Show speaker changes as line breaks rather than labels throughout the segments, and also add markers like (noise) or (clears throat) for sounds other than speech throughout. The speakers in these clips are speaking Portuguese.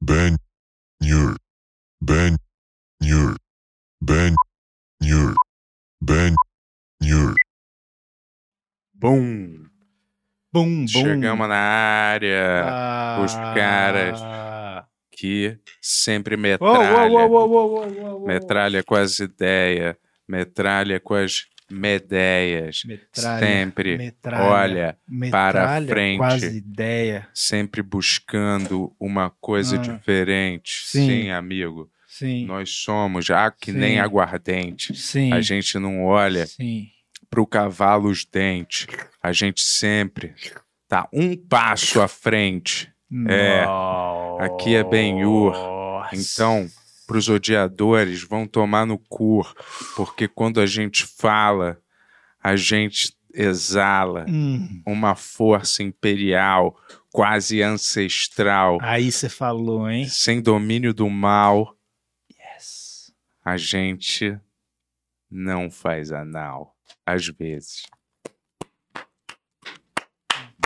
Ben Nur. Ben Nur. Ben Nur. Ben Nur.
Bum. Bum, bum.
Chegamos na área.
Ah.
os caras. Que sempre
Uou, uou,
metralha.
uou, uou, uou, uou, uou, uou.
Metralha com as ideias. Metralha com as medeias.
Metralha,
sempre.
metralha,
Olha,
metralha,
frente.
Quase ideia.
sempre buscando uma coisa
Ah.
diferente.
Sim.
amigo.
Sim.
Nós somos, ah, que
Sim.
nem aguardente.
Sim.
A gente não olha
Sim.
pro cavalo os dentes. A gente sempre tá um passo à frente. É. Aqui é Ben-Hur.
Nossa.
Então, pros odiadores, vão tomar no cu, porque quando a gente fala, a gente exala
Hum,
uma força imperial, quase ancestral,
aí você falou, hein?
sem domínio do mal,
Yes.
a gente não faz anal, às vezes.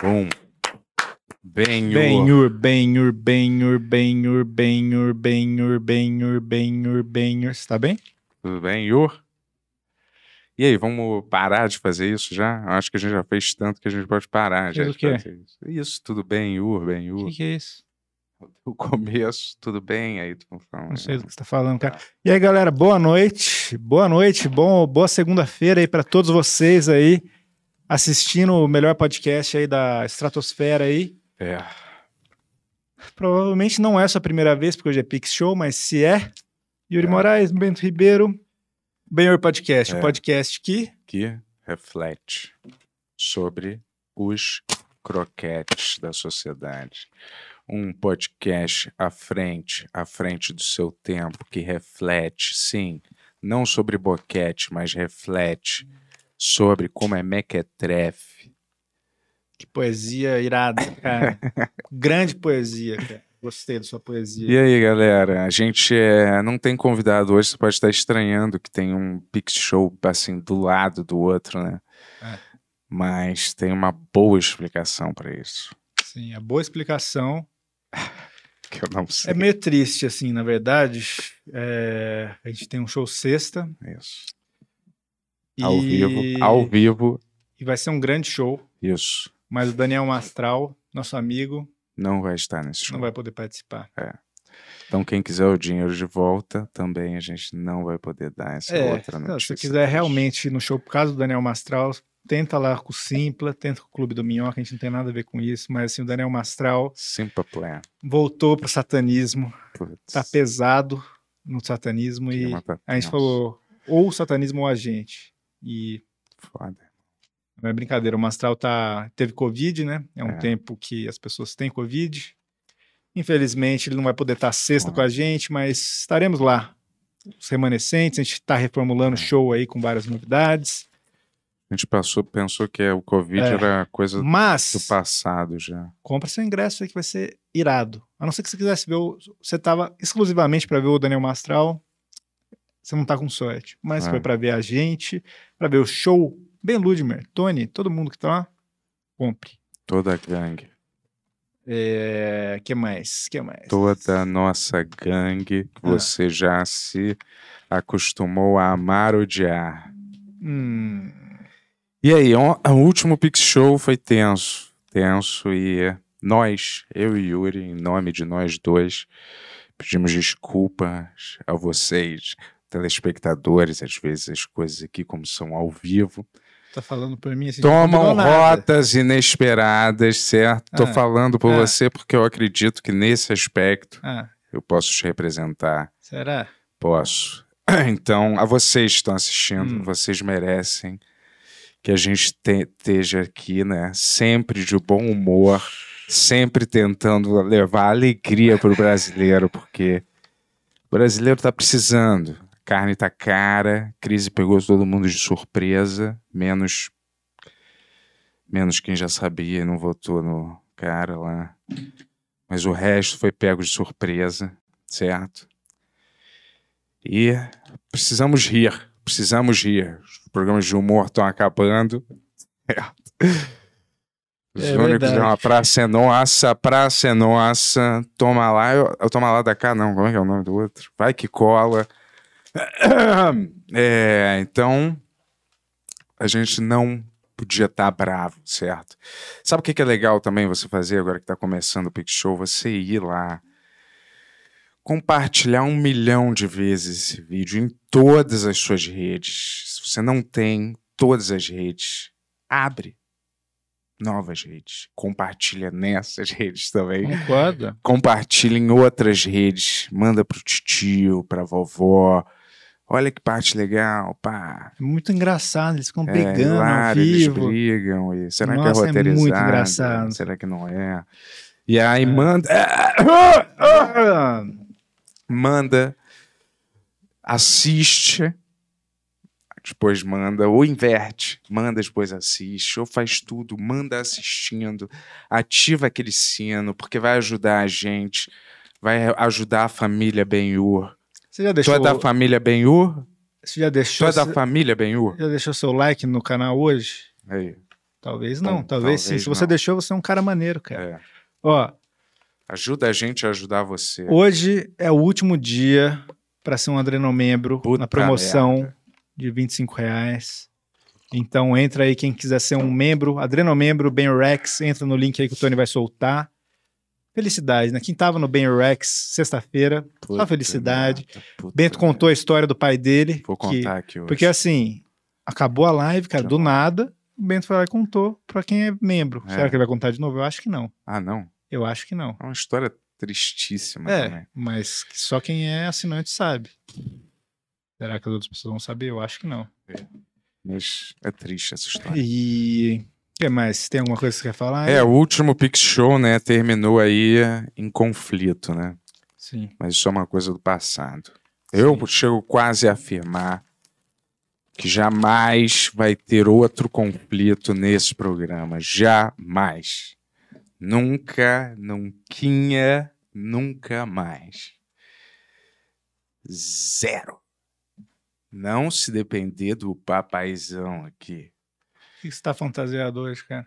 Bom, bem, bem
Benhur, Benhur, Benhur, Benhur, Benhur, Benhur, Benhur, Benhur, Benhur. Você tá bem?
tudo bem, Ior? E aí, vamos parar de fazer isso já? Eu acho que a gente já fez tanto que a gente pode parar já
Fez o
de
quê?
fazer isso. Isso, tudo bem, Ior, bem,
O
Ior. (laughs)
que, que é isso?
O começo, tudo bem, aí tu fala, né?
Não sei do que você tá falando, cara. E aí, galera, boa noite. Boa noite, bom, boa segunda-feira aí pra todos vocês aí assistindo o melhor podcast aí da estratosfera aí.
É,
Provavelmente não é a sua primeira vez, porque hoje é Pix Show, mas se é, Yuri Moraes, Bento Ribeiro, Benhor Podcast, o
É.
podcast que
que reflete sobre os croquetes da sociedade. Um podcast à frente, à frente do seu tempo, que reflete, sim, não sobre boquete, mas reflete sobre como é mequetrefe.
Que poesia irada, (laughs) cara. Grande poesia, cara. Gostei da sua poesia.
E aí, galera, a gente é, não tem convidado hoje, você pode estar estranhando que tem um Pix Show, assim, do lado do outro, né?
É.
Mas tem uma boa explicação para isso,
Sim, a boa explicação.
que eu não sei.
É meio triste, assim, na verdade. É, A gente tem um show sexta.
Isso.
E...
Ao vivo, ao vivo,
E vai ser um grande show.
isso.
Mas o Daniel Mastral, nosso amigo,
Não vai estar nesse show.
não vai poder participar.
Então, quem quiser o dinheiro de volta, também a gente não vai poder dar essa é outra
É, se
notícia.
você quiser realmente ir no show, por causa do Daniel Mastral, tenta lá com o Simpla, tenta com o Clube do Minhoca, a gente não tem nada a ver com isso, mas assim, o Daniel Mastral
Simple plan.
voltou pro satanismo.
Putz,
tá pesado no satanismo
que
e
mata-
a gente
Nossa,
falou ou o satanismo ou a gente. E
Foda.
não é brincadeira, o Mastral tá, teve Covid, né? É um
É.
tempo que as pessoas têm Covid. Infelizmente, ele não vai poder estar sexta
Ah.
com a gente, mas estaremos lá. Os remanescentes, a gente está
É.
reformulando o show aí com várias novidades.
A gente passou, pensou que o Covid
É.
era coisa do
Mas
passado já.
compra seu ingresso aí que vai ser irado. A não ser que você quisesse ver, o, você tava exclusivamente para ver o Daniel Mastral, você não tá com sorte. Mas
É.
foi para ver a gente, para ver o show, Ben Ludmer, Tony, todo mundo que tá lá, compre.
Toda a gangue.
É, que mais? Que mais?
Toda a nossa gangue que
Ah.
você já se acostumou a amar odiar.
Hum,
E aí, on- o último Pix Show foi tenso. Tenso e nós, eu e Yuri, em nome de nós dois, pedimos desculpas a vocês, telespectadores, às vezes as coisas aqui, como são ao vivo,
tá falando por mim assim?
tomam
não combinou nada.
rotas inesperadas, certo? Tô
Ah,
falando por
ah.
você porque eu acredito que nesse aspecto
Ah,
eu posso te representar.
será?
Posso. (clears throat) Então, a vocês que estão assistindo,
Hum.
vocês merecem que a gente te- esteja aqui, né? Sempre de bom humor, sempre tentando levar alegria pro brasileiro, porque o brasileiro tá precisando. A carne tá cara, a crise pegou todo mundo de surpresa, menos menos quem já sabia e não votou no cara lá. Mas o resto foi pego de surpresa, certo? E precisamos rir, (laughs) precisamos rir. Os programas de humor estão acabando. Certo. Os
É
únicos
verdade.
é uma praça é nossa, praça é nossa. Toma lá, eu, eu toma lá da cá, não. Como é que é o nome do outro? Vai que cola. (clears throat) É, então, a gente não podia estar bravo, certo? Sabe o que, que é legal também você fazer agora que está começando o Pick Show? Você ir lá, compartilhar um milhão de vezes esse vídeo em todas as suas redes. Se você não tem todas as redes, abre novas redes. Compartilha nessas (laughs) redes também
Concordo. É
compartilha em outras redes, manda pro tio, pra vovó. Olha que parte legal, pá.
É muito engraçado, eles ficam
É,
brigando ao
hilário, eles
vivo.
brigam. E será que
Nossa,
é
é muito
roteirizado?
engraçado.
Será que não é? E aí manda, é,
Ah,
manda, assiste, depois manda, ou inverte, manda, depois assiste, ou faz tudo, manda assistindo, ativa aquele sino, porque vai ajudar a gente, vai ajudar a família Benhur.
(coughs) Você já
Tu
deixou,
é da família Benhur?
você já
Tu
deixou,
é da
você
família Benhur?
já deixou seu like no canal hoje?
Aí,
Talvez não,
Bom,
talvez, sim.
talvez
Se você
não.
deixou, você é um cara maneiro, cara.
é.
Ó,
Ajuda a gente a ajudar você.
hoje é o último dia para ser um Adrenal membro
Puta
na promoção
merda.
de 25 reais. Então entra aí quem quiser ser um membro, Adrenal membro, Ben Rex, entra no link aí que o Tony vai soltar. Felicidade, né? Quem tava no Ben Rex sexta-feira,
Puta
felicidade.
merda, puta
Bento
merda.
contou a história do pai dele.
Vou
que-
contar aqui hoje.
Porque assim, acabou a live, cara, do nada, o Bento foi lá e contou pra quem é membro.
É.
Será que ele vai contar de novo? Eu acho que não.
Ah, não.
Eu acho que não.
É uma história tristíssima
É,
também.
mas que só quem é assinante sabe. Será que as outras pessoas vão saber? Eu acho que não.
Mas é triste essa história.
E. O que mais? Tem alguma coisa que você quer falar?
É, o último Pix Show, né, terminou aí em conflito, né?
Sim.
Mas isso é uma coisa do passado. Eu chego quase a afirmar que jamais vai ter outro conflito nesse programa. Jamais. Nunca, nunca, nunca mais. Zero. Não se depender do papaizão aqui.
O que você tá fantasiado hoje, cara?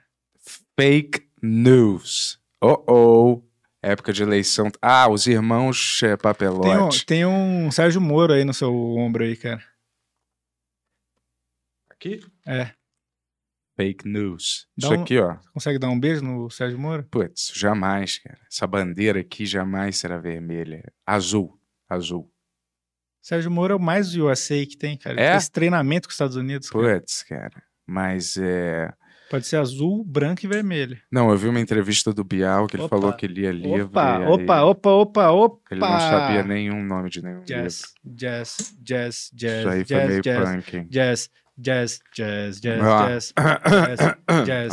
Fake news. Oh, oh. Época de eleição. Ah, os irmãos eh, Papelote.
Tem um, tem um Sérgio Moro aí no seu ombro aí, cara.
Aqui?
É.
Fake news.
Dá
Isso
um-
aqui, ó.
Consegue dar um beijo no Sérgio Moro?
Putz, jamais, cara. Essa bandeira aqui jamais será vermelha. Azul. Azul.
Sérgio Moro é o mais USA que tem, cara. Ele
É?
fez treinamento com os Estados Unidos. cara.
Putz, cara. Mas é.
Pode ser azul, branco e vermelho.
Não, eu vi uma entrevista do Bial que ele
Opa.
falou que lia livro.
Opa,
e aí
opa, opa, opa, opa.
Ele não sabia nenhum nome de nenhum
Jazz, jazz, jazz,
livro. Isso aí
jazz,
foi meio
jazz, jazz,
punk, hein?
jazz, jazz, jazz, jazz,
Ah.
jazz, jazz,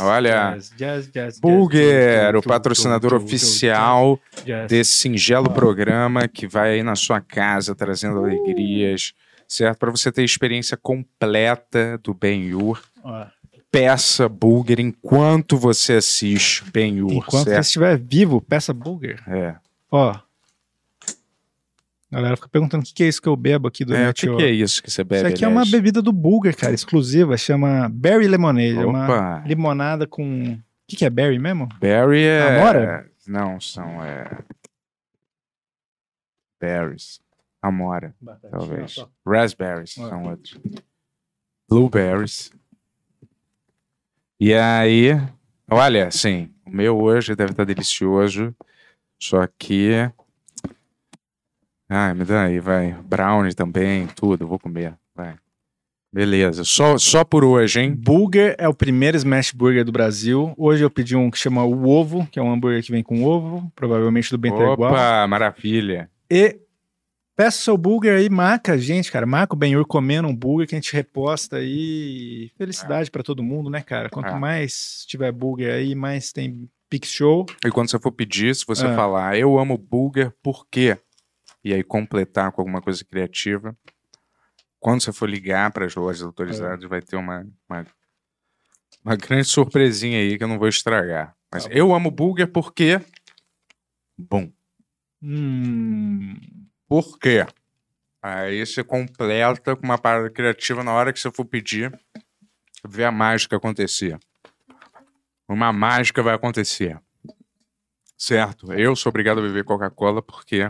(coughs) Olha.
jazz, jazz, jazz,
Burger,
jazz,
o patrocinador
jazz,
oficial
jazz,
desse singelo programa que vai aí na sua casa trazendo
Uh.
alegrias, certo? Para você ter a experiência completa do Ben-Hur.
Ó,
Peça Burger enquanto você assiste Ben-Hur,
Enquanto você
certo?
estiver vivo, peça Burger.
É.
Ó. A galera fica perguntando o que que é isso que eu bebo aqui
É, o
durante
que,
o...
que é isso que você bebe?
né, Isso aqui é uma
aliás?
bebida do Bulgar, cara, exclusiva, chama Berry Lemonade. É uma
Opa!
limonada com. O que, que é Berry mesmo?
Berry é...
Amora?
Não, são... É... Berries. Amora, talvez. Raspberries
Olha.
são outros. Blueberries. E aí... Olha, assim, o meu hoje deve estar delicioso, só que... Ai, me dá aí, vai. Brownie também, tudo, vou comer, vai. Beleza, só, só por hoje, hein?
Burger é o primeiro smash burger do Brasil. Hoje eu pedi um que chama o ovo, que é um hambúrguer que vem com ovo, provavelmente do Bento é igual.
Opa, maravilha.
E peça seu burger aí, marca a gente, cara. Marca o Benhur comendo um burger que a gente reposta aí. Felicidade pra todo mundo, né, cara? Quanto
É.
mais tiver burger aí, mais tem Pix Show.
E quando você for pedir, se você
Ah.
falar, eu amo Bulger, por quê? E aí completar com alguma coisa criativa. Quando você for ligar para as lojas
É.
autorizadas, vai ter uma, uma, uma grande surpresinha aí que eu não vou estragar. Mas
Tá bom.
eu amo Bulger porque. Bom,
Hum.
por quê? Aí você completa com uma parada criativa na hora que você for pedir, ver a mágica acontecer. Uma mágica vai acontecer. Certo? Eu sou obrigado a beber Coca-Cola porque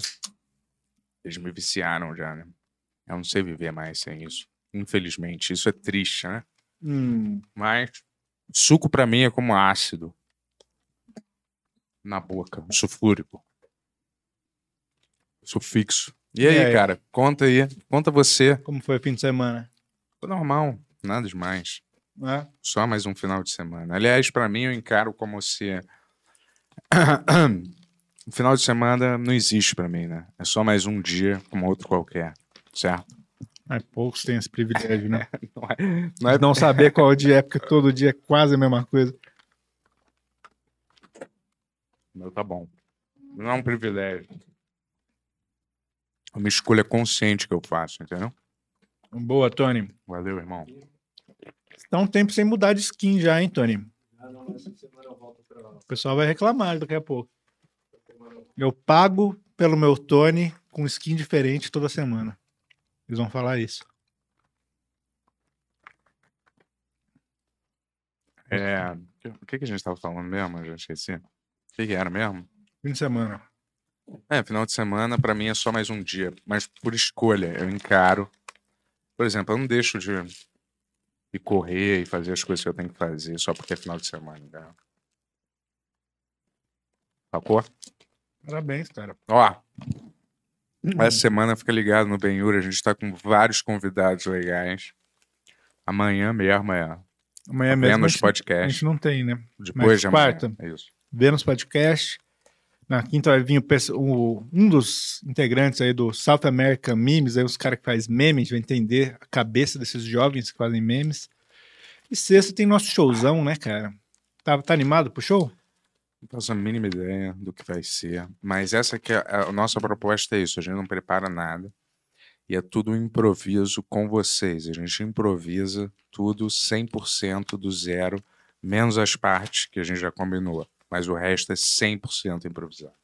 eles me viciaram já, né? Eu não sei viver mais sem isso. Infelizmente, isso é triste, né?
Hum,
Mas suco pra mim é como ácido na boca, um sulfúrico. Sufixo. E aí,
E aí?
cara, conta aí, conta você.
como foi o fim de semana?
Foi normal, nada demais.
né?
Só mais um final de semana. Aliás, pra mim eu encaro como se (coughs) o final de semana não existe pra mim, né? É só mais um dia como outro qualquer, certo?
Mas poucos têm esse privilégio, né?
(laughs) Não é, não é
Mas não saber qual dia é, porque todo dia é quase a mesma coisa.
O meu tá bom. Não é um privilégio. É uma escolha consciente que eu faço, entendeu?
Boa, Tony.
Valeu, irmão.
Tá um tempo sem mudar de skin já, hein, Tony? O pessoal vai reclamar daqui a pouco. Eu pago pelo meu Tony com skin diferente toda semana. Eles vão falar isso.
É, o que, que a gente tava falando mesmo? Eu já esqueci. O que, que era mesmo?
Fim de semana.
É, final de semana pra mim é só mais um dia. Mas por escolha, eu encaro. Por exemplo, eu não deixo de ir correr e fazer as coisas que eu tenho que fazer só porque é final de semana. entendeu? Sacou?
Parabéns, cara.
Ó,
Uhum.
essa semana fica ligado no Benhur, a gente tá com vários convidados legais. Amanhã mesmo é
Amanhã mesmo a
menos é
gente, a
podcast.
gente não tem, né?
Depois de amanhã.
quarta.
É isso.
Vênus Podcast. Na quinta vai vir o pesso- o- um dos integrantes aí do South American Memes, aí os caras que faz memes, vai entender a cabeça desses jovens que fazem memes. E sexta tem nosso showzão, né, cara? Tá, tá animado pro show?
Não faço a mínima ideia do que vai ser. Mas essa que é a, a nossa proposta é isso. A gente não prepara nada. E é tudo um improviso com vocês. A gente improvisa tudo 100% do zero, menos as partes que a gente já combinou. Mas o resto é 100% improvisado.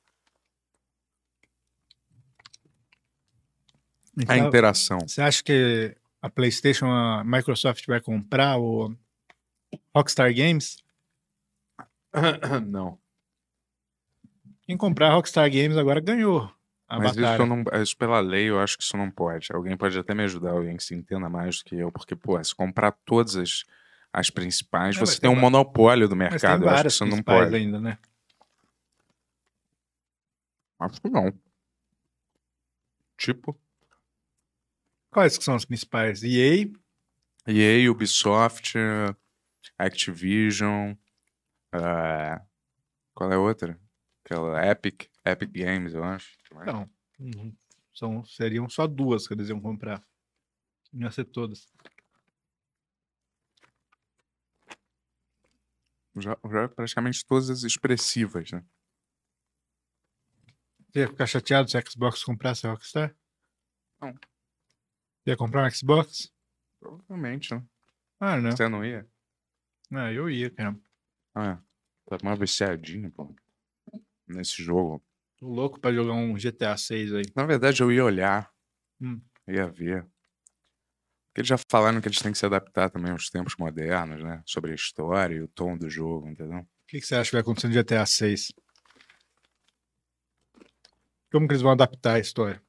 A
Então, (coughs)
interação. (coughs)
Você acha que a PlayStation, a Microsoft vai comprar o Rockstar Games?
Não.
Quem comprar a Rockstar Games agora ganhou a
Mas isso,
batalha.
eu não, é, isso pela lei eu acho que isso não pode. Alguém pode até me ajudar, alguém que se entenda mais do que eu, porque, pô, se comprar todas as, as principais,
É, mas
você tem
tem
um
va-
monopólio do
Mas tem
mercado. Eu acho que
várias
isso não
principais
pode.
ainda, né?
Acho que não. Tipo,
Quais que são as principais? EA,
EA, Ubisoft, Activision, eh, qual é a outra? Aquela Epic, Epic Games, eu acho.
Não. Uhum. São, seriam só duas que eles iam comprar. Não ia ser todas.
Já, já praticamente todas as expressivas, né?
Você ia ficar chateado se a Xbox comprasse a Rockstar?
Não.
Você ia comprar um Xbox?
Provavelmente, né?
Ah, não.
Você não ia?
Ah, eu ia, cara.
Ah, tá mais viciadinho, pô. Nesse jogo.
Tô louco pra jogar um GTA 6 aí.
Na verdade, eu ia olhar.
Hum.
Ia ver. Porque eles já falaram que eles têm que se adaptar também aos tempos modernos, né? Sobre a história e o tom do jogo, entendeu?
O que, que você acha que vai acontecer no GTA 6? Como que eles vão adaptar a história?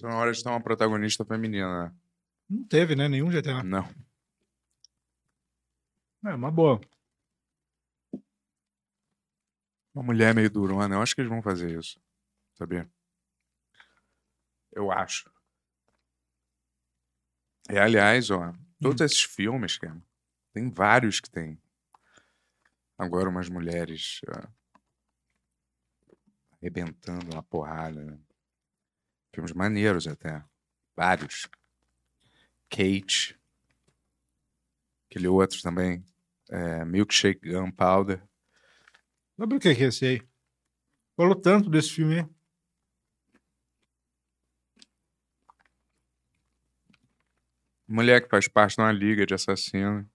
Tá na hora de ter uma protagonista feminina, né?
Não teve, né? Nenhum GTA.
Não.
É uma boa.
Uma mulher meio durona. Eu acho que eles vão fazer isso. Sabia? Eu acho. E, aliás, ó, todos esses filmes, cara, tem vários que tem. Agora umas mulheres ó, arrebentando na porrada. né? Filmes maneiros até. Vários. Kate. Aquele outro também. é, Milkshake Gunpowder.
Sabe o que que é esse aí? Falou tanto desse filme aí.
Mulher que faz parte de uma liga de assassinos.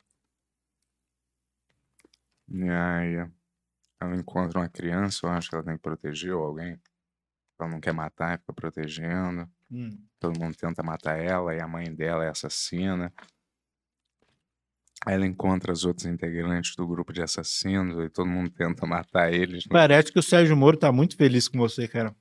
E aí, ela encontra uma criança, eu acho que ela tem que proteger ou alguém. Ela não quer matar, e fica protegendo. Hum. Todo mundo tenta matar ela e a mãe dela é assassina. Ela encontra as outras integrantes do grupo de assassinos e todo mundo tenta (laughs) matar eles. né?
Parece que o Sérgio Moro tá muito feliz com você, cara.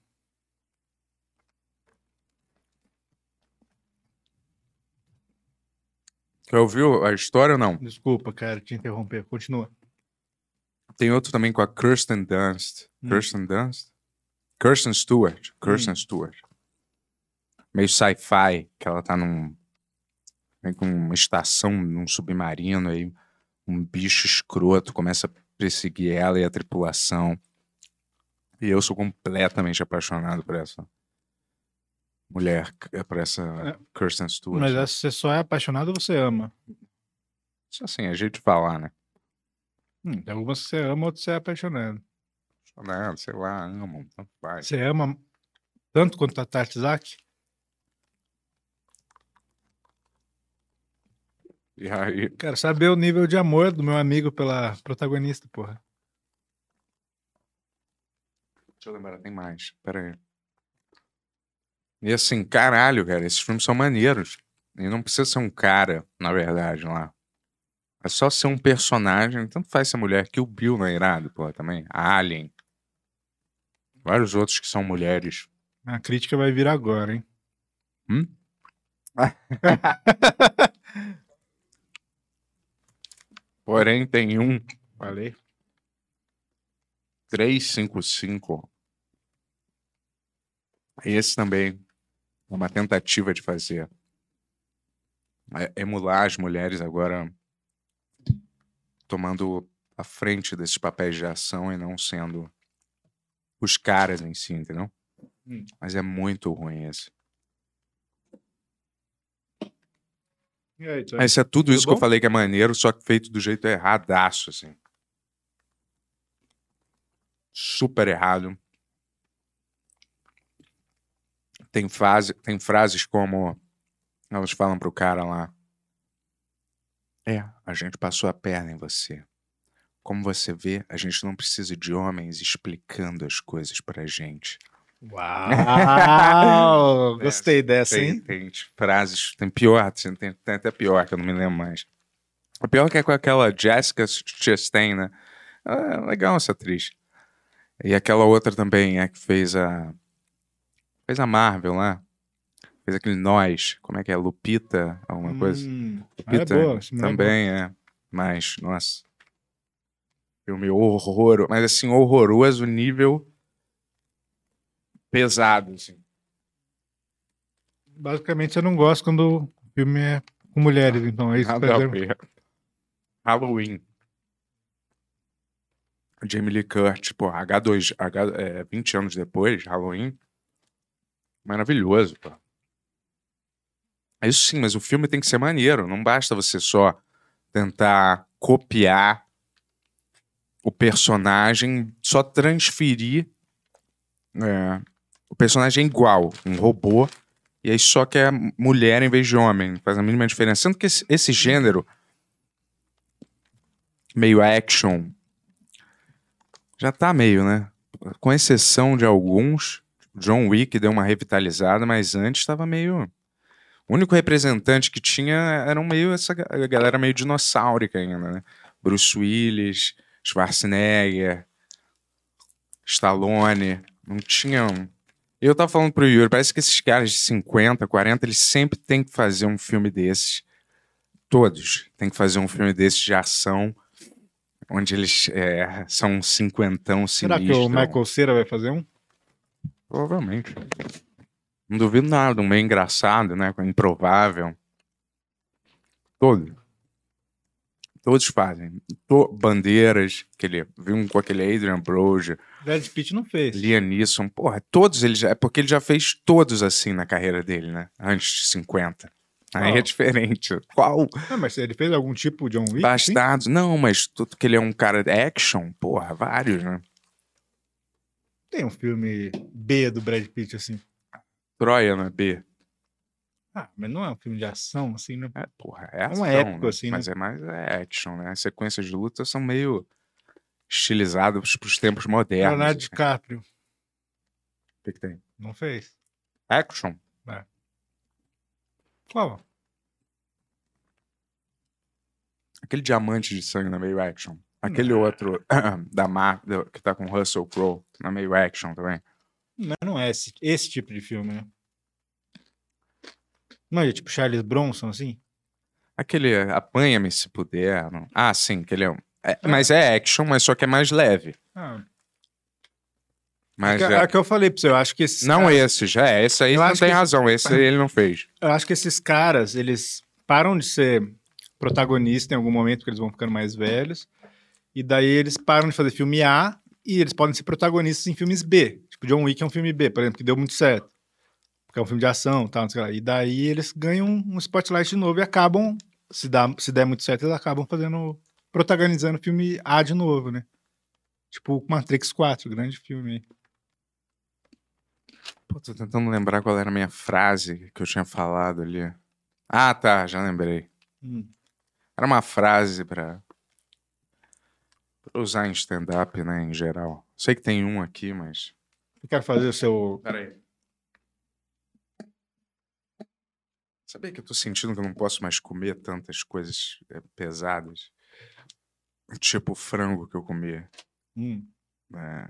Já ouviu a história ou não?
Desculpa, cara, te interromper. Continua.
Tem outro também com a Kirsten Dunst.
Hum.
Kirsten Dunst? Kirsten Stewart. Kirsten Stewart. Meio sci-fi, que ela tá num. Meio com uma estação, num submarino, aí um bicho escroto começa a perseguir ela e a tripulação. E eu sou completamente apaixonado por essa mulher, por essa Kirsten Stewart.
É. Mas essa, você só é apaixonado ou você ama?
Isso assim, é jeito de falar, né?
Hum, tem algumas que você ama, outras você é apaixonado.
Apaixonado, sei lá, amo, então tanto faz.
Você ama tanto quanto a Tartizak?
E aí,
Quero saber o nível de amor do meu amigo pela protagonista, porra.
Deixa eu lembrar, tem mais. Pera aí. E assim, caralho, cara, esses filmes são maneiros. E não precisa ser um cara, na verdade, lá. É só ser um personagem. Tanto faz ser mulher. Que o Bill não é irado, pô, também. Alien. Vários outros que são mulheres.
A crítica vai vir agora, hein?
Hum? Porém, tem um. Falei. 355. Esse também é uma tentativa de fazer. é, Emular as mulheres agora tomando a frente desses papéis de ação e não sendo os caras em si, entendeu?
Hum.
Mas é muito ruim esse.
E aí, Tony?
Mas é tudo isso que eu
bom?
falei que é maneiro, só que feito do jeito erradaço, assim. Super errado. Tem, fase, tem frases como elas falam pro cara lá. É, a gente passou a perna em você. Como você vê, a gente não precisa de homens explicando as coisas pra gente. (laughs) É,
Uau! Gostei dessa,
Tem,
hein?
tem tipo, frases, tem pior, tem, tem- tem até pior que eu não me lembro mais. A pior que é com aquela Jessica Chastain, né? Ela é legal essa atriz. E aquela outra também, é que fez a. Fez a Marvel lá. Fez aquele Nós. Como é que é? Lupita? Alguma coisa?
Hum, ah, é
Lupita
boa. esse moleque é bom.
também, é. Mas, nossa. Filme horroroso. Mas assim, horroroso, nível. pesado, assim.
Basicamente, eu não gosto quando o filme é com mulheres, então é isso que
Nada a
eu quero dizer.
ver. Halloween. Jamie Lee Curtis, porra, H2, H, é, 20 anos depois, Halloween. Maravilhoso, pô. Isso sim, mas o filme tem que ser maneiro. Não basta você só tentar copiar o personagem, só transferir. é, o personagem é igual, um robô, e aí só que é mulher em vez de homem. não Faz a mínima diferença. Sendo que esse, esse gênero meio action já tá meio, né? Com exceção de alguns. John Wick deu uma revitalizada, mas antes tava meio. O único representante que tinha era um meio essa ga- a galera meio dinossáurica ainda, né? Bruce Willis, Schwarzenegger, Stallone. Não tinha um- eu tava falando pro Yuri, parece que esses caras de 50, 40, eles sempre têm que fazer um filme desses. Todos têm que fazer um filme desses de ação, onde eles é, são um cinquentão
Será
sinistro.
que o Michael Cera vai fazer um?
Provavelmente. Não duvido nada, um meio engraçado, né? com Improvável. Todo. Todos fazem. To- Bandeiras, aquele, vi um com aquele Adrian Brody,
Brad Pitt não fez.
Liam Neeson, porra, todos eles já. É porque ele já fez todos assim na carreira dele, né? Antes de 50. Aí
Qual?
é diferente. Qual?
Ah, mas ele fez algum tipo de John Wick? sim?
Bastardos. Não, mas tudo que ele é um cara de action, porra, vários, né?
Tem um filme B do Brad Pitt, assim.
Troia na B.
Ah, mas não é um filme de ação, assim, né?
É, porra, é ação,
um épico,
né?
assim, né?
Mas é mais é action, né? As sequências de luta são meio estilizadas pros tempos modernos.
Leonardo
assim.
DiCaprio.
O que, que tem?
Não fez.
Action?
Qual?
Aquele diamante de sangue na meio action. Aquele outro (clears throat) da Marvel que tá com Russell Crowe na meio action também.
Mas não é esse, esse tipo de filme, né? Não é tipo Charles Bronson, assim?
Aquele apanha-me se puder. não- Ah, sim, que ele é um. é, mas é action, mas só que é mais leve.
Ah,
Mas
que-
é-
é que eu falei pra você, eu acho que esses
não
caras-
esse, já é. Esse aí
Eu
não
acho
tem
que-
razão.
(laughs)
Esse ele não fez.
Eu acho que esses caras, eles param de ser protagonistas em algum momento, porque eles vão ficando mais velhos. E daí eles param de fazer filme A e eles podem ser protagonistas em filmes B. Tipo, John Wick é um filme B, por exemplo, que deu muito certo. Porque é um filme de ação, tal, não sei o que lá. E daí eles ganham um spotlight de novo e acabam, se, dá, se der muito certo, eles acabam fazendo, protagonizando o filme A de novo, né? Tipo Matrix 4, grande filme.
Pô, tô tentando lembrar qual era a minha frase que eu tinha falado ali. Ah, tá, já lembrei.
Hum.
Era uma frase pra, pra usar em stand-up, né, em geral. Sei que tem um aqui, mas.
Eu quero fazer o seu...
Peraí. Sabia que eu tô sentindo que eu não posso mais comer tantas coisas eh, pesadas? Tipo o frango que eu comia.
Hum.
É.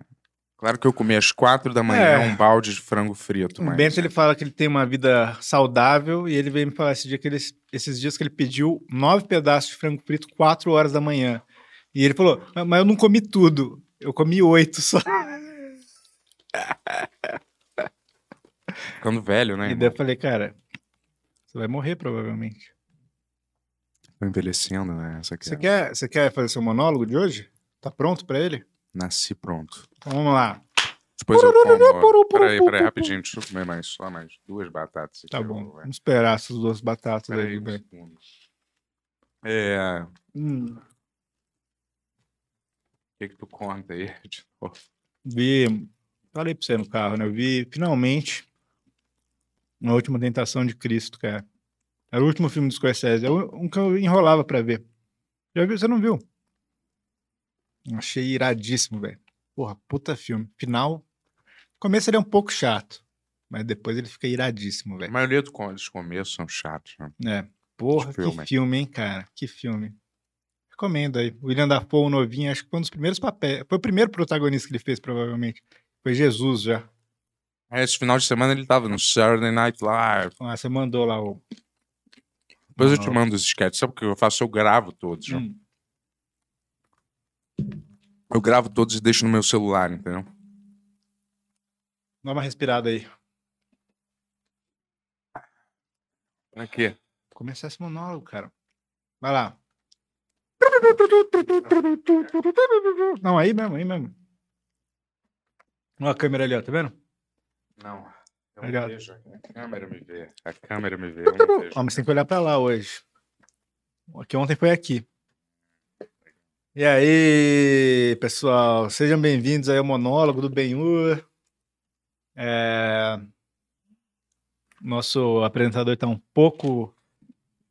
Claro que eu comi às quatro da manhã
É. Um
um balde de frango frito,
O
mas...
Bento ele fala que ele tem uma vida saudável e ele veio me falar esse dia que ele- esses dias que ele pediu nove pedaços de frango frito, quatro horas da manhã. E ele falou: "Ma- Mas eu não comi tudo, eu comi oito só.
Ficando velho, né?
E
irmão?
daí eu falei: Cara, você vai morrer provavelmente.
Tô envelhecendo, né? Essa aqui
Você
é-
quer, você quer fazer seu monólogo de hoje? Tá pronto pra ele?
Nasci pronto.
Então vamos lá.
Depois eu como... Peraí, peraí, rapidinho. Deixa eu comer mais, só mais duas batatas. aqui,
Tá
eu
bom,
vou-
vamos esperar essas duas batatas aí.
Peraí,
do
um
Bento.
segundo. É... O
Hum,
que que tu conta aí? (laughs) de novo?
Vi, falei pra você no carro, né? Eu vi finalmente A Última Tentação de Cristo, cara. Era o último filme do Scorsese. É o- um que eu enrolava pra ver. Já viu? Você não viu? Achei iradíssimo, velho. Porra, puta filme. Final. No começo ele é um pouco chato, mas depois ele fica iradíssimo,
A
velho.
maioria do con- dos começos são chatos, né?
É. Porra,
Que filme.
que filme, hein, cara? Que filme. Recomendo aí. William Dafoe, o novinho, acho que foi um dos primeiros papéis. Foi o primeiro protagonista que ele fez, provavelmente. Foi Jesus já.
Aí, É, Esse final de semana ele tava no Saturday Night Live.
Ah, você mandou lá o.
Depois eu
Não.
te mando os sketches. Sabe o que eu faço? Eu gravo todos. né?
Hum.
Eu gravo todos e deixo no meu celular, entendeu?
Dá uma respirada aí.
Pra quê?
Começar esse monólogo, cara. Vai lá. Não, aí mesmo, aí mesmo. Olha a câmera ali, ó, tá vendo?
Não. Eu
Obrigado.
não vejo. A câmera me vê. A câmera me vê. Eu não vejo.
Ó, mas tá tem que olhar pra lá hoje. Aqui ontem foi aqui. E aí, pessoal, sejam bem-vindos aí ao monólogo do Benhur. É... Nosso apresentador tá um pouco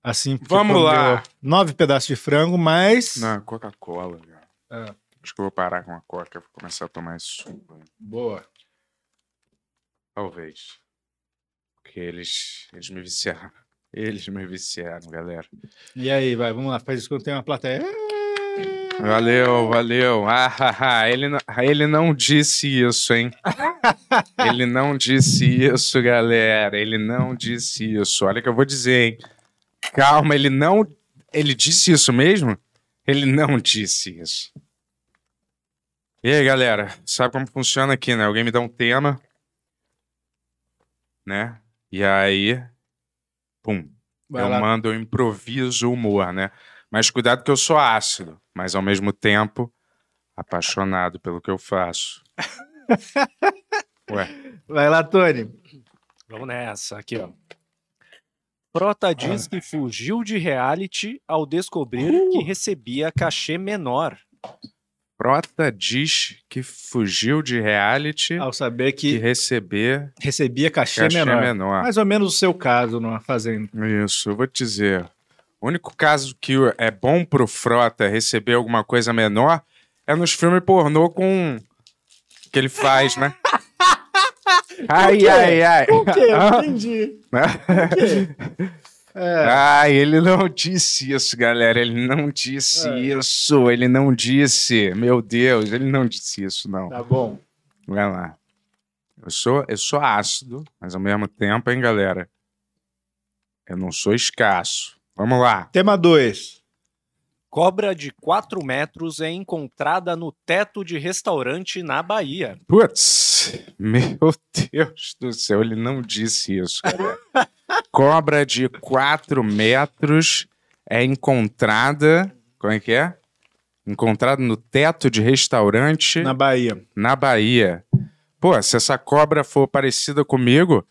assim. porque
Vamos
comeu
lá.
Nove pedaços de frango, mas.
Não, é Coca-Cola. cara.
É.
Acho que eu vou parar com a Coca. Vou começar a tomar esse suco.
Boa.
Talvez. Porque eles, eles me viciaram. Eles me viciaram, galera.
E aí, vai, vamos lá, faz isso quando tem uma plateia. É,
Valeu, valeu. Ah, ah, ah. Ele, não, ele não disse isso, hein? ele não disse isso, galera. Ele não disse isso. Olha o que eu vou dizer, hein? Calma, ele não. Ele disse isso mesmo? Ele não disse isso. E aí, galera? Sabe como funciona aqui, né? Alguém me dá um tema, né? E aí. Pum.
Vai
eu
lá.
mando, eu improviso o humor, né? Mas cuidado que eu sou ácido, mas ao mesmo tempo apaixonado pelo que eu faço. Ué,
Vai lá, Tony.
Vamos nessa, aqui, ó.
Tá. Ah.
Prota diz que fugiu de reality ao descobrir
Uh!
que recebia cachê menor.
Prota diz que fugiu de reality
Ao saber
e
que
receber
recebia cachê,
cachê
Ah, menor.
menor.
Mais ou menos o seu caso numa fazenda.
Isso, eu vou te dizer. O único caso que é bom pro Frota receber alguma coisa menor é nos filmes pornô com. que ele faz,
(laughs)
né? Ai, ai, ai.
Por É. quê?
Ah,
Entendi.
(laughs) né? Ah, ele não disse isso, galera. Ele não disse
É.
isso. Ele não disse. Meu Deus, ele não disse isso, não.
Tá bom.
Vai lá. Eu sou, eu sou ácido, mas ao mesmo tempo, hein, galera? Eu não sou escasso. Vamos lá.
Tema 2.
Cobra de 4 metros é encontrada no teto de restaurante na Bahia.
Putz, meu Deus do céu, ele não disse isso, galera. Cobra de 4 metros é encontrada. Como é que é? Encontrada no teto de restaurante
Na Bahia.
na Bahia. Pô, se essa cobra for parecida comigo,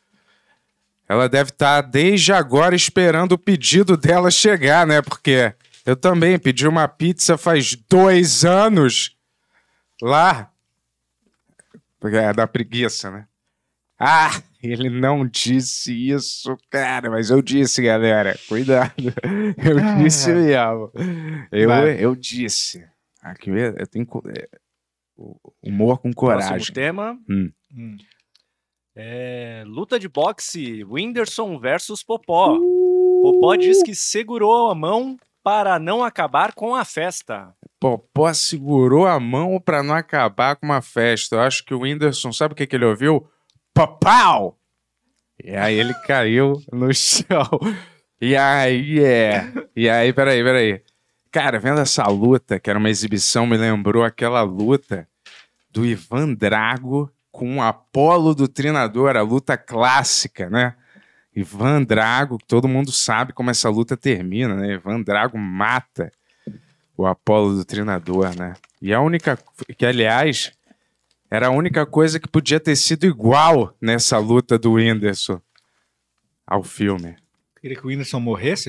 ela deve estar desde agora esperando o pedido dela chegar, né? Porque eu também pedi uma pizza faz dois anos lá. Porque é da preguiça, né? Ah, ele não disse isso, cara, mas eu disse, galera. Cuidado. (laughs) Eu
Ah.
disse mesmo. Eu,
Vai.
eu disse. Aqui eu eu tenho. co- é, o- Humor com coragem.
Próximo tema.
Hum.
É, luta de boxe, Whindersson versus Popó.
Uh!
Popó diz que segurou a mão para não acabar com a festa.
Popó segurou a mão pra não acabar com uma festa. Eu acho que o Whindersson, sabe o que, que ele ouviu? Papau! E aí ele caiu no (laughs) chão. E aí, é. E aí, peraí, peraí. Cara, vendo essa luta, que era uma exibição, me lembrou aquela luta do Ivan Drago com o Apolo do Trinador, a luta clássica, né? Ivan Drago, que todo mundo sabe como essa luta termina, né? Ivan Drago mata o Apolo do Trinador, né? E a única. Que, aliás, era a única coisa que podia ter sido igual nessa luta do Whindersson ao filme.
Queria que o Whindersson (laughs) morresse?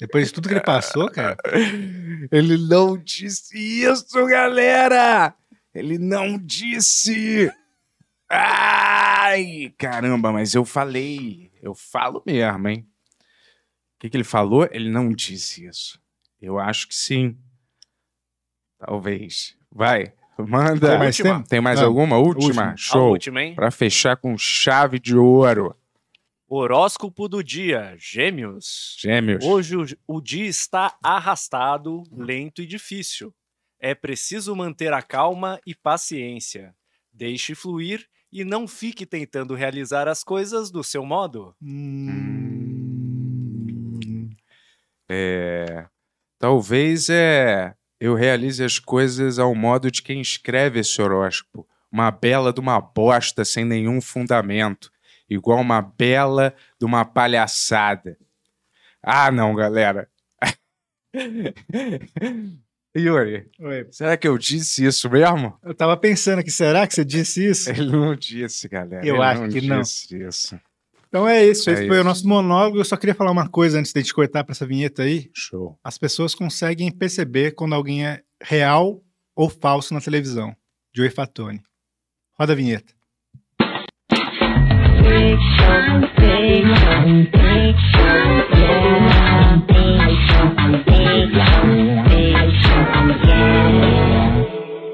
Depois de tudo que ele passou, cara.
Ele não disse isso, galera! Ele não disse! Ai, caramba, mas eu falei. Eu falo mesmo, hein? O que, que ele falou? Ele não disse isso. Eu acho que sim. Talvez. Vai, manda.
Tem mais tempo?
Tem mais
Não.
alguma? Última?
Última.
A
Show.
última, hein?
Pra fechar com chave de ouro.
Horóscopo do dia, Gêmeos.
Gêmeos.
Hoje o, o dia está arrastado, lento e difícil. É preciso manter a calma e paciência. Deixe fluir e não fique tentando realizar as coisas do seu modo.
Hum.
É, talvez é eu realize as coisas ao modo de quem escreve esse horóscopo. Uma bela de uma bosta sem nenhum fundamento. Igual uma bela de uma palhaçada. Ah, não, galera. (laughs) Yuri,
Oi.
será que eu disse isso mesmo? (laughs)
Eu tava pensando aqui, será que você disse isso?
Ele não disse, galera.
Eu
Ele
acho que não.
disse isso.
Então é isso,
É
esse foi
isso.
o nosso monólogo. Eu só queria falar uma coisa antes de a gente cortar pra essa vinheta aí.
Show.
As pessoas conseguem perceber quando alguém é real ou falso na televisão. Joey Fatone. Roda a vinheta.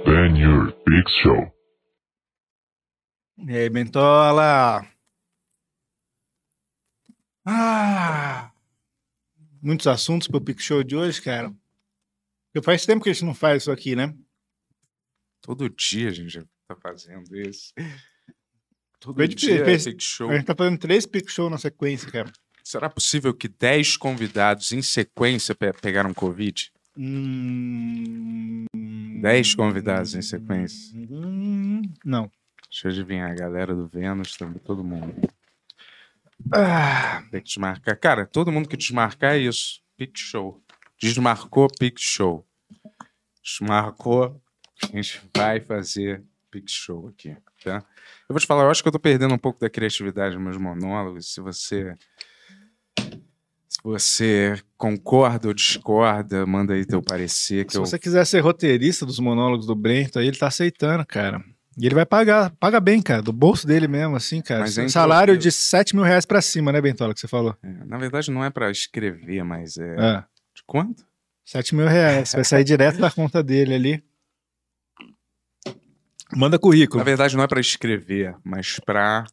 Ben Yur, Big Show.
E aí, Bentola?
Ah!
Muitos assuntos pro Pic Show de hoje, cara. Porque faz tempo que a gente não faz isso aqui, né?
Todo dia a gente tá fazendo isso. Todo
Bem difícil,
dia
fez-
tem show.
A gente tá fazendo três Pic Show na sequência, cara.
Será possível que 10 convidados em sequência pe- pegaram Covid?
Hum...
10 convidados em sequência.
hum, Não.
Deixa eu adivinhar, a galera do Vênus, também, todo mundo.
Ah,
Tem que desmarcar. Cara, todo mundo que desmarcar é isso. Pick show. Desmarcou, pick show. Desmarcou, a gente vai fazer pick show aqui, tá? Eu vou te falar, eu acho que eu tô perdendo um pouco da criatividade nos meus monólogos. Se você... Se você concorda ou discorda, manda aí teu parecer. Que
se
eu...
você quiser ser roteirista dos monólogos do Brento, aí ele tá aceitando, cara. E ele vai pagar, paga bem, cara, do bolso dele mesmo, assim, cara.
Mas é
Salário
impossível.
de 7 mil reais pra cima, né, Bentola, que você falou?
É, Na verdade, não é pra escrever, mas é.
É.
De quanto?
7 mil reais. Vai sair direto da conta dele ali. Manda currículo.
Na verdade, não é pra escrever, mas pra.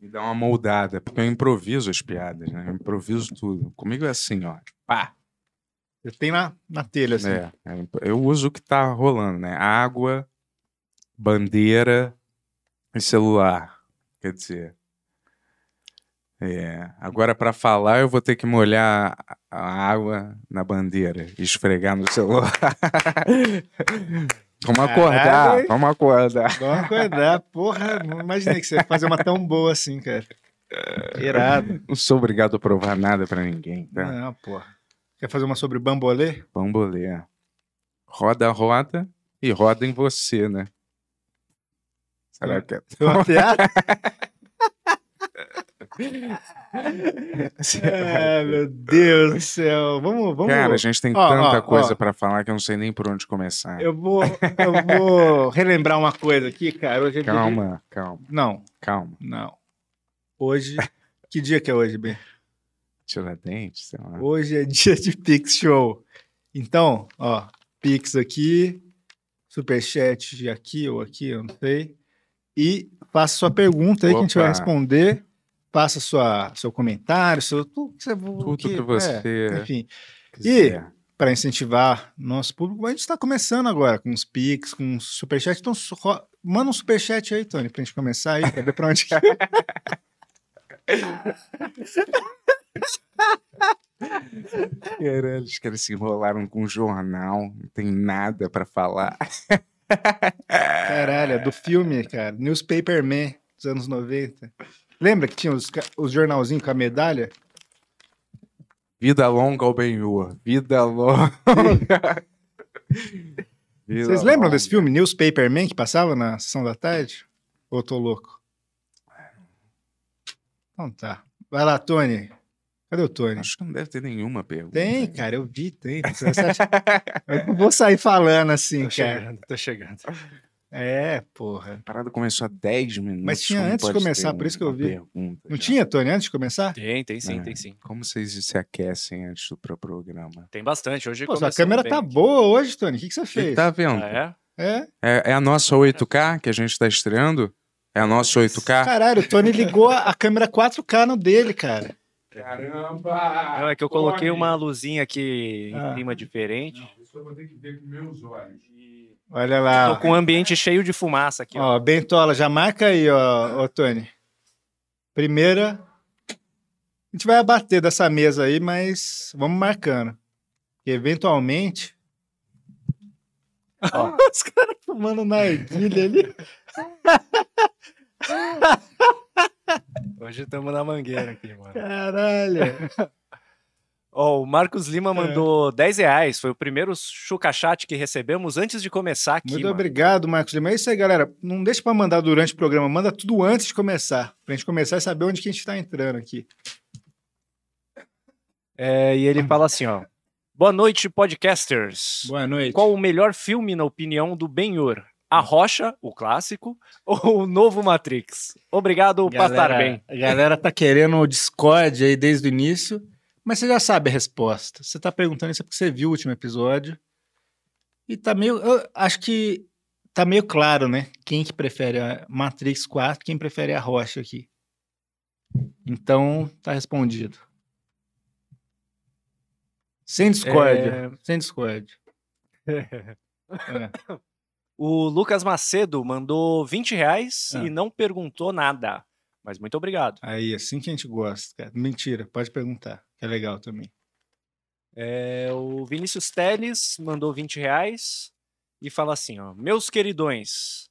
Me dá uma moldada, porque eu improviso as piadas, né? Eu improviso tudo. Comigo é assim, ó. Pá!
Eu tenho na, na telha, assim.
É, é, eu uso o que tá rolando, né? Água, bandeira e celular. Quer dizer. É, agora, para falar, eu vou ter que molhar a- a água na bandeira e esfregar no celular. (laughs) vamos
Caralho,
acordar,
hein?
vamos acordar.
Vamos acordar, porra. Não imaginei que você ia fazer uma tão boa assim, cara.
É.
Irado.
Não sou obrigado a provar nada para ninguém, tá?
Não, porra. Quer fazer uma sobre bambolê?
Bambolê. Roda, roda e roda em você, né? Será que é?
Foi
(laughs)
uma piada? Ah, meu Deus do céu. Vamos, vamos.
Cara, a gente tem
Ó,
tanta
ó,
coisa
ó.
pra falar que eu não sei nem por onde começar.
Eu vou, eu vou relembrar uma coisa aqui, cara. Hoje é dia de-
Calma, calma,
Não,
calma.
não. Hoje. Que dia que é hoje, Ben?
Tira dente, sei lá.
Hoje é (laughs) dia de Pix Show. Então, ó, Pix aqui, Superchat aqui ou aqui, eu não sei. E faça sua pergunta aí que a gente vai
Opa.
responder. Faça sua, seu comentário, seu, tudo que você,
Tudo que você
é, enfim,
quiser.
para incentivar nosso público. A gente está começando agora com os Pix, com os Superchat. Então, su- ro- manda um Superchat aí, Tony, pra gente começar aí, pra ver pra onde que é.
Caralho, os caras se enrolaram com um jornal, não tem nada pra falar.
Caralho, é do filme, cara. Newspaper Man, dos anos 90. Lembra que tinha os, ca- os jornalzinhos com a medalha?
Vida longa ao Benhur. Vida
(laughs)
longa. Vida
Vocês lembram
longa.
desse filme, Newspaper Man, que passava na sessão da tarde? Ou tô louco? Então tá. Vai lá, Tony. Cadê o Tony?
Acho que não deve ter nenhuma pergunta.
Tem, cara, eu vi, tem. Você acha- Eu não vou sair falando assim,
Tô
cara.
chegando, tô chegando.
É, porra.
A parada começou há 10 minutos.
Mas tinha
como
antes de
pode
começar,
ter
por isso que
uma
eu vi.
pergunta
Não
já?
tinha, Tony, antes de começar?
Tem, tem sim,
É.
tem sim.
Como vocês se aquecem antes do pro- programa?
Tem bastante. Hoje
Pô, sua
começamos
câmera
bem.
tá boa hoje, Tony. O que, que você
Você
fez?
tá vendo?
Ah, é?
É?
É, é a nossa 8K que a gente tá estreando? É a nossa 8K?
Caralho, o Tony ligou a, a câmera 4K no dele, cara.
Caramba!
Não, é que eu coloquei uma luzinha aqui em
né? Ah.
cima diferente.
Isso eu vou ter que ver com meus olhos.
Olha
Tô
lá.
com um ambiente cheio de fumaça aqui, ó.
Ó, Bentola, já marca aí, ó, ó, Tony. Primeira. A gente vai abater dessa mesa aí, mas vamos marcando. Porque eventualmente. Ó, (laughs) os caras fumando na erguilha ali.
Hoje estamos na mangueira aqui, mano. (laughs)
Caralho.
Ó, o Marcos
É.
Lima mandou 10 reais. Foi o primeiro chucachat que recebemos antes de começar aqui.
Muito
mano.
obrigado, Marcos Lima. É isso aí, galera. Não deixa pra mandar durante o programa, manda tudo antes de começar. Pra gente começar e saber onde que a gente tá entrando aqui.
É, e ele fala assim, ó. Boa noite, podcasters.
Uhum. Boa noite.
Qual o melhor filme, na opinião do Benhor? A Rocha, o clássico, (laughs) ou o novo Matrix? Obrigado, Pastar Bem.
A galera tá querendo o Discord aí desde o início, mas você já sabe a resposta. Você tá perguntando isso porque você viu o último episódio. E tá meio. eu acho que tá meio claro, né? Quem que prefere a Matrix 4, quem prefere a Rocha aqui. Então, tá respondido. Sem discórdia.
É,
Sem
(laughs)
discórdia. É.
o Lucas Macedo mandou 20 reais
Ah.
e não perguntou nada. Mas muito obrigado.
Aí, assim que a gente gosta, cara. Mentira, pode perguntar. que É legal também.
É, o Vinícius Teles mandou 20 reais e fala assim, ó. Meus queridões,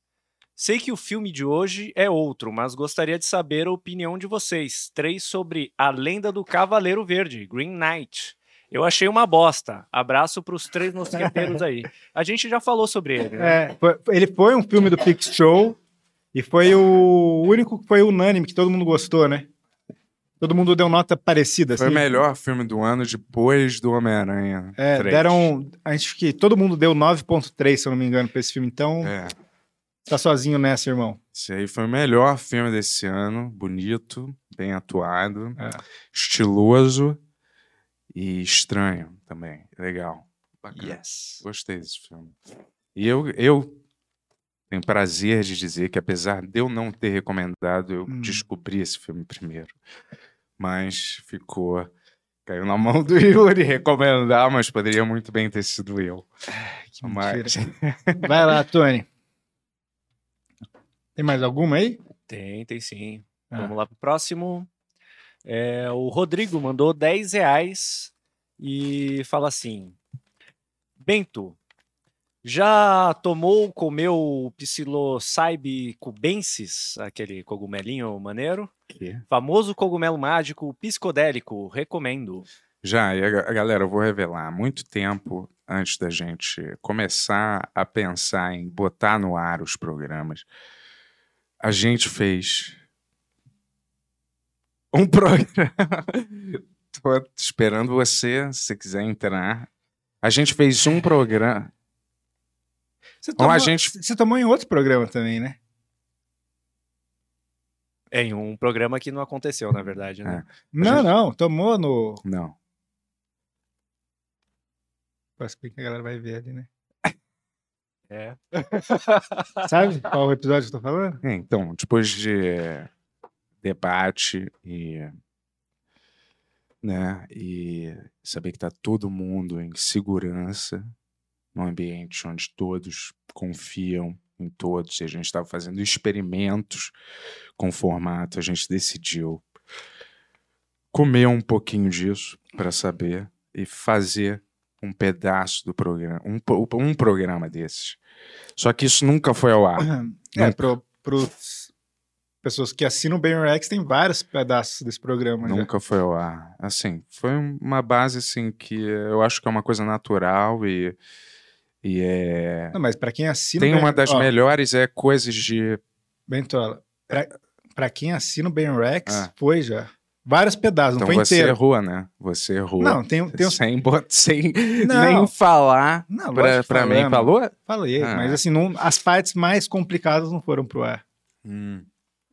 sei que o filme de hoje é outro, mas gostaria de saber a opinião de vocês. Três sobre A Lenda do Cavaleiro Verde, Green Knight. Eu achei uma bosta. Abraço pros três mosqueteiros aí. A gente já falou sobre ele, né?
É, foi- foi- ele foi um filme do Pix Show e foi o único que foi unânime, que todo mundo gostou, né? Todo mundo deu nota parecida.
Foi o
assim.
melhor filme do ano depois do Homem-Aranha.
É,
três.
deram. A gente que todo mundo deu 9.3, se eu não me engano, pra esse filme. Então,
É.
tá sozinho nessa, irmão.
Esse aí foi o melhor filme desse ano. Bonito, bem atuado,
É.
estiloso e estranho também. Legal. Bacana.
Yes.
Gostei desse filme. E eu, eu Tenho prazer de dizer que, apesar de eu não ter recomendado, eu
Hum.
descobri esse filme primeiro. Mas ficou. Caiu na mão do (laughs) Yuri recomendar, mas poderia muito bem ter sido eu.
Que
Mas- (laughs)
mentira. Vai lá, Tony. Tem mais alguma aí?
Tem, tem sim.
Ah.
Vamos lá pro próximo. É, o Rodrigo mandou 10 reais e fala assim: Bento, já tomou, comeu psilocybe cubensis, aquele cogumelinho maneiro? Famoso cogumelo mágico psicodélico, recomendo.
Já, e a ga- galera, eu vou revelar. Há muito tempo antes da gente começar a pensar em botar no ar os programas, a gente fez um (laughs) programa. Tô esperando você, se quiser entrar. A gente fez um programa.
Você
Bom,
tomou,
a gente-
você tomou em outro programa também, né?
É em um programa que não aconteceu, na verdade, né?
Não,
gente-
não. Tomou no.
Não.
Posso que a galera vai ver ali, né?
É.
Sabe qual episódio que eu tô falando?
É, Então, depois de debate e, né, e saber que está todo mundo em segurança, num ambiente onde todos confiam em todos, e a gente estava fazendo experimentos com o formato, a gente decidiu comer um pouquinho disso para saber e fazer um pedaço do programa, um, po- um programa desses. Só que isso nunca foi ao ar.
É,
Não.
pro, pros pessoas que assinam o Ben Rex, tem vários pedaços desse programa. já.
Nunca foi ao ar. Assim, foi um- uma base assim que eu acho que é uma coisa natural e, e é.
Não, mas pra quem assina. o
Tem
Ben-
uma das
ó,
melhores é coisas de.
Bentola, pra, pra quem assina o Ben Rex,
Ah.
foi já. Vários pedaços, não
Então
foi
você
inteiro.
errou, né? Você errou.
Não, tem, tem uns.
Sem, bot... (laughs) sem
Não.
nem falar
Não,
pra,
lógico que
pra mim.
falamos.
Falou?
Falei,
Ah.
mas assim, não- as partes mais complicadas não foram pro ar.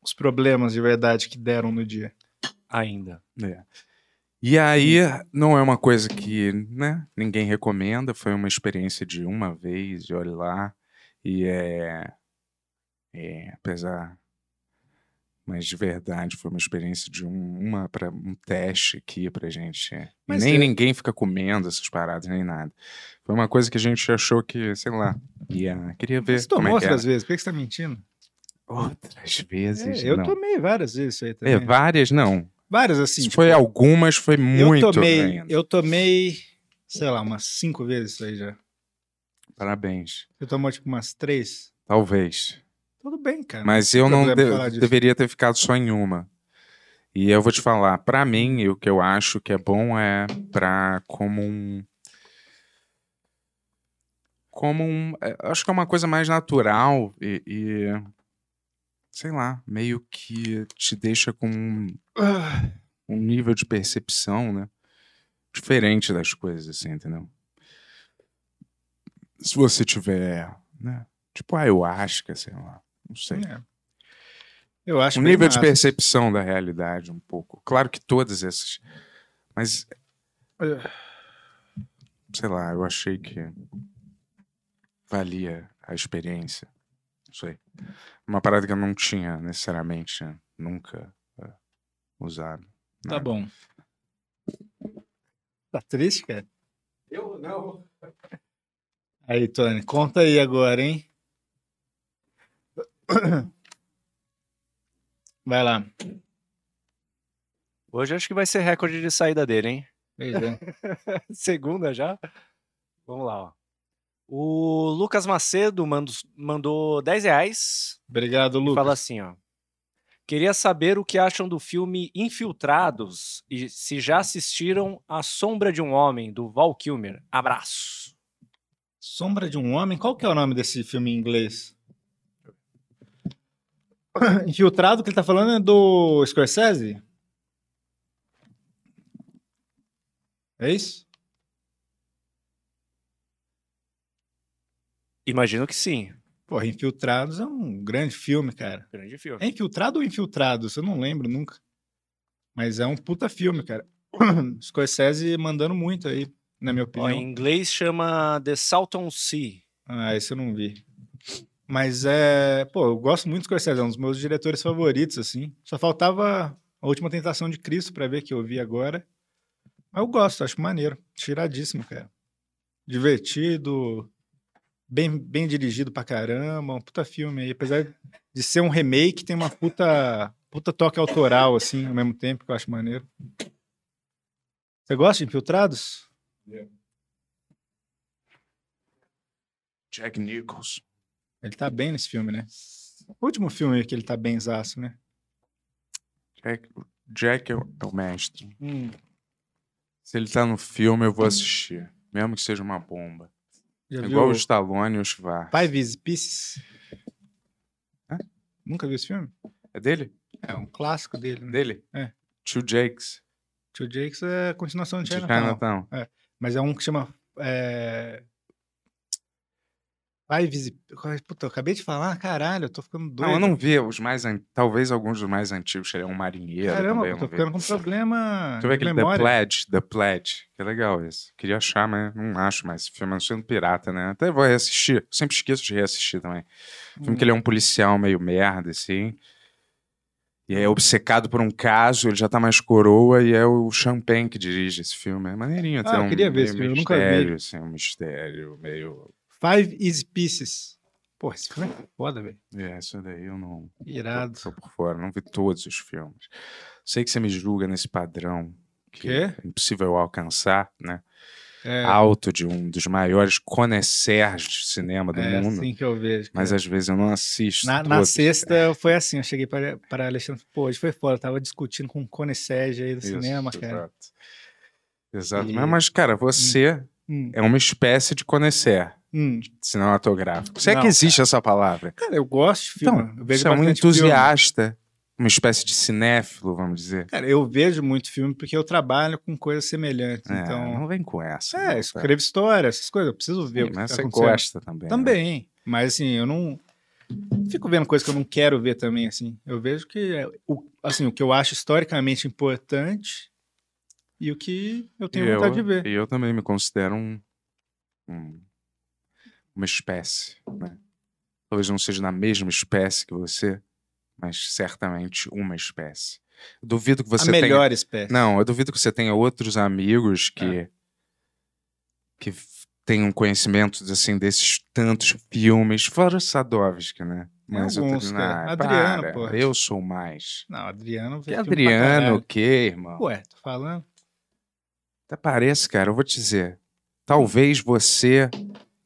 Os problemas de verdade que deram no dia.
Ainda.
É. E aí,
Uhum.
não é uma coisa que né, ninguém recomenda, foi uma experiência de uma vez, e olha lá. E é, é, Apesar. Mas de verdade, foi uma experiência de um, uma para um teste aqui pra gente. E
Mas
nem
é-
ninguém fica comendo essas paradas, nem nada. Foi uma coisa que a gente achou que, sei lá, ia, queria ver.
Você
como
tomou
é que era.
outras vezes, por que você tá mentindo?
Outras vezes.
É, eu
não.
tomei várias vezes isso aí também.
É, várias não.
Várias, assim.
Se foi algumas, foi muito.
eu tomei,
ainda.
eu tomei, sei lá, umas cinco vezes isso aí já.
Parabéns.
Você tomou, tipo, umas três.
Talvez.
Tudo bem, cara.
Mas eu não
problema
de-
falar disso.
deveria ter ficado só em uma. E eu vou te falar, pra mim, e o que eu acho que é bom é pra como um como um, é, acho que é uma coisa mais natural e, e, sei lá, meio que te deixa com um,
Ah,
um nível de percepção, né? Diferente das coisas, assim, entendeu? Se você tiver, né? Tipo ayahuasca, sei lá, não sei.
é. Eu acho
um
bem
nível de
massa.
percepção da realidade um pouco. Claro que todas essas, mas sei lá, eu achei que valia a experiência. Não sei. Uma parada que eu não tinha necessariamente né, nunca eh, usado.
Tá bom. Tá triste, cara?
Eu não.
Aí, Tony, conta aí agora, hein? Vai lá.
Hoje acho que vai ser recorde de saída dele, hein?
Beijão.
Segunda já? Vamos lá, ó. O Lucas Macedo mando- mandou 10 reais
Obrigado,
e
Lucas.
fala assim, ó. Queria saber o que acham do filme Infiltrados e se já assistiram A Sombra de um Homem, do Val Kilmer. Abraço.
Sombra de um Homem? Qual que é o nome desse filme em inglês? (coughs) Infiltrado que ele tá falando é do Scorsese? É isso?
Imagino que sim.
Porra, Infiltrados é um grande filme, cara.
Grande filme.
É Infiltrado ou Infiltrados? Eu não lembro nunca. Mas é um puta filme, cara. (coughs) Scorsese mandando muito aí, na minha
Ó,
opinião.
em inglês chama The Salton Sea.
Ah, esse eu não vi. Mas é. Pô, eu gosto muito do Scorsese, é um dos meus diretores favoritos, assim. Só faltava A Última Tentação de Cristo pra ver, que eu vi agora. Mas eu gosto, acho maneiro. Tiradíssimo, cara. Divertido, bem, bem dirigido pra caramba. Um puta filme aí. Apesar de ser um remake, tem uma puta, puta toque autoral, assim, ao mesmo tempo, que eu acho maneiro. Você gosta de Infiltrados?
Jack Nichols.
Ele tá bem nesse filme, né? O último filme que ele tá bem zaço, né?
Jack, Jack é o é o mestre.
Hum.
Se ele tá no filme, eu vou assistir. Mesmo que seja uma bomba.
Já
É
viu
Igual o
o
Stallone e o Schwarz.
Five Pieces?
Hã?
Nunca viu esse filme?
É dele?
É um clássico dele, né?
Dele?
É.
Two Jakes.
Tio Jakes é a continuação de
De
Chinatown.
Chinatown.
Mas é um que chama. É... Five Pieces. Puta, eu acabei de falar, caralho, eu tô ficando doido.
Não, eu não vi os mais. an- Talvez alguns dos mais antigos. Ele é um marinheiro.
Caramba,
também,
eu
eu
tô
não vi.
ficando com problema.
Deixa eu ver
de
aquele The
memória.
Pledge. The Pledge. Que é legal esse. Queria achar, mas não acho mais. Esse filme é um filme pirata, né? Até vou reassistir. Eu sempre esqueço de reassistir também. O filme que
Hum.
ele é um policial meio merda, assim. E é obcecado por um caso, ele já tá mais coroa, e é o Champagne que dirige esse filme. É maneirinho até.
Ah, eu
um
queria ver
meio
esse filme, eu nunca vi.
mistério, Assim, um mistério meio...
Five Easy Pieces. Porra, esse filme é foda, velho.
É, isso daí eu não...
Irado.
Tô, tô por fora, não vi todos os filmes. Sei que você me julga nesse padrão que
Quê?
é impossível alcançar, né?
É,
Alto de um dos maiores conhecers de cinema do
é
mundo.
assim que eu vejo.
Mas
cara.
às vezes eu não assisto
Na, na
todos.
sexta foi assim, eu cheguei para, para Alexandre, pô, hoje foi fora, eu tava discutindo com o Cone Sérgio aí do
Isso,
cinema, cara.
Exato. Exato.
E-
Mas, mas, cara, você
Hum,
é um uma espécie de conhecer
hum.
cinematográfico. Se é
Não,
que existe essa palavra.
Cara, eu gosto de filme,
Então,
eu vejo
você é um
bastante filme.
entusiasta, uma espécie de cinéfilo, vamos dizer.
Cara, eu vejo muito filme porque eu trabalho com coisas semelhantes,
É,
então...
não vem com essa.
É,
não, cara.
escrevo história, essas coisas, eu preciso ver o que
Mas
tá
você
acontecendo.
gosta também. né?
Também, mas assim, eu não... Fico vendo coisas que eu não quero ver também, assim. Eu vejo que, é o, assim, o que eu acho historicamente importante e o que eu tenho
E
vontade
eu,
de ver.
E eu também me considero um, um- uma espécie, né? Talvez não seja na mesma espécie que você, mas certamente uma espécie. Duvido que você
A
tenha
melhor espécie. É.
Não, eu duvido que você tenha outros amigos que que f- tenham conhecimento assim desses tantos filmes, fora Sadovski, né? eu tô-
alguns, cara.
Não,
Adriano,
para,
porra.
Eu sou mais.
Não, Adriano.
Que
vê filme pra
Adriano, o
caralho.
quê, irmão?
é. Ué, tô falando.
Até parece, cara, eu vou te dizer. Talvez você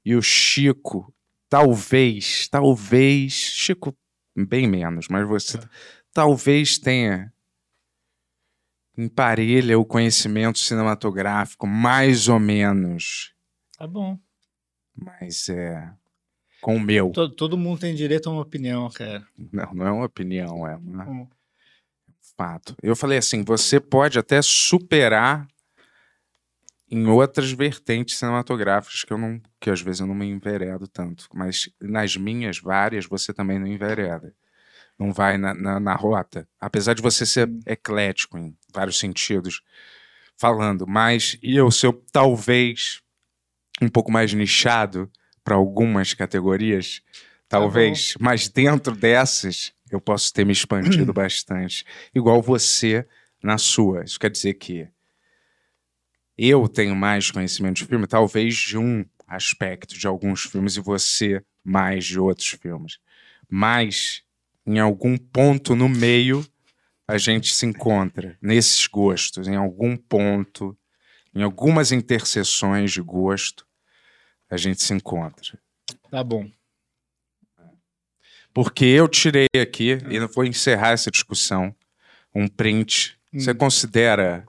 e o Chico, talvez, talvez, Chico bem menos, mas você
Tá.
talvez tenha em parelha o conhecimento cinematográfico, mais ou menos,
Tá bom.
mas é com o meu.
Todo, todo mundo tem direito a uma opinião, cara.
Não, não é uma opinião, é uma...
Hum.
Fato. Eu falei assim, você pode até superar em outras vertentes cinematográficas que eu não, que às vezes eu não me enveredo tanto, mas nas minhas várias você também não envereda. Não vai na, na, na rota, apesar de você ser eclético em vários sentidos falando, mas e eu ser talvez um pouco mais nichado para algumas categorias, talvez, mas dentro dessas eu posso ter me expandido bastante, igual você na sua. Isso quer dizer que eu tenho mais conhecimento de filme, talvez de um aspecto de alguns filmes e você mais de outros filmes. Mas em algum ponto no meio a gente se encontra nesses gostos, em algum ponto, em algumas interseções de gosto, a gente se encontra.
Tá bom.
Porque eu tirei aqui, e não vou encerrar essa discussão, um print.
Hum.
Você considera.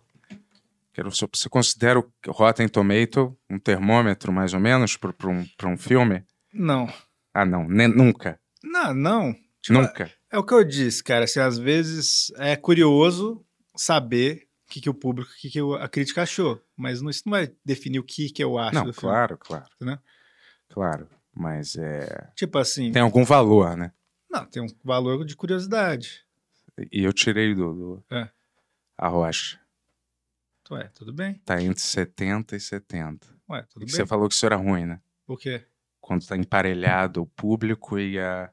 Quero, só- você considera o Rotten Tomato um termômetro, mais ou menos, para um, pra um filme?
Não.
Ah, não. ne- nunca.
Não, não.
nunca.
É o que eu disse, cara. Assim, às vezes é curioso saber o que, que o público, o que, que o- a crítica achou. Mas não, isso não vai definir o que, que eu acho
Não,
do filme.
claro, claro.
Né?
Claro. Mas é.
Tipo assim,
Tem algum valor, né?
não, tem um valor de curiosidade.
E eu tirei do. do-
É.
A rocha.
Então, é, tudo bem?
Tá entre 70 e 70.
Ué, tudo
E que
bem?
você falou que isso era ruim, né?
Por quê?
quando está emparelhado o público e a,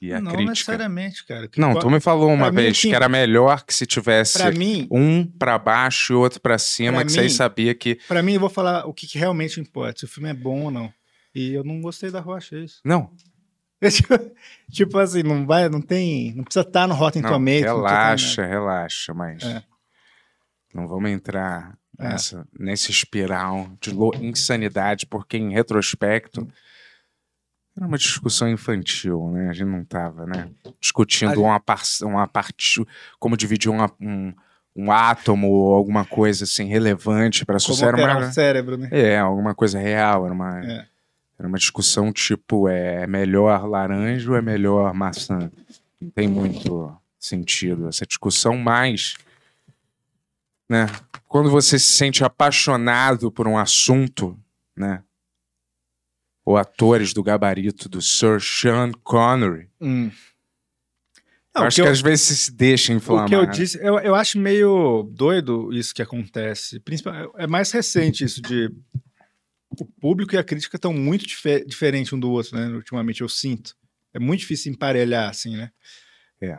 e a
não
crítica.
necessariamente, cara. Que
Não,
co-
tu me falou uma
mim,
vez
assim,
que era melhor que se tivesse
Pra mim,
um pra baixo e outro pra cima,
Pra
que você
mim-
sabia que.
pra mim, eu vou falar o que, que realmente importa, se o filme é bom ou não. E eu não gostei da Rocha, é isso.
Não,
(laughs) tipo assim, não vai, não tem. Não precisa estar no Rotten
não
Tomatoes. não precisa tá
relaxa, relaxa, mas.
É.
Não vamos entrar
É.
nessa, nesse espiral de lo- insanidade, porque em retrospecto. Era uma discussão infantil, né? A gente não tava, né? Discutindo
A gente-
uma, par uma parte. Como dividir uma- um, um átomo ou alguma coisa assim relevante para a
Como
sociedade.
alterar
Era uma-
o cérebro, né?
É, alguma coisa real, era uma,
É.
era uma discussão tipo, é melhor laranja ou é melhor maçã? Não tem muito sentido essa discussão, mas né, quando você se sente apaixonado por um assunto, né? Ou atores do gabarito do Sir Sean Connery. eu
Hum. Não,
acho que, é
o que eu-
às vezes você se deixa inflamar.
o que eu disse, eu, eu acho meio doido isso que acontece. Principalmente, é mais recente isso de o público e a crítica estão muito dife diferentes um do outro, né? Ultimamente eu sinto. É muito difícil emparelhar, assim, né?
É.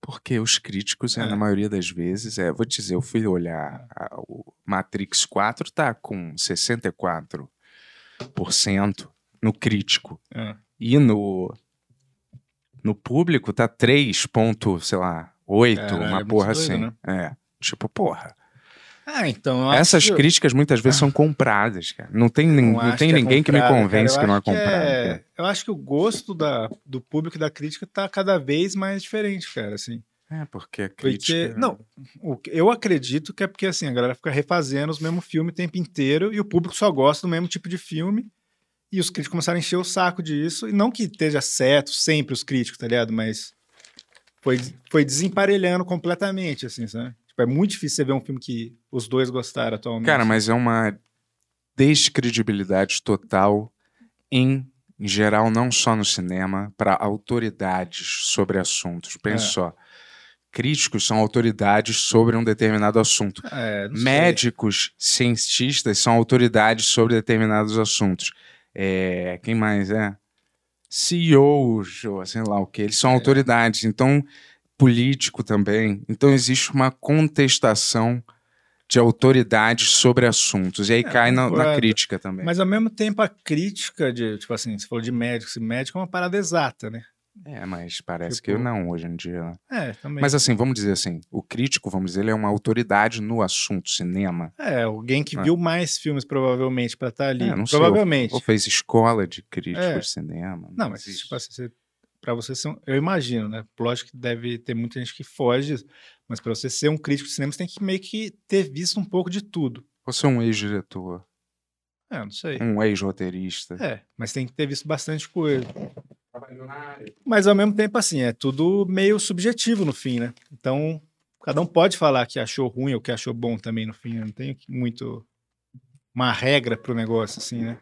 Porque os críticos, é,
É.
na maioria das vezes, é, vou te dizer, eu fui olhar a- o Matrix 4 tá com 64% no crítico.
É.
E no no público tá 3 ponto, sei lá, 8,
Caralho, é
uma
muito
porra
doido,
assim.
né?
É. Tipo, porra.
Ah, então. eu
Essas
acho-
críticas muitas vezes são compradas, cara. Não tem, nin-
eu
não
acho
tem
que é
ninguém que me
comprado,
convence
cara.
que
Eu
não é
acho
comprado.
é-
cara.
Eu acho que o gosto da, do público e da crítica tá cada vez mais diferente, cara, assim.
É, porque a
Porque,
crítica. né?
não, o que- eu acredito que é porque, assim, a galera fica refazendo os mesmos filmes o tempo inteiro e o público só gosta do mesmo tipo de filme e os críticos começaram a encher o saco disso. E não que esteja certo sempre os críticos, tá ligado? Mas foi, foi desemparelhando completamente, assim, sabe? Tipo, é muito difícil você ver um filme que os dois gostaram atualmente.
Cara, mas é uma descredibilidade total em, em geral, não só no cinema, para autoridades sobre assuntos. Pensa
É.
só. Críticos são autoridades sobre um determinado assunto.
É, não sei.
Médicos, cientistas são autoridades sobre determinados assuntos. É, quem mais é? CEOs, ou sei lá o que, eles
É.
são autoridades. Então, político também. Então, existe uma contestação de autoridades sobre assuntos. E aí cai na, na
É, concordo.
crítica também.
Mas ao mesmo tempo a crítica de, tipo assim, você falou de médico, se médico é uma parada exata, né?
É, mas parece
Tipo-
que eu não hoje em dia. né?
É, também.
Mas assim, vamos dizer assim, o crítico, vamos dizer, ele é uma autoridade no assunto cinema.
É, alguém que
É.
viu mais filmes, provavelmente, pra estar ali.
É, não sei,
provavelmente.
Ou fez escola de crítico
É.
de cinema.
Não, mas
existe.
tipo assim, você, pra você ser um, Eu imagino, né? Lógico que deve ter muita gente que foge, disso, mas pra você ser um crítico de cinema, você tem que meio que ter visto um pouco de tudo.
Você é um ex-diretor,
É, não sei.
um ex-roteirista.
É, mas tem que ter visto bastante coisa.
Trabalhou na área.
Mas ao mesmo tempo, assim, é tudo meio subjetivo no fim, né? Então, cada um pode falar que achou ruim ou que achou bom também no fim. né? Não tem muito uma regra pro negócio, assim, né?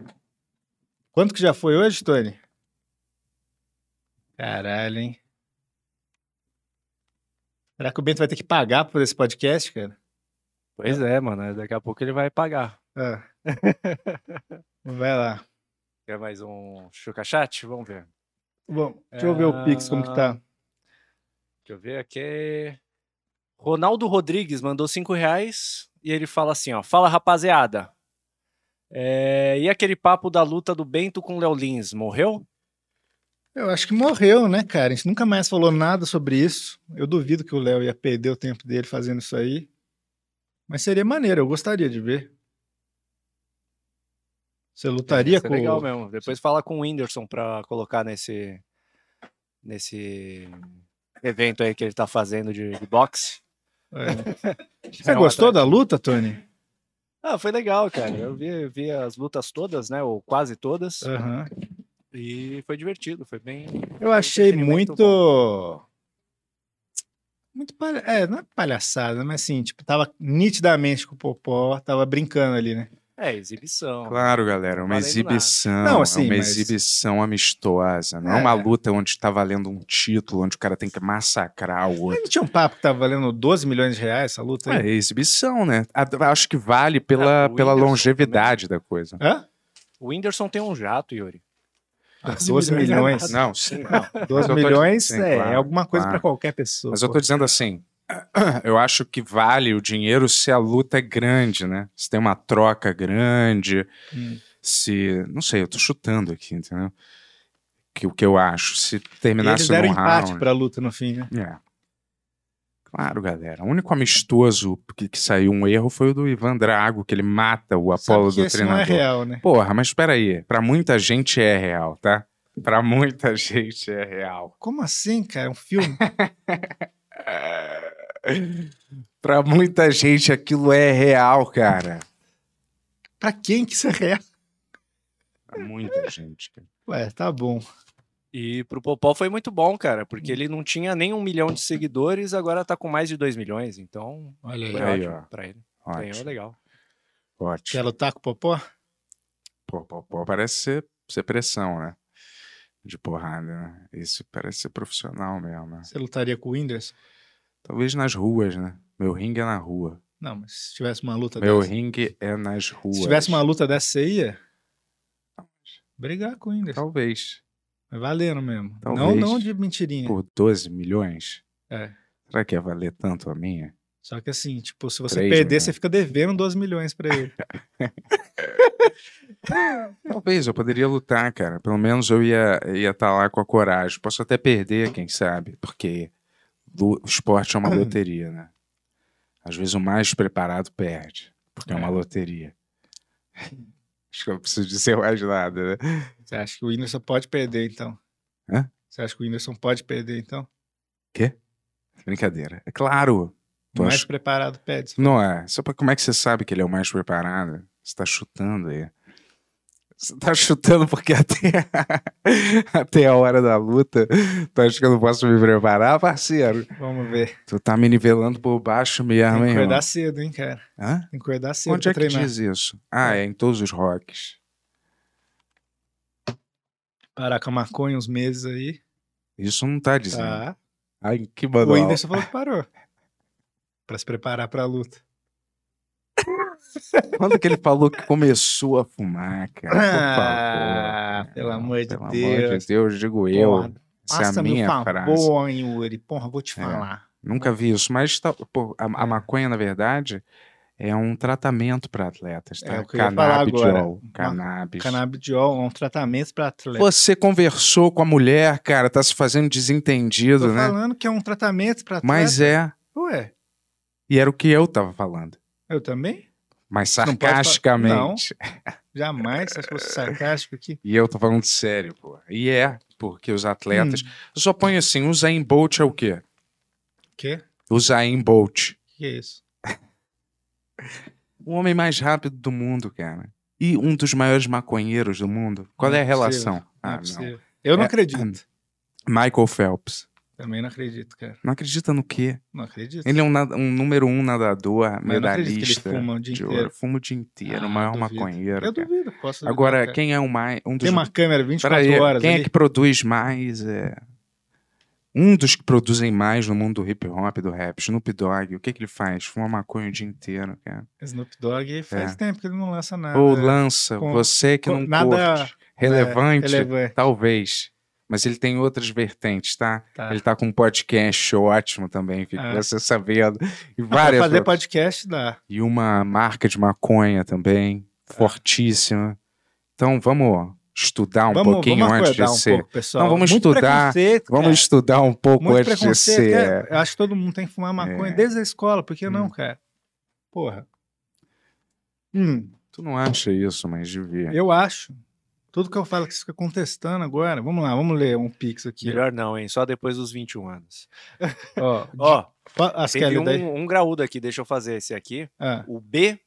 Quanto que já foi hoje, Tony? Caralho, hein? Será que o Bento vai ter que pagar por esse podcast, cara?
Pois é, mano. Daqui a pouco ele vai pagar.
Ah. (laughs) vai lá.
Quer mais um chuca chat? Vamos ver.
Bom, deixa eu ver o Pix como que tá.
Deixa eu ver aqui. é Ronaldo Rodrigues mandou cinco reais e ele fala assim, ó. Fala, rapaziada. É, e aquele papo da luta do Bento com o Léo Lins, morreu?
Eu acho que morreu, né, cara? A gente nunca mais falou nada sobre isso. Eu duvido que o Léo ia perder o tempo dele fazendo isso aí. Mas seria maneiro, eu gostaria de ver. Você lutaria
Isso é
com.
legal mesmo. Depois fala com o Whindersson pra colocar nesse nesse evento aí que ele tá fazendo de, de boxe. (laughs)
É. Você
É um
gostou da
atleta.
luta, Tony?
Ah, foi legal, cara. Eu vi, vi as lutas todas, né? Ou quase todas.
Aham.
E foi divertido, foi bem.
É. Eu achei
entretenimento
muito.
é bom.
Muito palha... É, não é palhaçada, mas assim, tipo, tava nitidamente com o Popó, tava brincando ali, né?
É, exibição.
Claro, galera, é uma
Valendo nada.
exibição.
Não, assim,
é uma
mas-
exibição amistosa. Não é.
É.
uma luta onde está valendo um título, onde o cara tem que massacrar o
Mas
outro.
não tinha um papo que tava valendo 12 milhões de reais essa luta aí?
É exibição, né? A- Acho que vale pela,
Ah, o
pela
Whindersson
longevidade da coisa.
Hã? (laughs)
O Whindersson tem um jato, Yuri.
12 milhões. né?
Não, sim. Não. (laughs)
12
Mas eu tô
milhões
dizendo,
é,
claro,
é alguma coisa
claro.
pra qualquer pessoa.
Mas eu
pô.
tô dizendo assim, (clears throat) eu acho que vale o dinheiro se a luta é grande, né? Se tem uma troca grande,
Hum.
se... Não sei, eu tô chutando aqui, entendeu? Que, o que eu acho, se
E
terminasse
eles deram
num
empate
round-
pra luta no fim, né?
É. Claro, galera. O único amistoso que, que saiu um erro foi o do Ivan Drago, que ele mata o
Sabe
Apolo
que
do
esse
treinador.
não é real, né?
Porra, mas espera aí. Pra muita gente é real, tá? Pra muita (laughs) gente é real.
Como assim, cara? É
(laughs)
um filme?
Pra muita gente aquilo é real, cara.
pra quem que isso é real?
Pra muita gente. cara.
Ué, tá bom.
E pro Popó foi muito bom, cara,
Hum.
porque ele não tinha nem um milhão de seguidores, agora tá com mais de dois milhões, então
Olha
foi
Aí, ó.
ótimo pra ele.
é
Ganhou
Ótimo,
legal.
Quer
ótimo.
lutar com o Popó?
Pô, pô, pô, parece ser, ser pressão, né? De porrada, né? Isso parece ser profissional mesmo, né?
Você lutaria com o Whindersson?
Talvez nas ruas, né? Meu ringue é na rua.
Não, mas se tivesse uma luta
Meu
dessa.
ringue é nas ruas.
Se tivesse uma luta dessa, você ia? Brigar com o Whindersson.
Talvez.
Mas Valendo mesmo. Não,
Talvez.
não de mentirinha.
Por 12 milhões?
É.
Será que ia valer tanto a minha?
Só que assim, tipo, se você
Três
perder,
milhões.
você fica devendo 12 milhões pra ele.
Talvez, eu poderia lutar, cara. Pelo menos eu ia estar ia tá lá com a coragem. Posso até perder, quem sabe, porque lu- o esporte é uma loteria, né? Às vezes o mais preparado perde, porque é, uma
É.
loteria. (laughs) Acho que eu não preciso dizer mais nada, né?
Você acha que o Whindersson pode perder, então?
Hã?
Você acha que o Whindersson pode perder, então?
Brincadeira. É claro.
O
Tu
mais
acha-
preparado pede.
Não é. Só pra, como é que você sabe que ele é o mais preparado? Você tá chutando aí. Você tá chutando porque até, (laughs) até a hora da luta, tu acha que eu não posso me preparar, parceiro?
Vamos ver.
Tu tá me nivelando por baixo
Tem
mesmo,
que
hein? irmão?
acordar cedo, hein, cara?
Hã?
Tem que acordar cedo
Onde
pra
é que
treinar.
diz isso? Ah, é em todos os rocks.
Parar com a maconha uns meses aí.
Isso não tá dizendo.
Tá.
Ai, que
O
manual.
Whindersson falou que parou. Pra se preparar pra luta.
Quando que ele falou que começou a fumar, cara? Por favor.
Ah, pelo amor de
Pelo amor
Deus.
de Deus, digo eu.
Porra,
Essa é
Faça-me
a
o
minha frase.
favor, hein, Yuri. Porra, vou te
É.
falar.
Nunca vi isso, mas tá- pô, a,
É.
a maconha, na verdade, é um tratamento para atletas, tá?
É o que eu ia falar agora.
Canabidiol, Cannabis.
Canabidiol é um tratamento pra atleta.
Você conversou com a mulher, cara, tá se fazendo
Tô
desentendido, né?
falando que é um tratamento pra atleta.
Mas é.
Ué,
E era o que eu tava falando.
eu também?
Mas
Não pode fa-
sarcasticamente.
Jamais. Você acha que eu sou sarcástico aqui?
E eu tô falando sério, pô. E é, porque os atletas.
Hum,
Eu só ponho assim: o Zayn Bolt é o quê?
O quê?
O Zayn Bolt.
O que é isso?
O homem mais rápido do mundo, cara. E um dos maiores maconheiros do mundo. Qual
Não
é a
é possível,
relação?
Não é
Ah, não.
possível. Eu não
É. (clears throat)
acredito.
Michael Phelps.
Também não acredito, cara.
Não acredita no quê?
Não acredito.
Ele é um, nada- um número um nadador,
Mas eu não acredito que ele
medalhista.
fuma o dia
de
inteiro.
ouro. Fuma o dia inteiro,
Ah,
o maior
duvido.
maconheiro.
Eu
cara.
duvido, posso duvidar,
Agora,
cara.
quem é o mais. Um dos,
Tem uma câmera
Pera
24
aí,
horas
quem
ali.
é que produz mais? é, Um dos que produzem mais no mundo do hip hop, do rap, Snoop Dogg, o que, que ele faz? Fuma maconha o dia inteiro, cara.
Snoop Dogg faz
É.
tempo que ele não lança nada. É,
Ou lança,
Ah, Com-
você que
com-
não
nada,
curte. Relevante,
relevante.
talvez. Mas ele tem outras vertentes, tá?
Tá.
Ele tá com um podcast ótimo também, fica
Ah.
você sabendo. E
Pra
várias
fazer
outras.
podcast dá.
E uma marca de maconha também, fortíssima. Então vamos estudar um
vamos,
pouquinho
vamos
antes
acordar
de
um
ser.
pouco, pessoal.
Não, vamos
Muito
estudar,
preconceito, cara.
vamos estudar um pouco
É. Muito
antes de
preconceito. é.
ser.
cara. Eu acho que todo mundo tem que fumar maconha
É.
desde a escola. Por que
Hum.
não, cara? Porra. Hum,
Tu não acha isso, mas devia.
eu acho. Tudo que eu falo que você fica contestando agora. Vamos lá, vamos ler um pix aqui.
Melhor não, hein? Só depois dos 21 anos.
Ó,
Ó,
fa- as
teve
Kelly daí.
um, um graúdo aqui, deixa eu fazer esse aqui.
Ah,
O B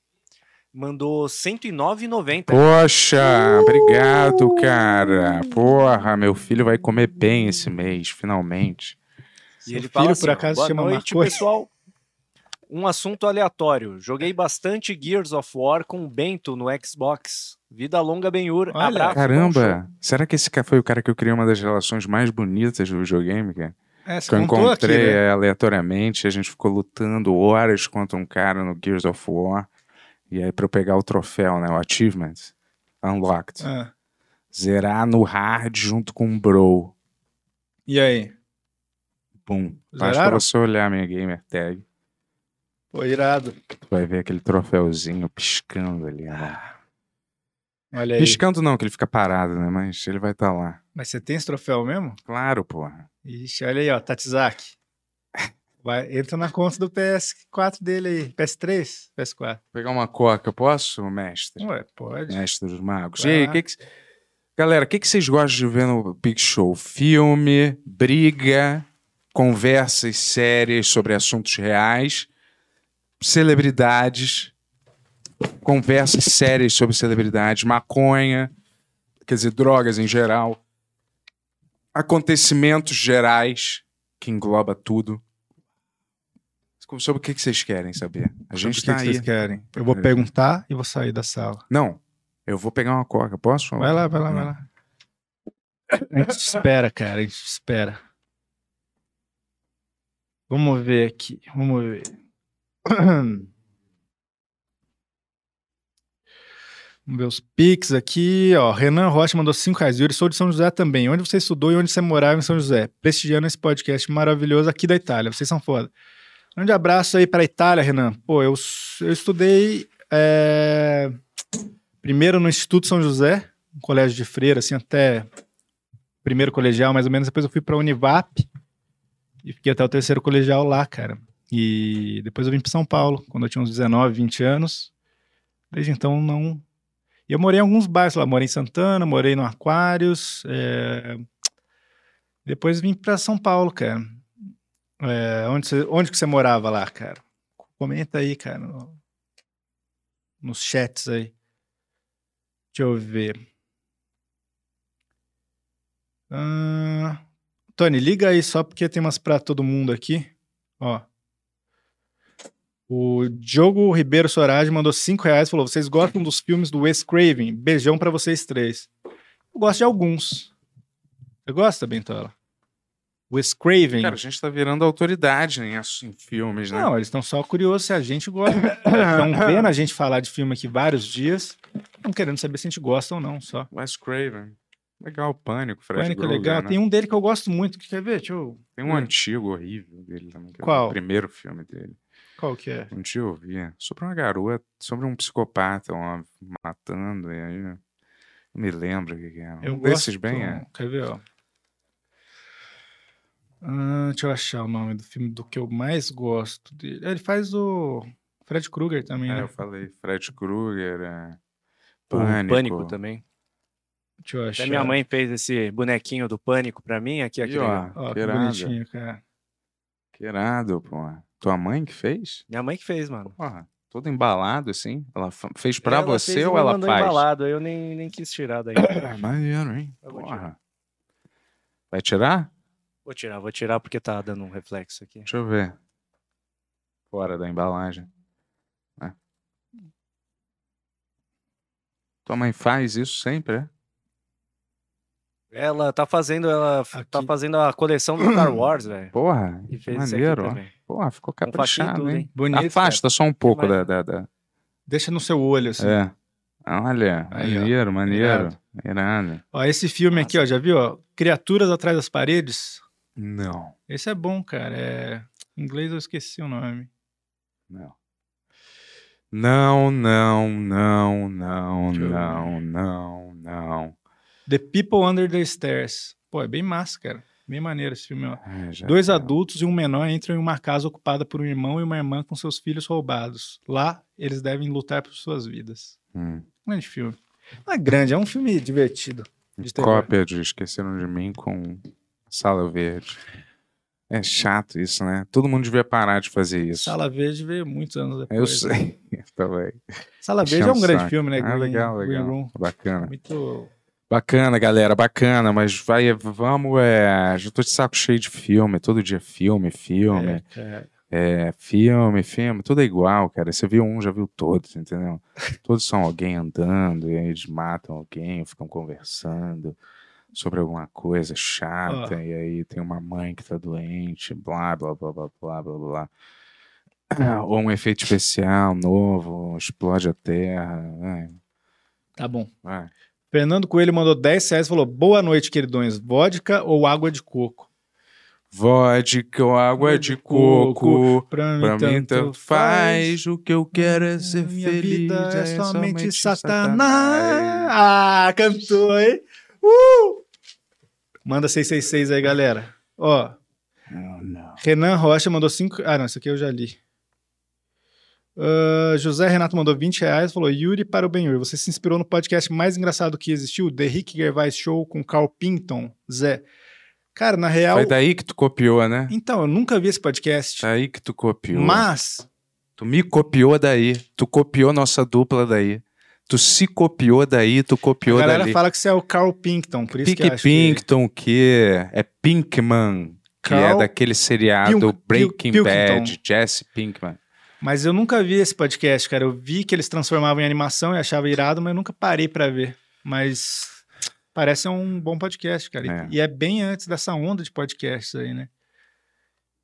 mandou 109,90.
Poxa,
Uh!
obrigado, cara. Porra, meu filho vai comer bem esse mês, finalmente.
E
Seu
ele fala
filho,
assim,
por
ó,
acaso,
boa
chama
noite,
maconha?"
pessoal. Um assunto aleatório. Joguei bastante Gears of War com o Bento no Xbox. Vida longa, Benhur.
Olha,
Abraço. bom show.
Caramba, será que esse cara foi o cara que eu criei uma das relações mais bonitas do videogame, cara?
é, você
que eu
contou aqui,
encontrei
né?
é, aleatoriamente, a gente ficou lutando horas contra um cara no Gears of War. E aí, pra eu pegar o troféu, né? O achievement, unlocked.
Ah,
Zerar no hard junto com o bro.
E aí?
Bum. Faz pra
Zeraram?
você olhar minha gamer tag.
Pô, irado.
Tu vai ver aquele troféuzinho piscando ali. né?
Olha aí.
Piscando não, que ele fica parado, né? Mas ele vai estar lá.
Mas você tem esse troféu mesmo?
Claro, porra.
Ixi, olha aí, ó, Tatizaki. Vai, entra na conta do PS4 dele aí. PS3? PS4.
Vou pegar uma coca, posso, mestre?
Ué, pode.
Mestre dos Magos.
Vai
E aí,
lá.
que que... Galera, o que, que vocês gostam de ver no Big Show? Filme, briga, conversas sérias sobre assuntos reais, celebridades, conversas sérias sobre celebridades, maconha, quer dizer, drogas em geral, acontecimentos gerais, que engloba tudo. Sobre o que, que vocês querem saber? A gente está
Sobre o que que
aí. É.
vocês querem? Eu vou perguntar e vou sair da sala.
Não, eu vou pegar uma coca, posso?
Vai lá, vai lá, vai lá. A gente te espera, cara, a gente te espera. Vamos ver aqui, vamos ver. (clears throat) Vamos ver os pics aqui, ó. Renan Rocha mandou 5 reais. Yuri, sou de São José também. Onde você estudou e onde você morava em São José? Prestigiando esse podcast maravilhoso aqui da Itália. Vocês são foda. Grande abraço aí pra Itália, Renan. Pô, eu, s- eu estudei é, primeiro no Instituto São José, um colégio de freira, assim, até primeiro colegial, mais ou menos. Depois eu fui pra Univap e fiquei até o terceiro colegial lá, cara. E depois eu vim pra São Paulo, quando eu tinha uns 19, 20 anos. Desde então, não. E eu morei em alguns bairros lá. Morei em Santana, morei no Aquários. é, Depois vim pra São Paulo, cara. É, Onde, você, onde que você morava lá, cara? Comenta aí, cara. no- nos chats aí. Deixa eu ver. Ahn, Ah, Tony, liga aí só porque tem umas pra todo mundo aqui. Ó. O Diogo Ribeiro Sorage mandou 5 reais e falou: Vocês gostam dos filmes do Wes Craven? Beijão pra vocês três. Eu gosto de alguns. Você gosta, Bentola? Wes Craven.
Cara, a gente tá virando autoridade em, ass- em filmes, né?
Não, eles estão só curiosos se a gente gosta. Estão
(coughs)
vendo a gente falar de filme aqui vários dias, estão querendo saber se a gente gosta ou não só.
Wes Craven. Legal, Pânico, Fred
é- Pânico é
Krueger,
legal.
né?
Tem um dele que eu gosto muito. que Quer ver? Deixa eu...
Tem um antigo horrível dele também. que é
Qual?
O primeiro filme dele.
Qual que é?
Um dia eu vi. Sobre uma garota, sobre um psicopata ó, matando, e aí... Não me lembro o que que era.
Eu
um desses
gosto-
bem é.
Quer ver, ó. Ah, deixa eu achar o nome do filme do que eu mais gosto dele. Ele faz o Fred Krueger também,
É,
né?
eu falei Fred Krueger, é...
O
Pânico.
Pânico também.
Deixa eu achar.
Até minha mãe fez esse bonequinho do Pânico pra mim. Aqui, aqui.
E, ó,
legal.
Ó, que
queirado.
bonitinho, cara.
Queirado, pô. Tua mãe que fez?
Minha mãe que fez, mano.
Porra, todo embalado assim? Ela fa- fez pra
Ela
você
fez e
ou
me
ela
mandou
faz?
embalado, eu nem, nem quis tirar daí. (coughs)
Ah, Maneiro, hein?
Eu vou
Porra. Vai tirar?
vou tirar, vou tirar porque tá dando um reflexo aqui.
Deixa eu ver. Fora da embalagem. Ah. Tua mãe faz isso sempre, é?
Ela tá fazendo, ela f- tá
Aqui.
fazendo a coleção do Star Wars, velho.
Porra,
E
que
fez isso aqui
maneiro. ó.
também.
Porra, ficou
Com faquinha e
caprichado,
tudo,
hein?
hein? né?
Bonito.
Afasta só um pouco da,
Imagina.
da, da-
cara. Deixa no seu olho, assim.
É. Olha,
Aí, ó.
maneiro, maneiro. Irado.
Ó, esse filme aqui, ó, já viu? Ó, Criaturas Atrás das Paredes.
Não,
Esse é bom, cara. É... Em inglês eu esqueci o nome.
Não. Não, não, não, não,
Deixa eu ver.
não, não, não.
The People Under the Stairs. Pô, é bem massa, cara. Bem maneiro esse filme, ó.
Ah, já
Dois
tá.
adultos e um menor entram em uma casa ocupada por um irmão e uma irmã com seus filhos roubados. Lá, eles devem lutar por suas vidas.
Hum.
Grande filme. Não é grande, é um filme divertido. De terror.
Cópia de Esqueceram de Mim com Sala Verde. É chato isso, né? Todo mundo devia parar de fazer isso.
Sala Verde veio muitos anos depois.
Eu
né?
sei. (laughs) Também.
Sala Verde é
Enchendo
um
o
grande
saco.
filme, né?
Ah,
Green-
legal,
Green Room.
legal. Bacana.
Muito.
Bacana, galera, bacana, mas vai, vamos, é, já tô de saco cheio de filme, todo dia filme, filme.
É, cara.
É, filme, filme, tudo é igual, cara. Você viu um, já viu todos, entendeu? (laughs) Todos são alguém andando, e aí eles matam alguém, ficam conversando sobre alguma coisa chata, e aí tem uma mãe que tá doente, blá, blá, blá, blá, blá, blá, blá. Ah, Ou um efeito especial novo, explode a terra. ai,
Tá bom.
ai.
Fernando Coelho mandou 10 reais e falou: Boa noite, queridões. Vodka ou água de coco?
Vodka ou água de coco. Pra
Pra
mim tanto faz, o que eu quero é ser
Minha
feliz.
vida é somente Satanás.
Satanás.
Ah, cantou, hein? Uh! Manda 666 aí, galera. Ó,
Não, não.
Renan Rocha mandou 5. Ah, não, isso aqui eu já li. Ah, José Renato mandou 20 reais falou: Yuri para o Benhur, você se inspirou no podcast mais engraçado que existiu, The Rick Gervais Show com Carl Pinton. Zé. Cara, na real.
Foi É, daí que tu copiou, né?
Então, eu nunca vi esse podcast.
Daí que tu copiou.
mas
Tu me copiou daí. Tu copiou nossa dupla daí. Tu se copiou daí, tu
a
copiou
galera
dali.
fala que você é o Carl Pinkton, por isso que eu
Pink
acho
Pinkton, que é Pinkman, que é
Carl
daquele seriado
Pil-
Breaking
Pil-
Bad,
Pilkington.
Jesse Pinkman.
que- Mas eu nunca vi esse podcast, cara. Eu vi que eles transformavam em animação e achava irado, mas eu nunca parei pra ver. Mas parece um bom podcast, cara.
É.
E e é bem antes dessa onda de podcasts aí, né?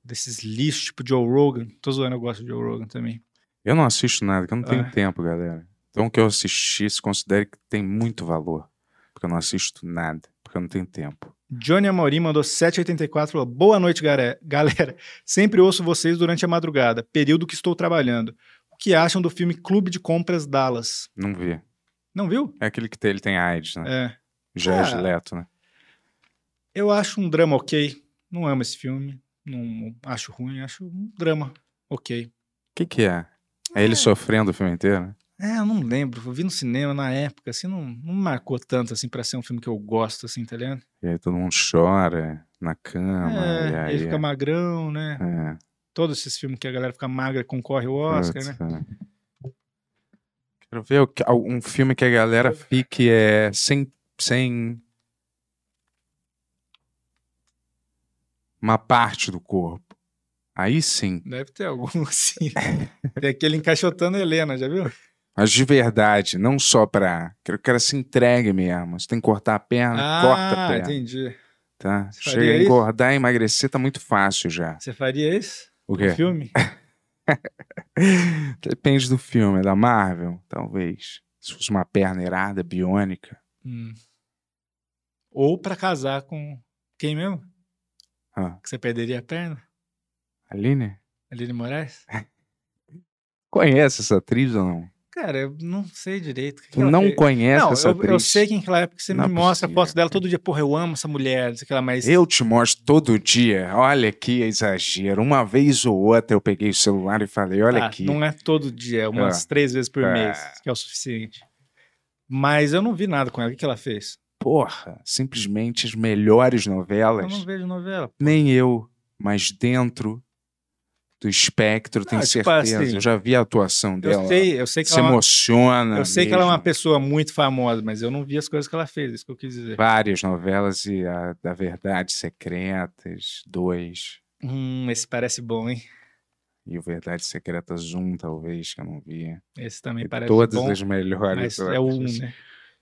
Desses lixos, tipo Joe Rogan. Tô zoando, eu gosto de Joe Rogan também.
Eu não assisto nada, porque eu não tenho
Ah.
tempo, galera. Então o que eu assisti, se considere que tem muito valor. Porque eu não assisto nada, porque eu não tenho tempo.
Johnny Amorim mandou 784, falou, boa noite, gare- (laughs) galera. Sempre ouço vocês durante a madrugada, período que estou trabalhando. O que acham do filme Clube de Compras Dallas?
Não vi.
Não viu?
É aquele que tem, ele tem AIDS, né?
É.
Já é
Ah.
gileto, né?
Eu acho um drama ok. Não amo esse filme. Não acho ruim, acho um drama ok.
O que que é? É ele sofrendo o filme inteiro, né?
É, eu não lembro. Eu vi no cinema na época, assim, não, não me marcou tanto assim pra ser um filme que eu gosto, assim, tá ligado?
E aí todo mundo chora na cama. e
é,
aí.
ele fica magrão, né?
é,
Todos esses filmes que a galera fica magra concorre ao Oscar, né?
putz, é. Quero ver o que- al- um filme que a galera fique é, sem, sem. Uma parte do corpo. Aí sim.
Deve ter algum (laughs) assim. Tem aquele encaixotando a Helena, já viu?
Mas de verdade, não só pra. Quero que o cara se entregue mesmo. Você tem que cortar a perna, corta a
ah,
perna.
entendi.
Tá?
Você
Chega
faria
a
isso?
engordar e emagrecer, tá muito fácil já.
Você faria isso?
O
No
quê?
filme?
Depende do filme, é da Marvel, talvez. Se fosse uma perna irada, biônica.
Hum. Ou pra casar com quem mesmo?
Ah,
Que você perderia a perna?
Aline?
Aline Moraes?
Conhece essa atriz ou não?
Cara, eu não sei direito. o que
Tu
que ela
não
fez.
conhece
não,
essa
eu,
atriz?
eu sei quem que ela é, porque você
Não é
me mostra
possível,
fotos dela todo dia. Porra, eu amo essa mulher, não sei o que lá, mas.
Eu te mostro todo dia. Olha que exagero. Uma vez ou outra eu peguei o celular e falei, olha
Ah,
aqui.
Não é todo dia, é umas três vezes por
Ah.
mês, que é o suficiente. Mas eu não vi nada com ela. O que, que ela fez?
Porra, simplesmente as melhores
Eu
novelas.
não vejo novela.
Nem eu, mas dentro do espectro, tenho
tipo
certeza.
assim,
eu já vi a atuação
Eu
dela.
sei, eu sei que
Se
ela é uma,
emociona.
eu sei que ela é uma
mesmo.
pessoa muito famosa, mas eu não vi as coisas que ela fez, isso que eu quis dizer.
Várias novelas e a da Verdade Secretas, dois.
Hum, esse parece bom, hein?
E o Verdade Secretas 1, talvez, que eu não vi.
Esse também
E
parece
todas
bom.
as melhores.
Mas é o um,
outras.
né?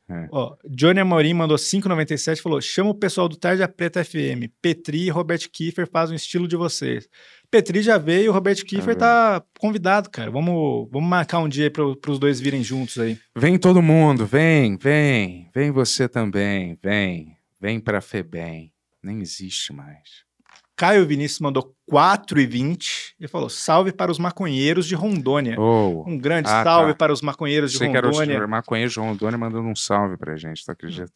É.
Ó, Johnny Amorim mandou 5,97 e falou: chama o pessoal do Tarja Preta FM. Petri e Robert Kiefer fazem o estilo de vocês. Petri já veio, o Robert Kiefer
vendo?
tá convidado, cara. Vamos, vamos marcar um dia para os dois virem juntos aí.
Vem todo mundo, vem, vem. Vem você também, vem. Vem pra Febem. Nem existe mais.
Caio Vinícius mandou 4,20 e falou: salve para os maconheiros de Rondônia.
Oh,
Um grande
Ah,
salve
tá.
para os maconheiros de
achei que era
Rondônia.
o maconheiro de Rondônia mandando um salve pra gente, tu acredita?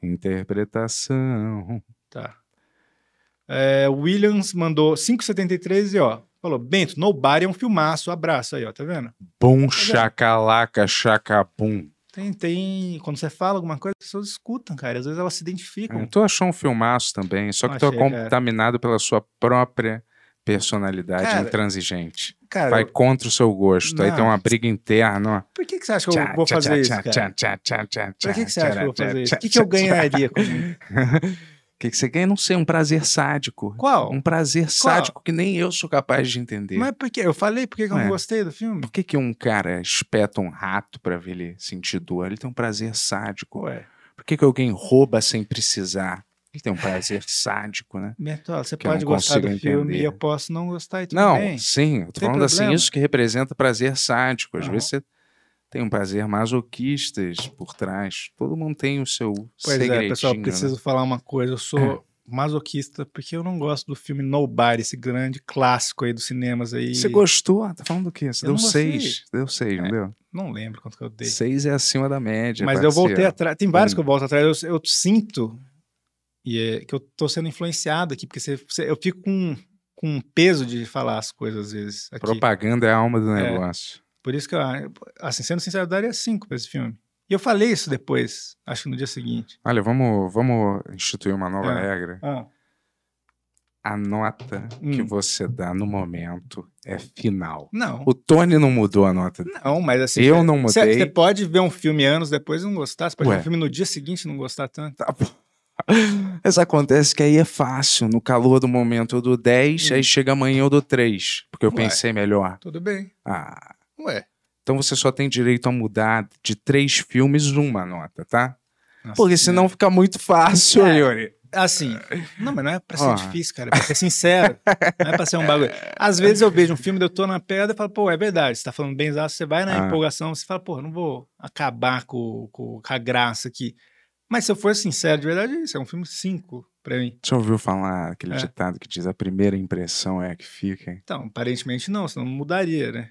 Hum.
Interpretação.
Tá. É, Williams mandou 5,73 e ó, falou: Bento, Nobody é um filmaço. Abraço aí, ó, tá vendo?
Bum, chacalaca, chacabum.
Tem, tem. Quando você fala alguma coisa, as pessoas escutam, cara. Às vezes elas se
É,
identificam.
tu achou um filmaço também, só que tu é
Achei, cara.
contaminado pela sua própria personalidade
Cara,
intransigente.
Cara,
Vai
eu-
contra o seu gosto. Aí
Não.
tem uma briga interna. ó.
por que, que você acha que eu
Tchá,
vou
tchá,
fazer
tchá,
isso,
tchá,
cara?
tchá, tchá, tchá, tchá,
Por que, que você
tchá,
acha que eu vou
tchá,
fazer isso?
tchá,
O que, que eu
tchá,
ganharia com isso?
(laughs) O que, que você ganha? Não sei, um prazer sádico.
Qual?
Um prazer sádico que nem eu sou capaz de entender.
Mas por que? Eu falei por que, que eu
É.
não gostei do filme?
Por que, que um cara espeta um rato pra ver ele sentir dor? Ele tem um prazer sádico.
Ué,
Por que, que alguém rouba sem precisar? Ele tem um prazer sádico, né?
Bertola, você
Que eu
pode
não
gostar do
consigo
filme
entender.
e eu posso não gostar e tudo
Não,
bem.
sim, eu tô
Tem
falando assim,
problema.
isso que representa prazer sádico. Às
Não.
vezes você tem um prazer masoquistas por trás. Todo mundo tem o seu
Pois
segredinho.
é, pessoal,
né? É.
preciso falar uma coisa. Eu sou masoquista porque eu não gosto do filme Nobody, esse grande clássico aí dos cinemas aí.
Você gostou? Tá falando do quê? Você
Eu
deu
não
seis. Deu seis, não deu?
Não lembro quanto que eu dei.
Seis é acima da média.
Mas eu voltei
parceiro.
atrás. Tem vários que eu volto atrás. Eu, eu sinto e é que eu tô sendo influenciado aqui, porque você- você- eu fico com, com um peso de falar as coisas às vezes. Aqui.
Propaganda é a alma do negócio.
Por isso que, eu, assim, sendo sincero, eu daria cinco pra esse filme. E eu falei isso depois, acho que no dia seguinte.
Olha, vamos, vamos instituir uma nova
É.
regra.
Ah,
A nota que
Hum.
você dá no momento é final.
não.
O Tony não mudou a nota.
Não, mas assim.
Eu não
Você
mudei.
você pode ver um filme anos depois e não gostar. Você pode ver
Ué.
um filme no dia seguinte e não gostar tanto.
Tá bom. Mas acontece que aí é fácil. No calor do momento eu dou 10,
Hum.
aí chega amanhã eu dou 3. Porque eu
Ué.
pensei melhor.
Tudo bem.
Ah,
Ué.
então você só tem direito a mudar de três filmes uma nota, tá?
Nossa,
Porque senão fica muito fácil,
É.
Yuri.
Assim, não, mas não é pra ser
Ó.
difícil, cara. É pra ser sincero. não é pra ser um bagulho. Às vezes eu vejo um filme, eu tô na pedra e falo, pô, é verdade, você tá falando bem exato, você vai na
Ah.
empolgação, você fala, pô, não vou acabar com, com, com a graça aqui. Mas se eu for sincero, de verdade, é isso. É um filme 5 pra mim.
Já ouviu falar aquele
É.
ditado que diz a primeira impressão é a que fica? hein?"
Então, aparentemente não, senão não
(laughs)
mudaria, né?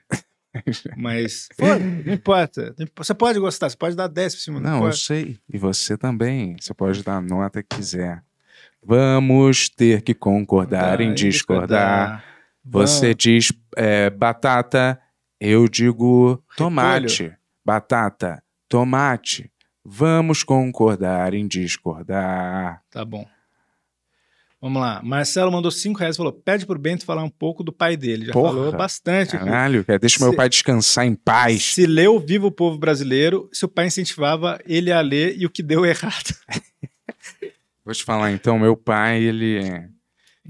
Mas, pô, não importa. Não importa. Você pode gostar, você pode dar 10 pra cima.
Não, eu
importa.
sei. E você também. Você pode dar a nota que quiser. Vamos ter que concordar em
Vai
discordar.
Vamos.
Você diz é, batata, eu digo tomate. Batata, tomate. Vamos concordar em discordar.
Tá bom. Vamos lá. Marcelo mandou 5 reais e falou: pede pro Bento falar um pouco do pai dele. Já
Porra.
falou bastante. aqui.
Caralho, cara, deixa meu
Tipo, Se-
pai descansar em paz.
Se leu Viva o Povo Brasileiro, se o pai incentivava ele a ler e o que deu (laughs) errado.
Vou te falar então, meu pai, ele.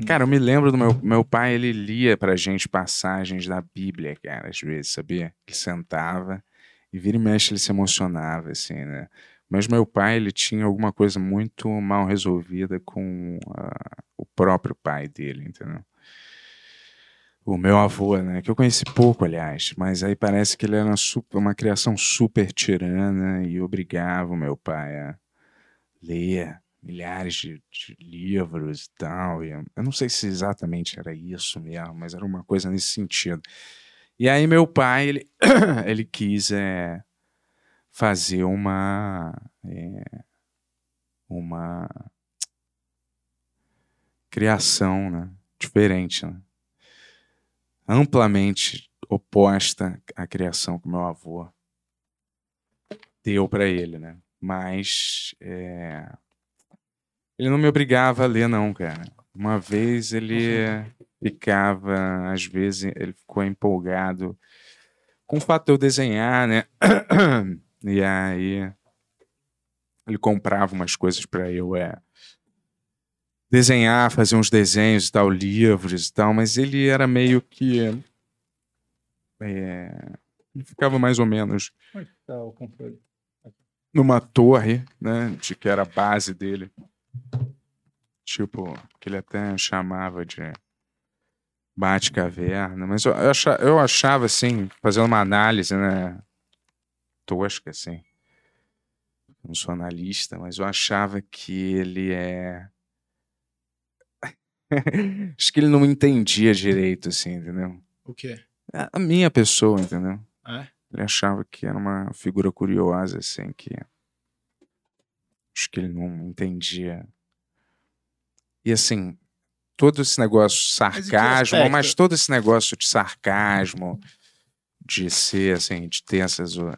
Cara, eu me lembro do meu, meu pai, ele lia pra gente passagens da Bíblia, cara, às vezes, sabia? Ele sentava e vira e mexe ele se emocionava, assim, né? Mas meu pai, ele tinha alguma coisa muito mal resolvida com ah, o próprio pai dele, entendeu? O meu avô, né? Que eu conheci pouco, aliás, mas aí parece que ele era uma, super- uma criação super tirana e obrigava o meu pai a ler milhares de, de livros e tal. E eu não sei se exatamente era isso mesmo, mas era uma coisa nesse sentido. E aí meu pai, ele, (clears throat) ele quis é, fazer uma... é, uma criação né, diferente, né? amplamente oposta à criação que meu avô deu para ele, né? Mas é, ele não me obrigava a ler, não, cara. Uma vez ele ficava, às vezes, ele ficou empolgado com o fato de eu desenhar, né? E aí ele comprava umas coisas para eu é, desenhar, fazer uns desenhos e tal, livros e tal, mas ele era meio que. é, ele ficava mais ou menos numa torre, né? De que era a base dele. Tipo, que ele até chamava de Bate-Caverna. Mas eu, eu acha- eu achava, assim, fazendo uma análise, né? Tosca, assim. Não sou analista, mas eu achava que ele é. (laughs) Acho que ele não entendia direito, assim, entendeu?
O quê?
É, A a minha pessoa, entendeu?
É?
Ele achava que era uma figura curiosa, assim, que. Acho que ele não entendia. E assim, todo esse negócio de
em que
sarcasmo, mas,
aspecto?
todo esse negócio de sarcasmo, de ser, assim, de ter essas ó,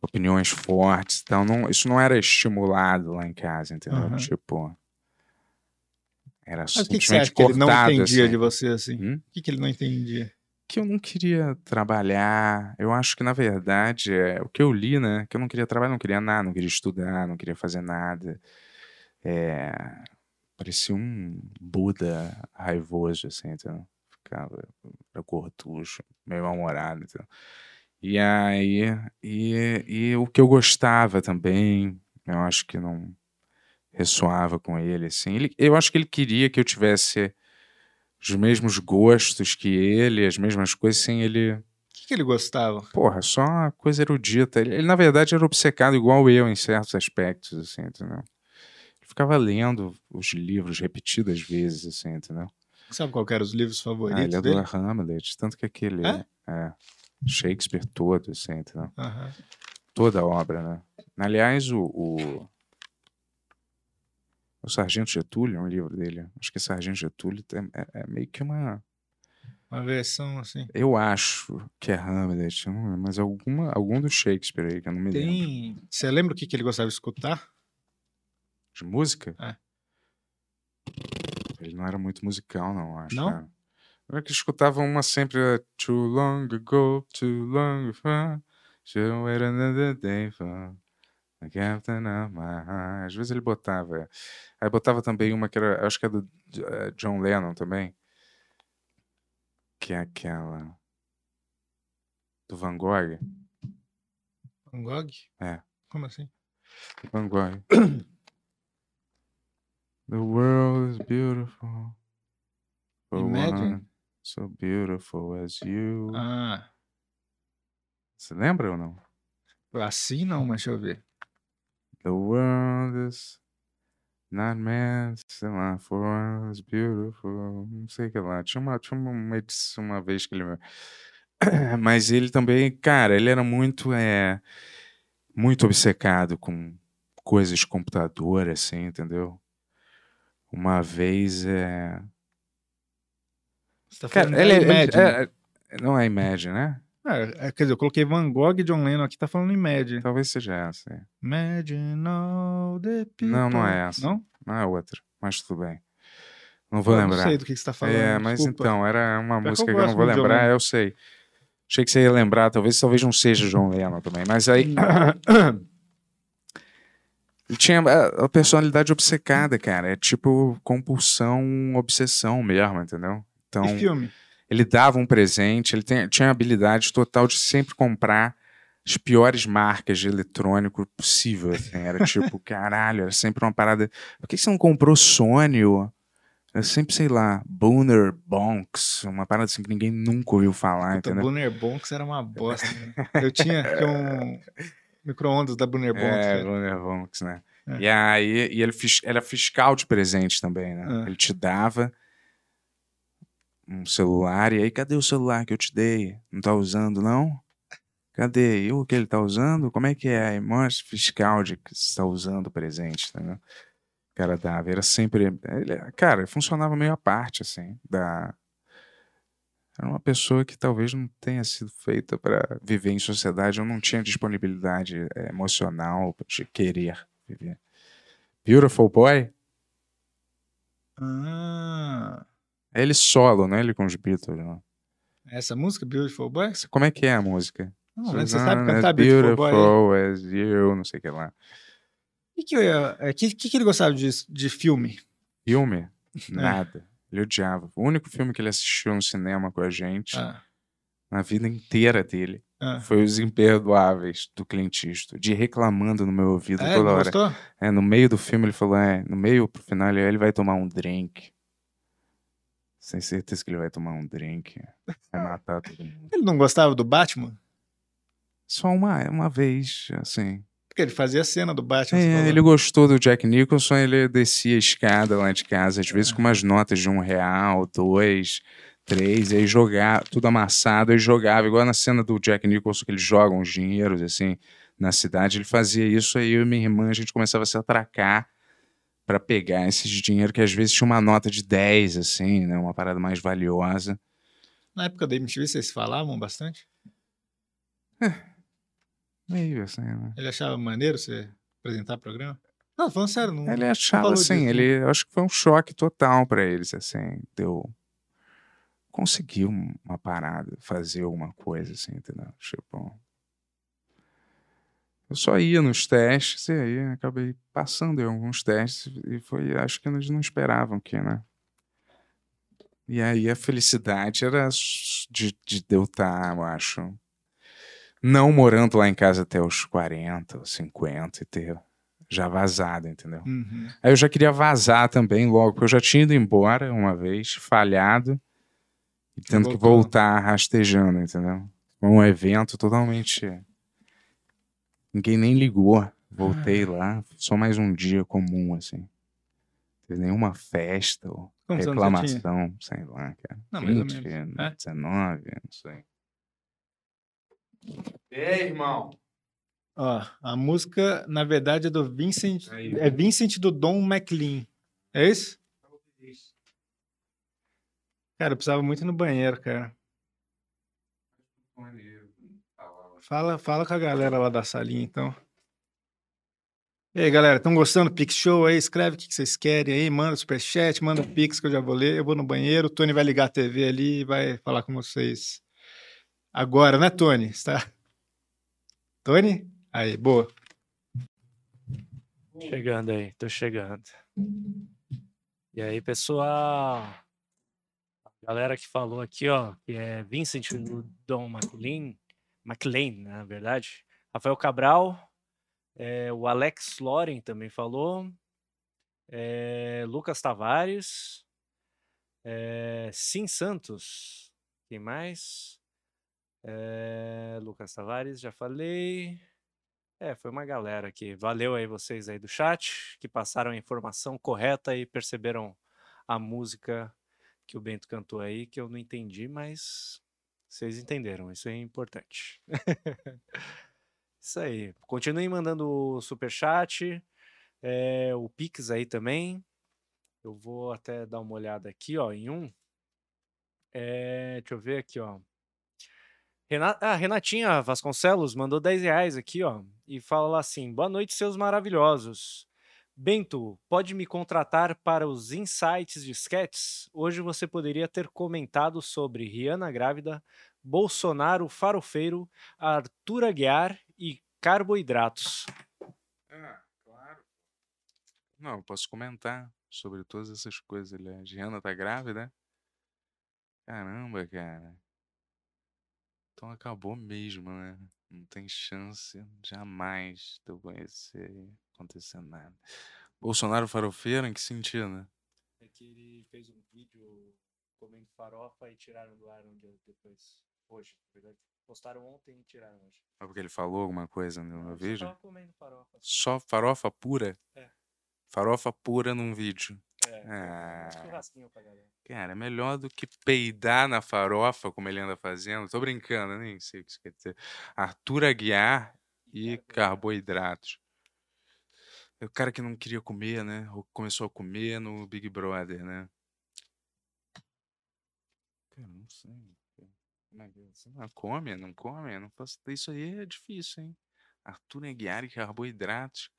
opiniões fortes e tal, não, isso não era estimulado lá em casa, entendeu?
Aham.
Tipo. Era
Mas o que,
simplesmente
que você acha que ele
cortado,
não entendia
assim
de você assim?
Hum?
O que, que ele não entendia?
que eu não queria trabalhar. Eu acho que, na verdade, é, o que eu li, né? Que eu não queria trabalhar, não queria nada, não queria estudar, não queria fazer nada. É, parecia um Buda raivoso, assim, então ficava era gorducho, meio mal-humorado. Então. E aí, e, e o que eu gostava também, eu acho que não ressoava com ele, assim. Ele, eu acho que ele queria que eu tivesse os mesmos gostos que ele, as mesmas coisas, sem ele
O que, que ele gostava?
Porra, só uma coisa erudita. Ele, ele, na verdade, era obcecado igual eu em certos aspectos, assim, entendeu? Ele ficava lendo os livros repetidas vezes, assim, entendeu?
Sabe qual que era os livros favoritos
Ah, ele
dele?
adora Hamlet, tanto que aquele...
É?
é, Shakespeare todo, assim, entendeu?
Aham.
toda a obra, né? Aliás, o, o, o Sargento Getúlio, é um livro dele, acho que Sargento Getúlio tem- é, é meio que uma.
Uma versão assim.
Eu acho que é Hamlet, eu não lembro, mas alguma, algum do Shakespeare aí, que eu não me lembro.
Tem. Você lembra o que, que ele gostava de escutar?
De música?
É.
Ele não era muito musical, não, eu acho.
Não?
cara. Era que escutava uma sempre é, Too long ago, too long ago Still wait another day for the captain of my heart. Às vezes ele botava. é. Aí botava também uma que era, acho que é do eh, John Lennon também. Que é aquela do Van Gogh.
Van Gogh?
É.
Como assim?
Van Gogh. (clears throat) The world is beautiful. for
Imagine.
one So beautiful as you.
Ah,
Você lembra ou não?
assim não, mas deixa eu ver.
The world is not meant for us beautiful. Não sei o que lá. Tinha uma, tinha uma, uma, edi- uma vez que ele. (coughs) Mas ele também, cara, ele era muito, é, muito obcecado com coisas de computador, assim, entendeu? Uma vez é.
Você tá né? falando
Cara,
da
ele, ele-
Imagine.
é- é- não é Imagine, né?
Ah, é, quer dizer, eu coloquei Van Gogh e John Lennon aqui, tá falando Imagine.
Talvez seja essa. é.
Imagine all the people.
Não, não é essa.
Não?
Não é outra, mas tudo bem. Não vou
Eu
lembrar.
Não sei do que que você tá falando.
É, mas
desculpa.
então, era uma
que eu
música que eu não
gosto
vou
muito de John
lembrar,
Lennon.
eu sei. Achei que você ia lembrar, talvez, talvez não seja John Lennon também, mas
Hum.
aí. então. Ele tinha a a personalidade obcecada, cara. É tipo compulsão, obsessão mesmo, entendeu? Então,
(coughs) E filme?
ele dava um presente, ele tem- tinha a habilidade total de sempre comprar as piores marcas de eletrônico possível. assim. Era tipo, (laughs) caralho, era sempre uma parada. Por que que você não comprou Sony? ó? Era sempre, sei lá, Booner Bonks, uma parada assim que ninguém nunca ouviu falar, Ah,
Puta,
entendeu?
Brunner Bonks era uma bosta. né? Eu tinha, tinha um micro-ondas da Brunner Bonks.
É,
né?
Booner Bonks, né?
É.
E aí, e ele fis- era fiscal de presente também, né?
Ah.
Ele te dava um celular, e aí, cadê o celular que eu te dei? Não tá usando, não? Cadê? E o que ele tá usando? Como é que é? Aí Mostra fiscal de que você tá usando o presente, tá vendo? O cara dava, era sempre... ele- cara, funcionava meio à parte, assim, da... Era uma pessoa que talvez não tenha sido feita para viver em sociedade, ou não tinha disponibilidade eh, emocional de querer viver. Beautiful Boy
Ah,
é ele solo, né? Ele com os Beatles. Né?
essa música, Beautiful Boy?
Você- Como é que é a música?
Não, né? você
Suzanne,
sabe
as
cantar Beautiful, Boy.
As you, não sei o que lá.
O que, que, eu ia- é, que, que que ele gostava de, de filme? (laughs)
Filme?
É.
Nada. Ele odiava. O único filme que ele assistiu no cinema com a gente,
Ah,
na vida inteira dele,
ah.
foi Os Imperdoáveis, do Clint Eastwood. De reclamando no meu ouvido
É,
toda
não
hora.
gostou?
É, no meio do filme ele falou, é, no meio pro final ele, ele vai tomar um drink. Sem certeza que ele vai tomar um drink. Vai matar todo mundo.
Ele não gostava do Batman?
Só uma, uma vez, assim.
Porque ele fazia a cena do Batman. você
É,
falou.
ele gostou do Jack Nicholson, ele descia a escada lá de casa, às vezes com umas notas de um real, dois, três, e aí jogava, tudo amassado, e jogava, igual na cena do Jack Nicholson, que eles jogam os dinheiros, assim, na cidade, ele fazia isso, aí eu e minha irmã, a gente começava a se atracar pra pegar esses dinheiro, que às vezes tinha uma nota de 10, assim, né, uma parada mais valiosa.
Na época da MTV, vocês falavam bastante?
Meio assim, né?
Ele achava maneiro você apresentar programa? Não, falando sério, não.
Ele achava
falou
assim,
disso, né?
ele eu acho que foi um choque total pra eles, assim, deu conseguiu um, uma parada, fazer alguma coisa assim, entendeu? Tipo, eu só ia nos testes e aí acabei passando em alguns testes e foi, acho que eles não esperavam que, né? E aí a felicidade era s- de, de eu estar, eu acho, não morando lá em casa até os 40, ou 50 e ter já vazado, entendeu?
Uhum.
Aí eu já queria vazar também logo, porque eu já tinha ido embora uma vez, falhado, e tendo que
Voltou.
voltar rastejando, entendeu? Um evento totalmente. Ninguém nem ligou. Voltei lá, só mais um dia comum, assim. Não teve nenhuma festa ou
Quantos anos você tinha?
reclamação, sei lá, cara.
Não, mais ou
20,
menos,
né,
é?
19, não sei. Ei, irmão!
Ó, a música, na verdade, é do Vincent.
Aí.
É Vincent do Don McLean. É isso? Cara, eu precisava muito ir no banheiro, cara.
tá
Fala, fala com a galera lá da salinha, então. E aí, galera, estão gostando do Pix Show aí? Escreve o que que vocês querem aí, manda superchat, manda Pix que eu já vou ler. Eu vou no banheiro, o Tony vai ligar a TV ali e vai falar com vocês. Agora, né, Tony? Está... (laughs) Tony? Aí, boa.
Chegando aí, tô chegando. E aí, pessoal? A galera que falou aqui, ó, que é Vincent do Dom McLean, McLean, né, na verdade. Rafael Cabral, eh, o Alex Loren também falou. eh, Lucas Tavares. eh, Sim Santos. Quem mais? Eh, Lucas Tavares, já falei. É, foi uma galera aqui. Valeu aí vocês aí do chat que passaram a informação correta e perceberam a música que o Bento cantou aí, que eu não entendi, mas vocês entenderam. Isso é importante. (laughs) Isso aí. Continuem mandando o superchat, é, o Pix aí também. Eu vou até dar uma olhada aqui, ó, em um. É, deixa eu ver aqui, ó. Rena- ah, Renatinha Vasconcelos mandou 10 reais aqui, ó, e fala assim: boa noite, seus maravilhosos. Bento, pode me contratar para os insights de sketches? Hoje você poderia ter comentado sobre Rihanna grávida, Bolsonaro farofeiro, Arthur Aguiar e carboidratos.
Ah, claro. Não, eu posso comentar sobre todas essas coisas. Aliás, Diana tá grávida? Caramba, cara. Então acabou mesmo, né? Não tem chance jamais de eu conhecer acontecer nada. Bolsonaro farofeiro, em que sentido, né?
É que ele fez um vídeo comendo farofa e tiraram do ar um dia depois, hoje, Postaram ontem e tiraram hoje.
É porque ele falou alguma coisa no meu vídeo?
comendo farofa.
Só farofa pura?
É.
Farofa pura num vídeo.
É,
Ah.
churrasquinho pra galera.
Cara, é melhor do que peidar na farofa, como ele anda fazendo. Tô brincando, nem sei o que isso quer dizer. Arthur Aguiar e carboidratos. É o cara que não queria comer, né? Ou começou a comer no Big Brother, né? Cara, não sei. Como é que é? Você não come, não come? Não posso... Isso aí é difícil, hein? Arthur Aguiar e carboidratos.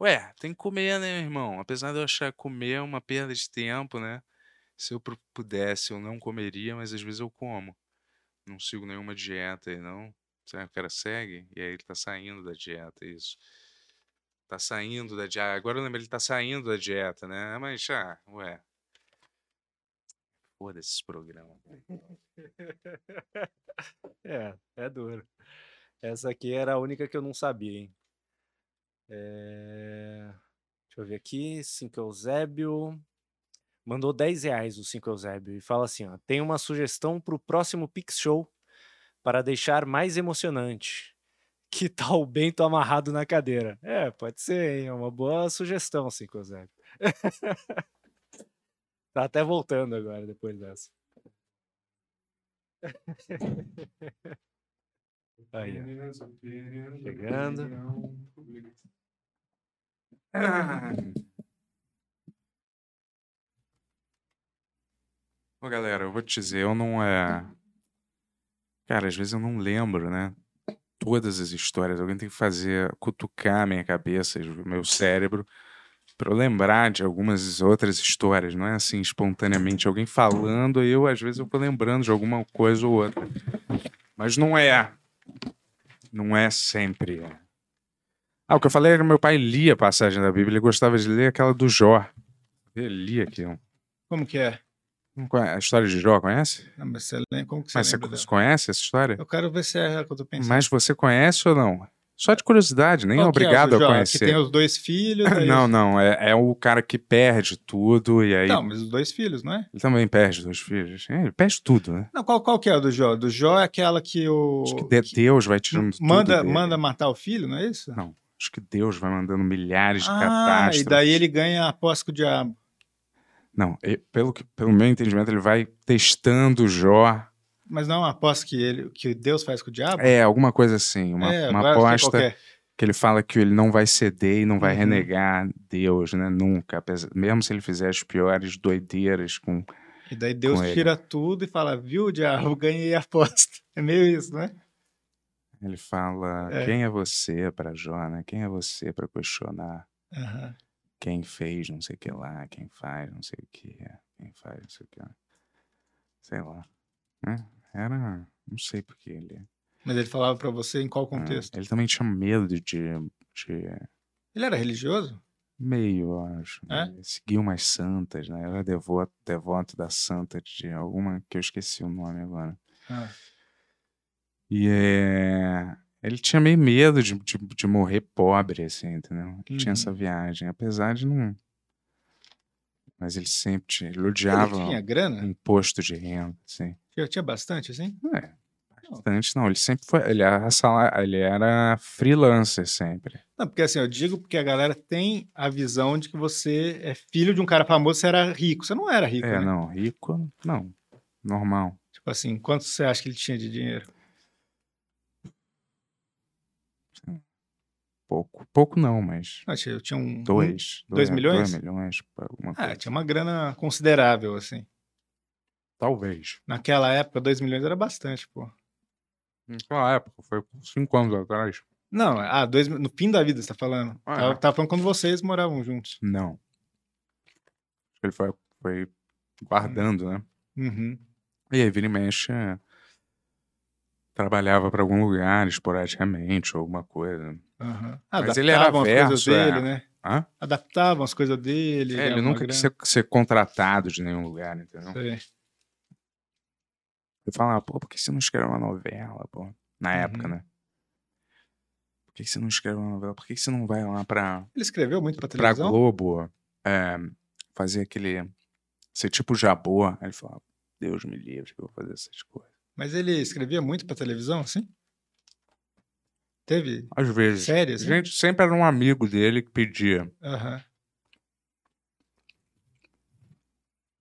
Ué, tem que comer, né, irmão? Apesar de eu achar comer é uma perda de tempo, né? Se eu pu- pudesse, eu não comeria, mas às vezes eu como. Não sigo nenhuma dieta aí, não. Será que o cara segue? E aí ele tá saindo da dieta, isso. Tá saindo da dieta. Agora eu lembro, ele tá saindo da dieta, né? Ah, Mas já, ué. Foda-se esse programa. cara.
É, é duro. Essa aqui era a única que eu não sabia, hein? É, Deixa eu ver aqui. Cinco Eusébio. Mandou 10 reais o Cinco Eusébio e fala assim: ó, tem uma sugestão para o próximo Pix Show para deixar mais emocionante. (laughs) Que tal o Bento amarrado na cadeira? É, pode ser, hein? É uma boa sugestão, Cinco Eusébio. (laughs) tá até voltando agora depois dessa. (laughs) Aí, ó. Chegando.
Ah. Ô, galera, eu vou te dizer, eu não é. Cara, às vezes eu não lembro, né? Todas as histórias. Alguém tem que fazer, cutucar a minha cabeça, o meu cérebro, pra eu lembrar de algumas outras histórias. Não é assim, espontaneamente, alguém falando, e eu, às vezes, eu vou lembrando de alguma coisa ou outra. Mas não é. Não é sempre. Ah, o que eu falei era que meu pai lia a passagem da Bíblia, ele gostava de ler aquela do Jó. Ele lia aquilo.
Como que é?
Não conhe- A história de Jó, conhece?
Não, mas você lembra, como que você
Mas você
lembra dela?
conhece essa história?
Eu quero ver se é a que eu tô pensando.
Mas você conhece ou não? Só de curiosidade, nem
Qual que é
obrigado
o do
a
Jó? Que
conhecer.
tem os
(laughs)
dois filhos. aí-
Não, não, é, é o cara que perde tudo e aí.
Não, Então, mas os dois filhos, não é?
Ele também perde dois filhos. É, ele perde tudo, né?
Não, qual, qual que é a do Jó? Do Jó é aquela que o.
Acho que de- Deus vai tirando tudo.
manda,
dele.
manda matar o filho, não é isso?
Não, Acho que Deus vai mandando milhares de
Ah,
catástrofes.
e daí ele ganha a aposta com o diabo.
Não, e- pelo, que- pelo meu entendimento, ele vai testando o Jó.
Mas não é uma aposta que, ele, que Deus faz com o diabo?
É, alguma coisa assim. Uma,
É,
uma
agora eu sei
aposta
qual que é.
que ele fala que ele não vai ceder e não vai
Uhum.
renegar Deus, né? Nunca. apesar- mesmo se ele fizer as piores doideiras com.
E daí Deus
com ele.
tira tudo e fala, viu, diabo, (laughs) ganhei a aposta. É meio isso, né?
Ele fala:
É.
quem é você para Jó, né? Quem é você para questionar?
Aham.
quem fez não sei o que lá, quem faz não sei o que, é, quem faz não sei o que lá. Sei lá. né? Era. Não sei porque ele.
Mas ele falava pra você em qual
ah,
contexto?
Ele também tinha medo de. de
Ele era religioso?
meio, eu acho.
É?
né? Ele Seguiu umas santas, né? Era devoto, devoto da santa de alguma que eu esqueci o nome agora.
Ah.
E é, ele tinha meio medo de, de, de morrer pobre, assim, entendeu? Ele tinha
Uhum.
essa viagem, apesar de não. Mas ele sempre tinha, ele
Ele
odiava
tinha né?
Hum.
grana?
imposto de renda, assim.
Tinha, tinha bastante, assim?
Não é bastante, não. Ele sempre foi. Ele era, salar, ele era freelancer sempre.
Não, porque assim, eu digo porque a galera tem a visão de que você é filho de um cara famoso, você era rico. Você não era rico,
É,
né?
não, rico, não. Normal.
Tipo assim, quanto você acha que ele tinha de dinheiro?
Pouco. Pouco não, mas.
Não, tinha- eu tinha um... um-
Dois. é,
dois milhões?
Dois milhões, alguma coisa. assim.
Ah, tinha uma grana considerável, assim.
Talvez.
Naquela época, 2 milhões era bastante, pô. Hum.
Naquela Tipo, época, foi cinco anos atrás.
Não, ah, dois, mi- no fim da vida, você tá falando.
Ah,
tava,
é.
tava falando quando vocês moravam juntos.
Não. Acho que Ele foi, foi guardando, né?
Uhum.
E aí, vira e mexe, é, trabalhava para algum lugar, esporadicamente, ou alguma coisa.
aham.
Mas ele era
Adaptavam as coisas
verso, é.
dele, né?
Hã?
Adaptavam as coisas dele.
É, ele
ganhava uma É.
nunca quis ser, ser contratado de nenhum lugar, entendeu?
grana. Sei.
Eu falava, pô, por que você não escreve uma novela, pô? Na
Uhum.
época, né? Por que você não escreve uma novela? Por que você não vai lá pra,
Ele escreveu muito pra
pra
televisão?
Globo é, fazer aquele. ser tipo jabô? Aí ele falava, Deus me livre que eu vou fazer essas coisas.
Mas ele escrevia muito pra televisão, assim? Teve?
Às vezes.
Sério, assim?
Gente, sempre era um amigo dele que pedia.
Aham.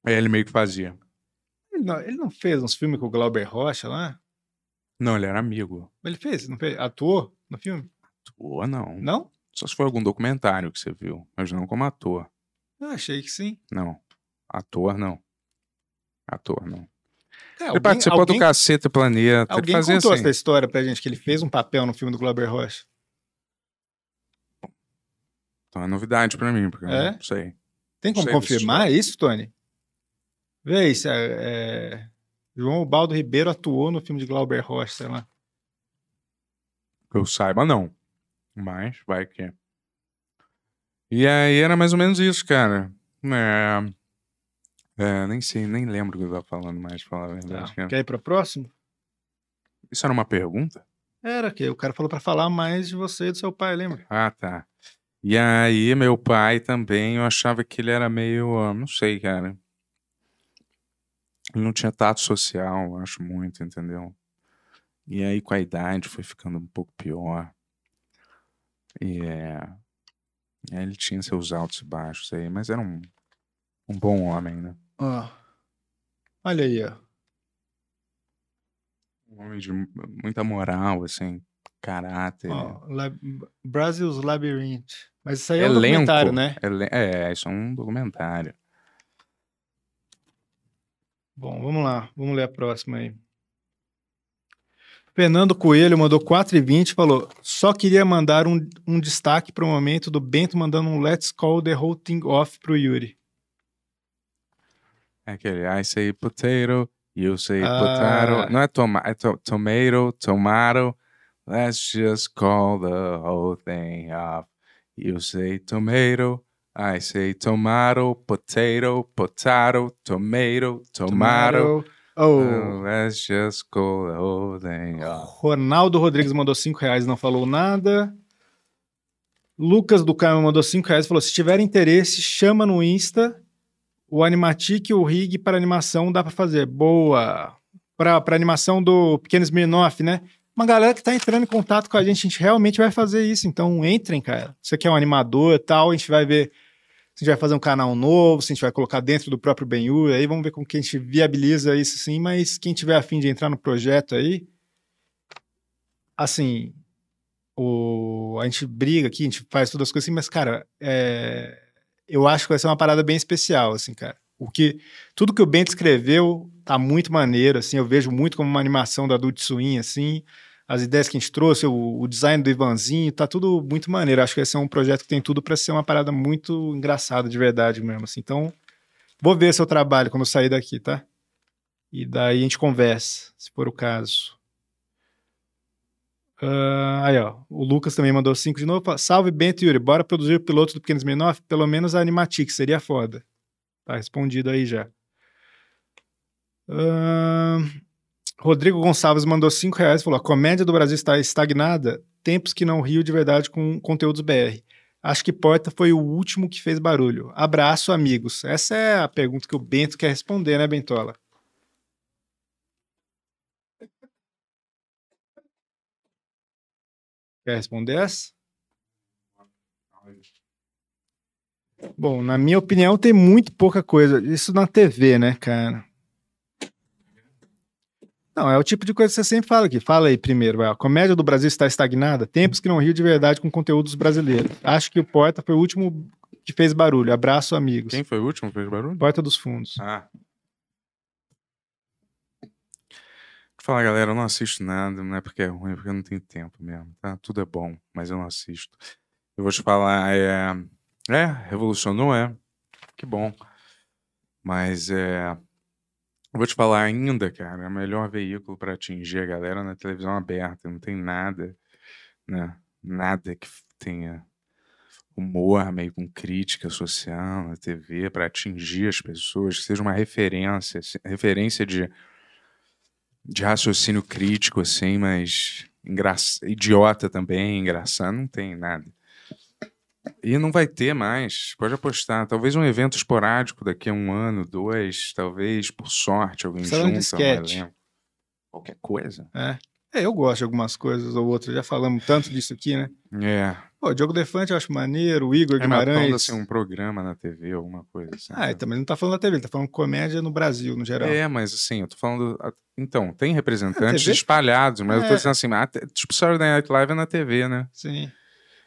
Aí ele meio que fazia.
Ele, não, ele não fez uns filmes com o Glauber Rocha lá?
Não, ele era amigo.
Ele fez? Não fez? Atuou no filme?
Ator, não.
Não?
Só se foi algum documentário que você viu, mas não como ator.
Eu achei que sim.
Não. Ator, não. Ator, não.
É,
ele participou do Caceta Planeta. Ele
Alguém
fazia
contou
assim.
essa história pra gente, que ele fez um papel no filme do Glauber Rocha.
Então é novidade pra mim, porque
É?
eu não sei.
Tem como
Sei dessa
confirmar isso, Tony? Vê aí se é, é, João Baldo Ribeiro atuou no filme de Glauber Rocha, sei lá.
Que eu saiba, não. Mas vai que. é. E aí era mais ou menos isso, cara. É... é, nem sei, nem lembro o que eu tava falando mais, pra falar a verdade. cara.
Quer ir para próximo?
Isso era uma pergunta?
Era que o cara falou pra falar mais de você e do seu pai, lembra?
Ah, tá. E aí, meu pai também, eu achava que ele era meio. ah, Não sei, cara. Ele não tinha tato social, eu acho muito, entendeu? E aí, com a idade, foi ficando um pouco pior. E é. e aí Ele tinha seus altos e baixos aí, mas era um, um bom homem, né?
Ó. Olha aí, ó.
Um homem de mu- muita moral, assim, caráter.
Ó, La- Brasil's Labyrinth. Mas isso aí é um
Elenco.
documentário, né?
ele- É, isso é um documentário.
Bom, vamos lá. Vamos ler a próxima aí. Fernando Coelho mandou 4,20 e falou: só queria mandar um, um destaque pro momento do Bento mandando um Let's Call the Whole Thing Off pro Yuri.
É aquele I say potato, you say
Ah.
potato. Não é, toma é to tomato, tomato. Let's just call the whole thing off. You say tomato, I say tomato, potato, potato, tomato, tomato.
Oh,
Oh, let's just go holding on.
Ronaldo Rodrigues mandou 5 reais e não falou nada. Lucas do Caio mandou 5 reais e falou: se tiver interesse, chama no Insta o Animatic e o Rig para animação dá para fazer. Boa! Para animação do Pequeno Smirnoff, né? Uma galera que tá entrando em contato com a gente, a gente realmente vai fazer isso. Então entrem, cara. Você que é um animador e tal, a gente vai ver se a gente vai fazer um canal novo, se a gente vai colocar dentro do próprio Benhu, aí vamos ver como que a gente viabiliza isso sim, mas quem tiver afim de entrar no projeto aí, assim, o, a gente briga aqui, a gente faz todas as coisas assim, mas, cara, é, eu acho que vai ser uma parada bem especial, assim, cara. O que, tudo que o Bento escreveu tá muito maneiro, assim, eu vejo muito como uma animação da Adult Swim, assim, as ideias que a gente trouxe, o, o design do Ivanzinho, tá tudo muito maneiro. Acho que esse é um projeto que tem tudo para ser uma parada muito engraçada, de verdade mesmo, assim. Então, vou ver seu trabalho quando eu sair daqui, tá? E daí a gente conversa, se for o caso. Ah, aí, ó. O Lucas também mandou cinco de novo. Fala, Salve, Bento e Yuri. Bora produzir o piloto do Pequenos Menor? Pelo menos a Animatic, seria foda. Tá respondido aí já. Ah, Rodrigo Gonçalves mandou cinco reais e falou: a comédia do Brasil está estagnada. Tempos que não rio de verdade com conteúdos BR. Acho que Porta foi o último que fez barulho. Abraço, amigos. Essa é a pergunta que o Bento quer responder, né, Bentola? Quer responder essa? Bom, na minha opinião, tem muito pouca coisa. Isso na TV, né, cara? Não, é o tipo de coisa que você sempre fala aqui. Fala aí primeiro, vai. A comédia do Brasil está estagnada? Tempos que não rio de verdade com conteúdos brasileiros. Acho que o Porta foi o último que fez barulho. Abraço, amigos.
Quem foi o último que fez barulho?
Porta dos Fundos.
Ah. Fala galera, eu não assisto nada, não é porque é ruim, é porque eu não tenho tempo mesmo, tá? Tudo é bom, mas eu não assisto. Eu vou te falar, é. É, revolucionou, é. Que bom. Mas é. Eu vou te falar ainda, cara, é o melhor veículo para atingir a galera na televisão aberta, não tem nada, né? Nada que tenha humor, meio com crítica social na TV, para atingir as pessoas, que seja uma referência, assim, referência de, de raciocínio crítico, assim, mas engra... idiota também, engraçado, não tem nada. E não vai ter mais, pode apostar. Talvez um evento esporádico daqui a um ano, dois, talvez, por sorte, alguém
Salão de
junta, um
sketch.
elenco. Qualquer coisa.
É, eu gosto de algumas coisas ou outras. Já falamos tanto disso aqui, né?
É.
Pô, Diogo Defante eu acho maneiro. O Igor
É, mas falando
Guimarães.
assim, um programa na TV, alguma coisa assim.
Ah,
sabe?
ele também não tá falando da TV, ele tá falando comédia no Brasil, no geral.
É, mas assim, eu tô falando. a- Então, tem
(laughs)
representantes
TV?
espalhados, mas eu
É.
tô dizendo assim, a te- tipo Saturday Night Live é na TV, né?
Sim.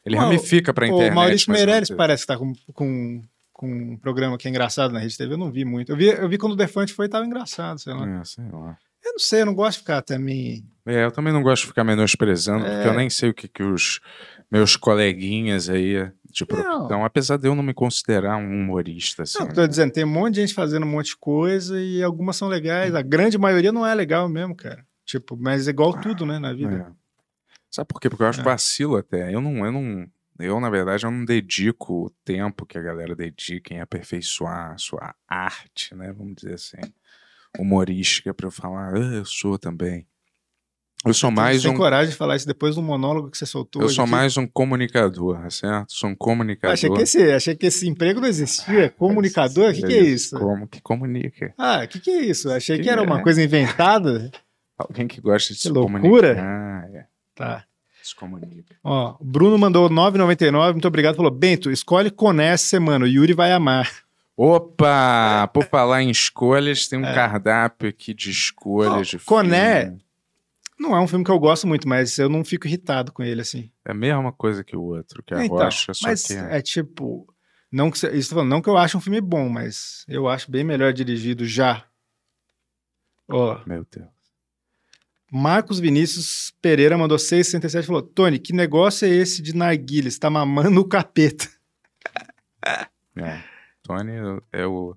Ele
Ué,
ramifica pra internet.
o Maurício
mas é na
Meirelles
TV.
parece que tá com, com, com um programa que é engraçado na Rede TV, eu não vi muito. Eu vi, eu vi quando o Defante foi e tava engraçado, sei lá.
É, sei lá.
Eu não sei, eu não gosto de ficar também.
É, eu também não gosto de ficar menosprezando, porque eu
É.
nem sei o que, que os meus coleguinhas aí de profissão, apesar de eu não me considerar um humorista, assim.
Não,
né?
tô dizendo, tem um monte de gente fazendo um monte de coisa e algumas são legais.
Hum.
A grande maioria não é legal mesmo, cara. Tipo, mas é igual tudo, né, na vida.
Ah, É. Sabe por quê? Porque eu acho
É.
vacilo até. Eu não, eu não. Eu, na verdade, eu não dedico o tempo que a galera dedica em aperfeiçoar a sua arte, né? Vamos dizer assim, humorística, pra eu falar, "Ah, eu sou também. Eu sou mais
tem
um.
coragem de falar isso depois do monólogo que você soltou.
Eu
hoje
sou
aqui.
mais um comunicador, certo? Sou um comunicador.
Achei que, esse, achei que esse emprego
(laughs)
não existia. Comunicador? O que, que é isso?
Como que comunica?
Ah, o que, que é isso? Achei
Que
que era uma
é.
coisa
(laughs)
inventada.
Alguém que gosta de
Que
se
loucura.
comunicar. é,
Tá.
se comunica.
Ó, o Bruno mandou 9,99. Muito obrigado. Falou: Bento, escolhe Coné essa semana. O Yuri vai amar.
Opa!
É.
Por falar em escolhas, tem um cardápio aqui de escolhas de
Coné-
filme.
Não é um filme que eu gosto muito, mas eu não fico irritado com ele assim.
É a mesma coisa que o outro, que a
Então,
rocha, só
mas
que... é-
é tipo. Não que, se- isso tô falando, não que eu acho um filme bom, mas eu acho bem melhor dirigido já. Ó,
Meu Deus.
Marcos Vinícius Pereira mandou 667 e falou: Tony, que negócio é esse de narguilha? Você tá mamando o capeta.
É. Tony é o,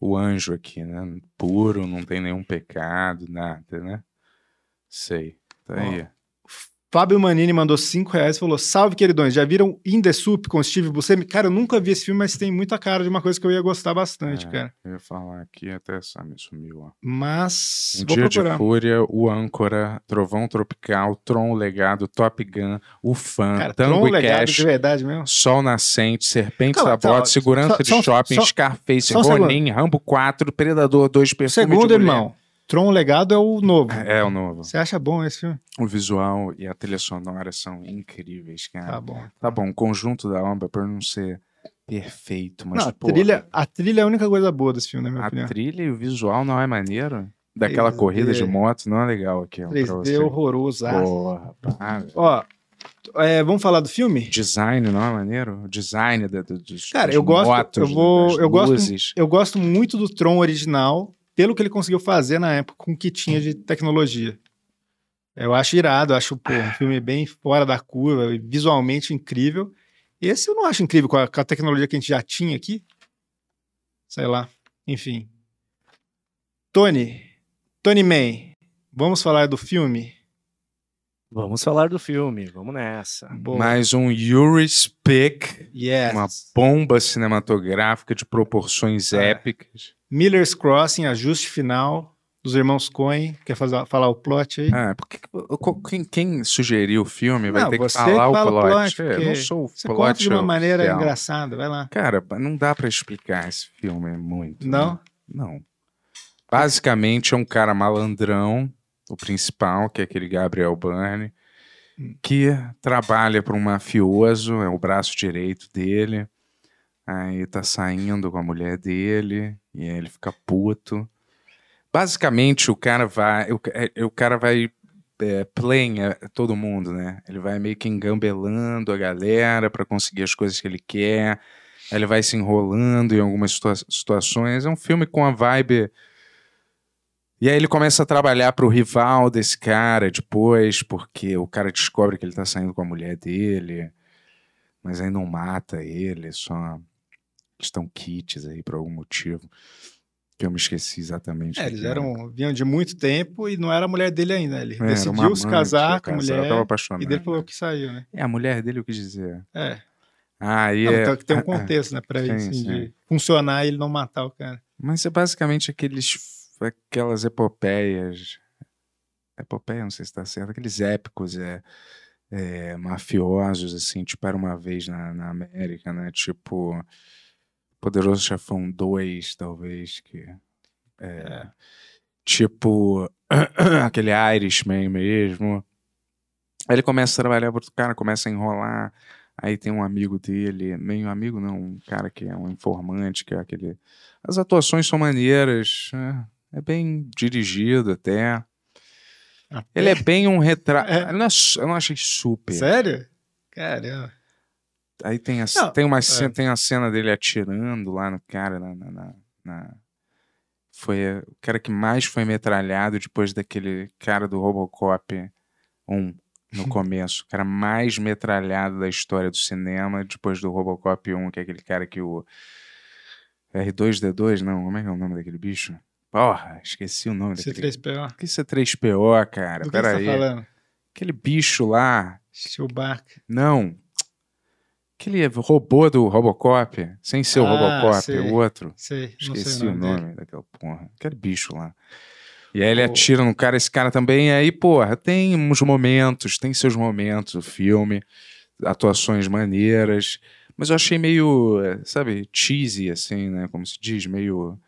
o anjo aqui, né? Puro, não tem nenhum pecado, nada, né? Sei. Tá aí.
Fábio Manini mandou 5 reais e falou: Salve, queridões, já viram In The Soup com Steve Buscemi? Cara, eu nunca vi esse filme, mas tem muita cara de uma coisa que eu ia gostar bastante,
É.
cara.
Eu ia falar aqui, até essa me sumiu. Ó.
Mas
Um
vou
Dia
procurar.
de Fúria, O Âncora, Trovão Tropical, Tron Legado, Top Gun, O Fã,
Cara, Tron
Tango e
legado
Cash,
de verdade mesmo.
Sol Nascente, Serpentes
Calma,
da Bota,
só-
Segurança
só-
de
só-
Shopping,
só-
Scarface,
só um segundo.
Ronin, Rambo 4, Predador 2, Perfume
Um Segundo,
de Mulher.
irmão, Tron Legado é o novo.
É o novo.
Você acha bom esse filme?
O visual e a trilha sonora são incríveis, cara.
Tá bom.
Tá bom, conjunto da obra, por não ser perfeito, mas
Não, a,
porra,
trilha, a trilha é a única coisa boa desse filme, na minha
a
opinião.
trilha e o visual não é maneiro? Daquela
3D.
corrida de moto, não é legal aquilo pra
3D
você.
horroroso. ah.
Porra, para.
Ó, t- é, vamos falar do filme?
Design, não é maneiro? O design da, do- dos,
Cara,
das
eu gosto-
motos,
eu vou-
das
eu gosto- um
luzes.
Eu gosto muito do Tron original, pelo que ele conseguiu fazer na época com o que tinha de tecnologia. Eu acho irado, eu acho pô, um filme bem fora da curva, e visualmente incrível. Esse eu não acho incrível com a, com a tecnologia que a gente já tinha aqui. Sei lá. Enfim. Tony, Tony Man, vamos falar do filme?
Vamos falar do filme, vamos nessa.
Boa.
Mais um Yuri's Pick,
Yes.
uma bomba cinematográfica de proporções
É.
épicas.
Miller's Crossing, ajuste final dos irmãos Coen. Quer fazer, falar o plot aí?
Ah, porque, co- quem, quem sugeriu o filme vai
Não,
ter que
você
falar
que
o
fala o
plot.
plot,
É, eu
porque
não sou o
Você
plot.
conta de uma maneira
oficial.
engraçada, vai lá.
Cara, não dá pra explicar esse filme muito. né?
Não?
Não. Basicamente é um cara malandrão, o principal, que é aquele Gabriel Byrne, que trabalha para um mafioso, é o braço direito dele. Aí tá saindo com a mulher dele e aí ele fica puto. Basicamente o cara vai, o, ca- é- o cara vai é, playing é, todo mundo, né? Ele vai meio que engambelando a galera para conseguir as coisas que ele quer. Aí ele vai se enrolando em algumas situa- situações. É um filme com a vibe. E aí ele começa a trabalhar pro rival desse cara depois, porque o cara descobre que ele tá saindo com a mulher dele, mas aí não mata ele, só estão kits aí por algum motivo. Que eu me esqueci exatamente.
É,
do
eles
que era.
eram, vinham de muito tempo e não era a mulher dele ainda. Ele
É, era
decidiu
uma
se
amante,
casar com a
cara, ela tava
mulher
apaixonada.
e dele falou que saiu, né?
É, a mulher dele, eu quis dizer.
É.
Aí
Não,
é- (laughs)
então tem um
Ah, ah.
contexto, né? Pra
Sim,
assim,
sim.
de funcionar e ele não matar o cara.
Mas é basicamente aqueles, aquelas epopeias. Epopeia, não sei se está certo. Aqueles épicos é, é, mafiosos, assim, tipo, era uma vez na, na América, né? Tipo, Poderoso Chefão 2, talvez, que. é, Tipo, (clears throat) aquele Irishman mesmo. Aí ele começa a trabalhar para outro cara, começa a enrolar. Aí tem um amigo dele, meio amigo não, um cara que é um informante, que é aquele as atuações são maneiras. né? É bem dirigido até.
Até?
Ele é bem um retrato.
É.
Eu, não ach- eu não achei super.
Sério? Caramba.
Aí tem, a,
Não, é.
tem, uma cena, tem a cena dele atirando lá no cara. Na, na- na- na- Foi o cara que mais foi metralhado depois daquele cara do Robocop 1
(laughs)
no começo. O cara mais metralhado da história do cinema depois do Robocop 1, que é aquele cara que o. R2D2, não, como é que é o nome daquele bicho? Porra, esqueci o nome daquele.
C3PO.
Que C3PO, cara?
Do que você tá
Peraí.
falando?
aquele bicho lá.
Chewbacca.
Não. Aquele robô do Robocop, sem ser o
Ah,
Robocop,
sei.
o outro.
Sei, não
Esqueci
sei
o nome daquela porra. Aquele bicho lá. E aí ele
Pô.
atira no cara, esse cara também. E aí, porra, tem uns momentos, tem seus momentos, o filme, atuações maneiras. Mas eu achei meio, eh, sabe, cheesy, assim, né? Como se diz, meio.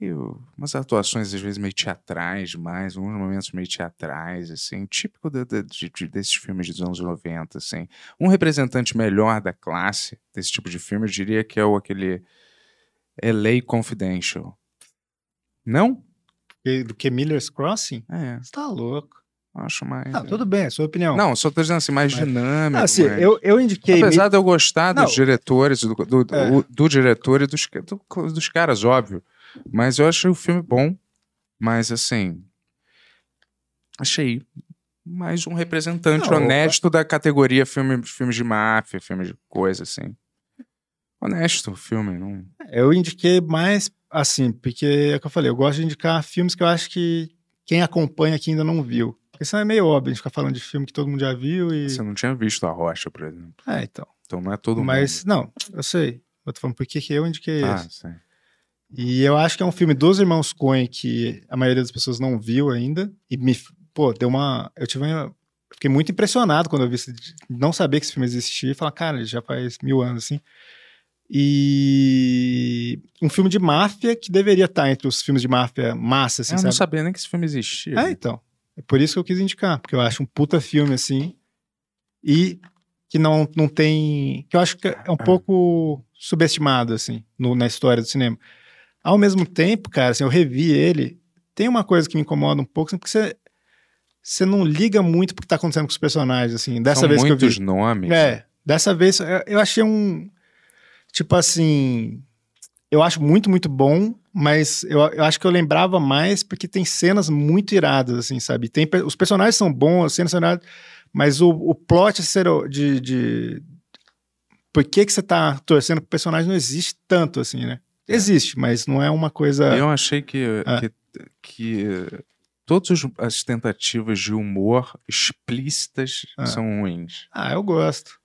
meio umas atuações às vezes meio teatrais, mais, alguns momentos meio teatrais, assim, típico da- da- de- de- desses filmes dos anos 90, assim. Um representante melhor da classe desse tipo de filme, eu diria que é o aquele LA Confidential. Não?
nome. Do que Miller's Crossing?
É,
Você tá louco.
eu acho mais.
Ah, tudo bem, é sua opinião.
Não, só tô dizendo assim, mais
Mas-
dinâmico.
Ah, assim,
mais-
eu, eu indiquei.
Apesar de eu gostar dos
Não.
diretores, do, do, do-
É.
o- do diretor e dos, ca- do- dos caras, óbvio. Mas eu achei o filme bom. Mas assim. Achei mais um representante
Não,
honesto da categoria filme, filmes de máfia, filmes de coisa, assim. Honesto o filme, não.
Eu indiquei mais assim, porque é o que eu falei, eu gosto de indicar filmes que eu acho que quem acompanha aqui ainda não viu. Porque senão é meio óbvio a gente ficar falando de filme que todo mundo já viu e.
Você não tinha visto a Rocha, por exemplo.
É, então.
Então não é todo
Mas, assim, não, eu sei. Eu tô falando por que que eu indiquei
mundo. Ah,
esse.
sim.
E eu acho que é um filme dos irmãos Coen que a maioria das pessoas não viu ainda. E me, pô, deu uma. Eu tive uma. eu Fiquei muito impressionado quando eu vi esse, de não saber que esse filme existia e falar, cara, já faz mil anos assim. E um filme de máfia que deveria estar entre os filmes de máfia massa, assim,
eu não
sabe?
sabia nem que esse filme existia.
É, então. É por isso que eu quis indicar, porque eu acho um puta filme, assim, e que não, não tem. que eu acho que é um pouco subestimado, assim, no- na história do cinema. Ao mesmo tempo, cara, assim, eu revi ele, tem uma coisa que me incomoda um pouco, assim, porque você. Você não liga muito pro que tá acontecendo com os personagens, assim. Dessa
São
vez que eu vi.
muitos nomes.
É, dessa vez eu- eu achei um. Tipo assim. Eu acho muito, muito bom, mas eu, eu acho que eu lembrava mais porque tem cenas muito iradas, assim, sabe? Tem, pe- os personagens são bons, as cenas são iradas, mas o, o plot de, ser o- de, de. Por que, que você tá torcendo pro personagem não existe tanto, assim, né? Existe, mas não é uma coisa.
Eu achei que,
Ah.
que, que todas as tentativas de humor explícitas
Ah.
são ruins.
Ah, eu gosto.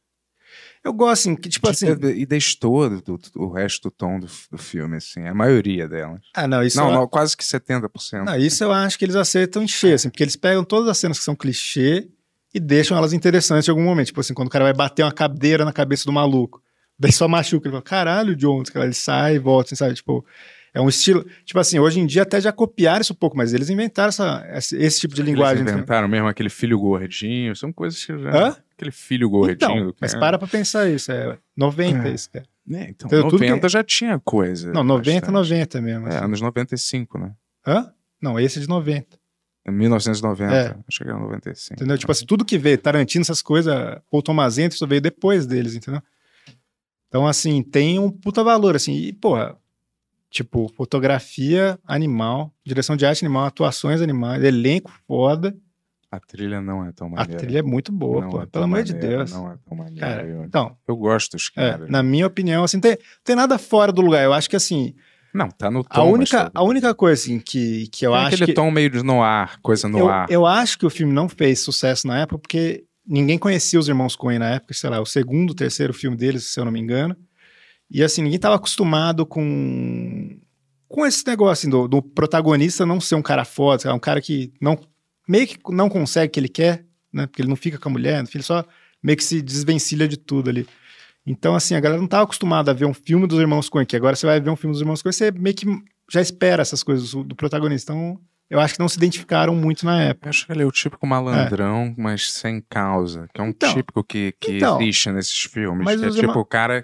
Eu gosto, assim, que, tipo assim.
e destoa do, do- o resto do tom do, f- do filme, assim, a maioria delas.
Ah, não, isso
não,
eu-
não, quase que 70%.
Não, isso eu acho que eles acertam em
É.
cheio, assim, porque eles pegam todas as cenas que são clichê e deixam elas interessantes em algum momento. Tipo assim, quando o cara vai bater uma cadeira na cabeça do maluco, (laughs) daí só machuca, ele fala, caralho, Jones, que lá ele sai e volta, assim, sabe? Tipo, é um estilo. Tipo assim, hoje em dia até já copiaram isso um pouco, mas eles inventaram essa- esse, esse tipo de linguagem.
Eles
entendeu?
inventaram mesmo aquele filho gordinho, são coisas que já...
Hã?
Aquele filho um gordinho.
Então,
do
mas
cara.
para pra pensar isso, é 90 isso, cara.
É, então,
Entendeu? Tudo
90 já tinha coisa.
Não, 90,
bastante.
90 mesmo.
É,
assim.
anos 95, né?
Hã? Não, esse é de 90.
Em 1990.
É.
Acho que era 95.
Entendeu? Tipo assim, tudo que veio, Tarantino, essas coisas, Paul Thomas Anderson veio depois deles, entendeu? Então, assim, tem um puta valor, assim, e, porra, tipo, fotografia animal, direção de arte animal, atuações animais, elenco foda,
A trilha não é tão maneira.
a trilha é muito boa,
Não
pô,
é tão
pelo amor de
maneira,
Deus.
Não é tão maneira.
Cara,
eu,
Então,
eu gosto dos
é,
caras.
na minha opinião, assim, tem, tem nada fora do lugar, eu acho que, assim,
Não, tá no tom.
a
mas
única,
tá-
a única coisa, assim, que, que eu
Tem
acho
aquele
que...
tom meio de noir, coisa
eu,
noir.
eu acho que o filme não fez sucesso na época porque ninguém conhecia os irmãos Coen na época, sei lá, o segundo, terceiro filme deles, se eu não me engano. E assim, ninguém estava acostumado com com esse negócio assim, do, do protagonista não ser um cara foda, sei lá, um cara que não meio que não consegue o que ele quer, né? Porque ele não fica com a mulher, ele só meio que se desvencilha de tudo ali. Então, assim, a galera não estava acostumada a ver um filme dos irmãos Coen, que agora você vai ver um filme dos irmãos Coen, você meio que já espera essas coisas do, do protagonista. Então, eu acho que não se identificaram muito na época.
Eu acho que ele é o típico malandrão, mas sem causa. Que é um
É. Então.
típico que, que
Então.
existe nesses filmes.
Mas
que é
os
tipo
irmã-
o cara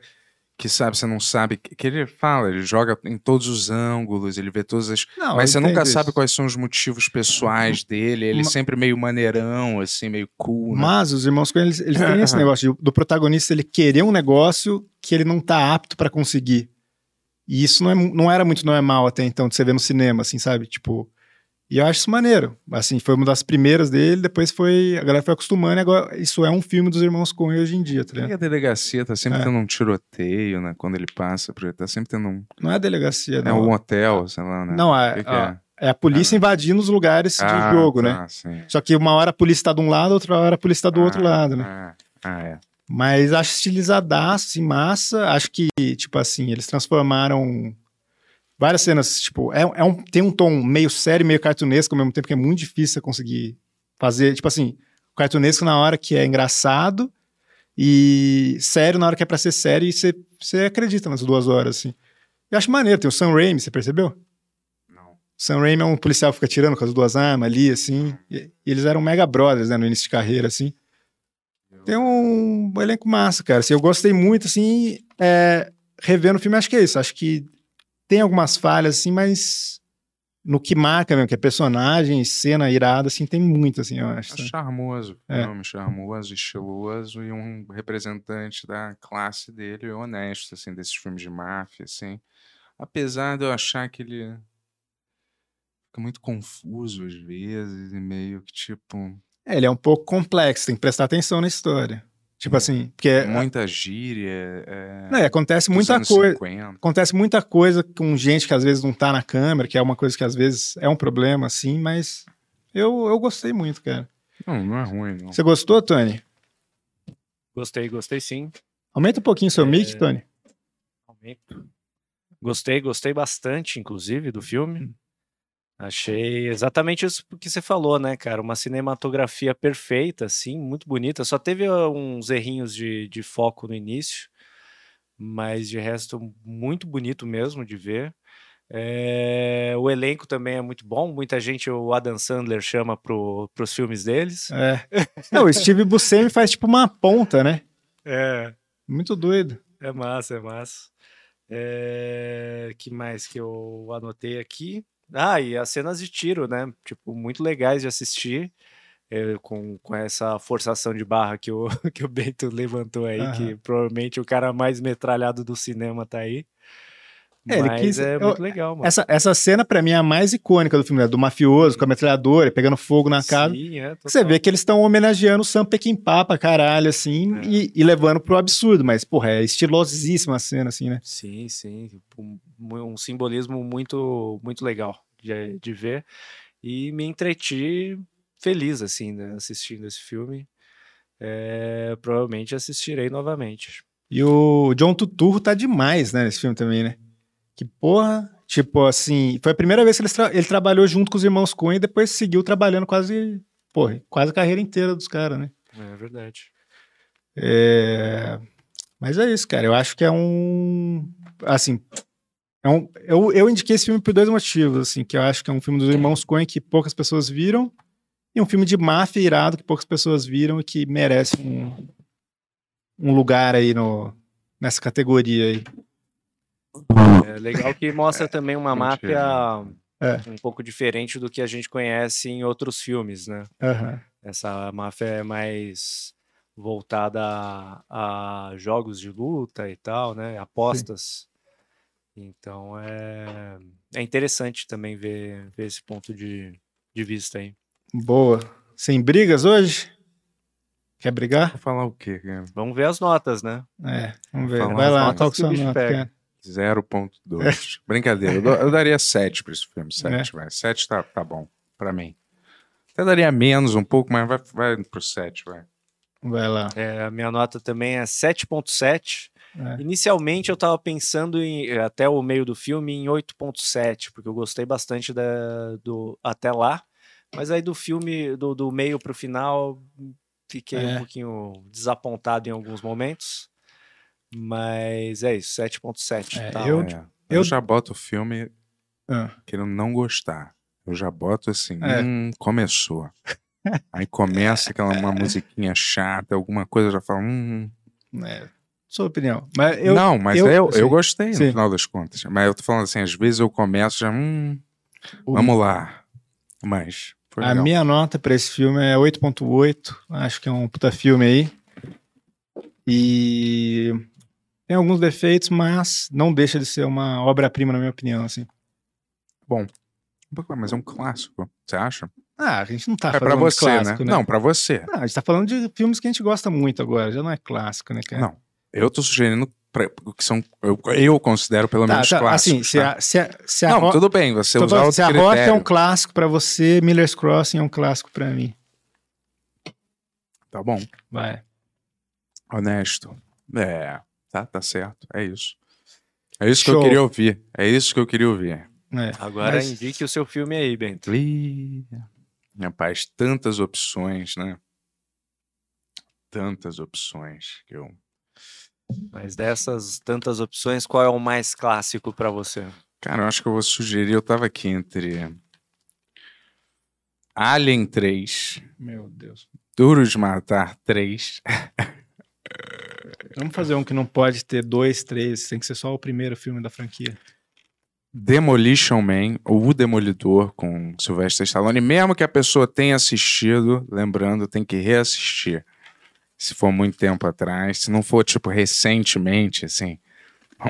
que sabe, você não sabe. Que que ele fala, ele joga em todos os ângulos, ele vê todas as.
Não,
mas você
eu entendo
nunca
isso.
sabe é quais são os motivos pessoais dele. Ele é
Ma-
sempre meio maneirão, assim, meio cool. né?
Mas os irmãos Coen, eles, eles têm esse (laughs) negócio de- do protagonista ele querer um negócio que ele não tá apto pra conseguir. E isso não, é, mu- não era muito normal até então, de você ver no cinema, assim, sabe? Tipo, e eu acho isso maneiro. Assim, foi uma das primeiras dele, depois foi, a galera foi acostumando e agora isso é um filme dos irmãos Coen hoje em dia, tá
Por que
ligado?
a delegacia tá sempre
É.
tendo um tiroteio, né? Quando ele passa, por- tá sempre tendo um.
Não é a delegacia,
É um
não.
hotel, sei lá, né?
Não, a-
O que que
a- é a polícia invadindo os lugares
Ah,
de jogo, né?
tá, sim.
Só que uma hora a polícia tá de um lado, outra hora a polícia tá do outro
Ah,
lado, né?
Ah, ah, é.
Mas acho estilizadaço, assim, massa. Acho que, tipo assim, eles transformaram várias cenas, tipo, é, é um, tem um tom meio sério, meio cartunesco ao mesmo tempo, que é muito difícil você conseguir fazer, tipo assim, cartunesco na hora que é engraçado e sério na hora que é pra ser sério e você, você acredita nas duas horas, assim. Eu acho maneiro, tem o Sam Raimi, você percebeu?
Não.
Sam Raimi é um policial que fica tirando com as duas armas ali, assim. E, e eles eram mega brothers, né, no início de carreira, assim. Tem um elenco massa, cara. Assim, eu gostei muito, assim, é, revendo o filme, acho que é isso. Acho que tem algumas falhas, assim, mas no que marca mesmo, que é personagem, cena irada, assim, tem muito, assim, eu acho.
É
sabe?
charmoso,
É.
filme charmoso, estiloso e um representante da classe dele honesto, assim, desses filmes de máfia, assim. Apesar de eu achar que ele fica muito confuso às vezes e meio que, tipo,
É, ele é um pouco complexo, tem que prestar atenção na história. Tipo
É.
assim, porque
muita gíria. É,
não, e acontece
dos
muita
anos
coisa.
50.
acontece muita coisa com gente que às vezes não tá na câmera, que é uma coisa que às vezes é um problema, assim, mas eu, eu gostei muito, cara.
Não, não é ruim, não.
Você gostou, Tony?
Gostei, gostei sim.
Aumenta um pouquinho
É.
seu mic, Tony.
Aumento. Gostei, gostei bastante, inclusive, do
Hum.
filme. Achei exatamente isso que você falou, né, cara? Uma cinematografia perfeita, assim, muito bonita. Só teve ah, uns errinhos de, de foco no início, mas de resto, muito bonito mesmo de ver. É, o elenco também é muito bom. Muita gente, o Adam Sandler chama pro, pros filmes deles.
É. Não, o Steve Buscemi faz tipo uma ponta, né?
É,
Muito doido.
É massa, é massa. É... Que mais que eu anotei aqui? Ah, e as cenas de tiro, né? Tipo, muito legais de assistir. é, com, com essa forçação de barra que o, (laughs) que o Bento levantou aí, que
Aham.
provavelmente o cara mais metralhado do cinema tá aí.
É, ele
Mas
quis-
é
eu-
muito legal, mano.
Essa, essa cena, pra mim, é a mais icônica do filme, né? Do mafioso com a metralhadora, pegando fogo na casa.
Sim, é,
Você
total.
vê que eles estão homenageando o Sam Peckinpah pra caralho, assim,
É.
e, e levando pro absurdo. Mas, porra, é estilosíssima a cena, assim, né?
Sim, sim. Um, um simbolismo muito, muito legal de, de ver. E me entreti feliz, assim, né, assistindo esse filme. É, provavelmente assistirei novamente.
E o John Tuturro tá demais, né, nesse filme também, né? Que porra, tipo assim, foi a primeira vez que eles tra- ele trabalhou junto com os irmãos Coen e depois seguiu trabalhando quase, porra, quase a carreira inteira dos caras, né?
É verdade.
É, Mas é isso, cara, eu acho que é um, assim, é um... eu, eu indiquei esse filme por dois motivos, assim, que eu acho que é um filme dos irmãos Coen que poucas pessoas viram e um filme de máfia irado que poucas pessoas viram e que merece um, um lugar aí no... nessa categoria aí.
(laughs) É legal que mostra também uma
mentira,
máfia
É.
um pouco diferente do que a gente conhece em outros filmes, né?
Aham.
Essa máfia é mais voltada a, a jogos de luta e tal, né? Apostas. Então é, é interessante também ver, ver esse ponto de, de vista aí.
Boa. Sem brigas hoje? Quer brigar?
Vou falar o quê, né? cara?
Vamos ver as notas, né?
É, vamos ver.
Falar
Vai
as
lá,
notas
qual que é
que
sua
o bicho
nota?
pega.
cara?
0.2. Brincadeira. Eu, dou- eu daria 7 pra esse
É.
filme. 7, vai. 7 tá, tá bom pra mim. Até daria menos um pouco, mas vai, vai pro 7, vai.
Vai lá.
É, a minha nota também é 7.7.
É.
Inicialmente eu estava pensando em até o meio do filme em 8.7, porque eu gostei bastante da, do até lá. Mas aí do filme, do, do meio para o final, fiquei
É.
um pouquinho desapontado em alguns momentos. Mas é isso, 7.7.
É,
tá
eu-
ótimo.
É.
eu-
eu já boto o filme
Ah,
querendo não gostar. Eu já boto assim,
É.
hum,
(laughs)
começou. Aí começa aquela uma musiquinha chata, alguma coisa, eu já fala, hum.
é, Sua opinião. Mas eu.
não, mas
eu-
eu, eu,
sim,
gostei
sim.
no final das contas. Mas eu tô falando assim, às vezes eu começo já, hum, vamos lá. Mas foi
a
legal.
minha nota pra esse filme é 8.8. Acho que é um puta filme aí. E. Tem alguns defeitos, mas não deixa de ser uma obra-prima, na minha opinião, assim.
Mas é um clássico, você acha?
Ah, a gente não tá
é
falando
pra você,
de clássico,
né?
né?
Não, pra você.
Não, a gente tá falando de filmes que a gente gosta muito agora. Já não é clássico, né, cara?
Não, Eu tô sugerindo pra- o que são, eu, eu considero pelo menos
tá,
clássicos.
assim, se
tá?
a, se a, se a
Não,
Ro-
tudo bem, você
Tô
usar
falando,
outro
se a
critério.
Rock é um clássico pra você, Miller's Crossing é um clássico pra mim.
Tá bom.
Vai.
Honesto. É, tá, tá certo. É isso. É isso que
Show.
eu queria ouvir. É isso que eu queria ouvir.
É.
Agora
Mas-
indique o seu filme aí, Bento.
Ih, Rapaz, tantas opções, né? Tantas opções que eu.
Mas dessas tantas opções, qual é o mais clássico para você?
Cara, eu acho que eu vou sugerir. Eu tava aqui entre Alien 3,
Meu Deus.
Duro de Matar 3.
Vamos fazer um que não pode ter dois, três, tem que ser só o primeiro filme da franquia.
Demolition Man, ou O Demolidor, com Sylvester Stallone. Mesmo que a pessoa tenha assistido, lembrando, tem que reassistir. Se for muito tempo atrás, se não for, tipo, recentemente, assim,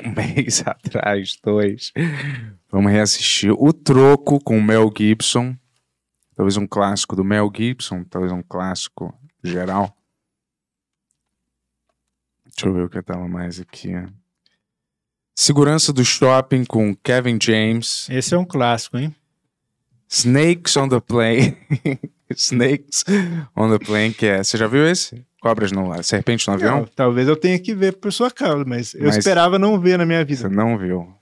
um (laughs) mês atrás, dois, vamos reassistir. O Troco, com o Mel Gibson. Talvez um clássico do Mel Gibson, talvez um clássico geral. Deixa eu ver o que eu tava mais aqui. Segurança do Shopping com Kevin James.
Esse é um clássico, hein?
Snakes on the Plane (laughs) Snakes on the Plane, que é. Você já viu esse? Cobras no Serpente no avião?
Não, talvez eu tenha que ver por sua causa, mas eu
Tá Mas-
esperava não ver na minha
Você
vida.
não viu.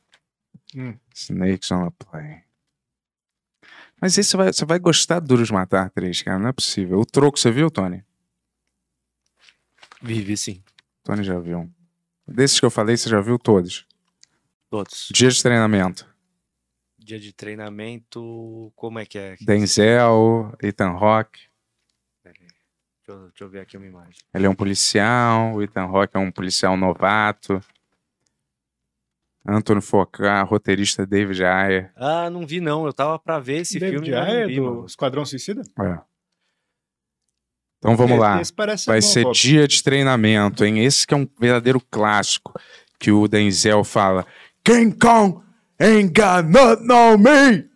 Hum.
Snakes on a Plane. Mas esse você vai, você vai gostar do Duros Matar 3, cara. Não é possível. O troco, você viu, Tony?
Vive sim,
Tony já viu. Desses que eu falei, você já viu todos.
todos.
Dia de treinamento.
Dia de treinamento, como é que é?
Denzel, Ethan Rock.
Deixa eu, deixa eu ver aqui uma imagem.
Ele é um policial. O Ethan Rock é um policial novato. Antônio Focar, roteirista David Ayer.
Ah, não vi não, eu tava pra ver esse
David
filme, mas não
Ayer
vi,
é do
mano.
Esquadrão Suicida?
É. Então vamos
Esse-
lá.
esse parece
Vai
Tá bom,
ser
Bob.
dia de treinamento, hein? Esse que é um verdadeiro clássico que o Denzel fala. King Kong enganou me!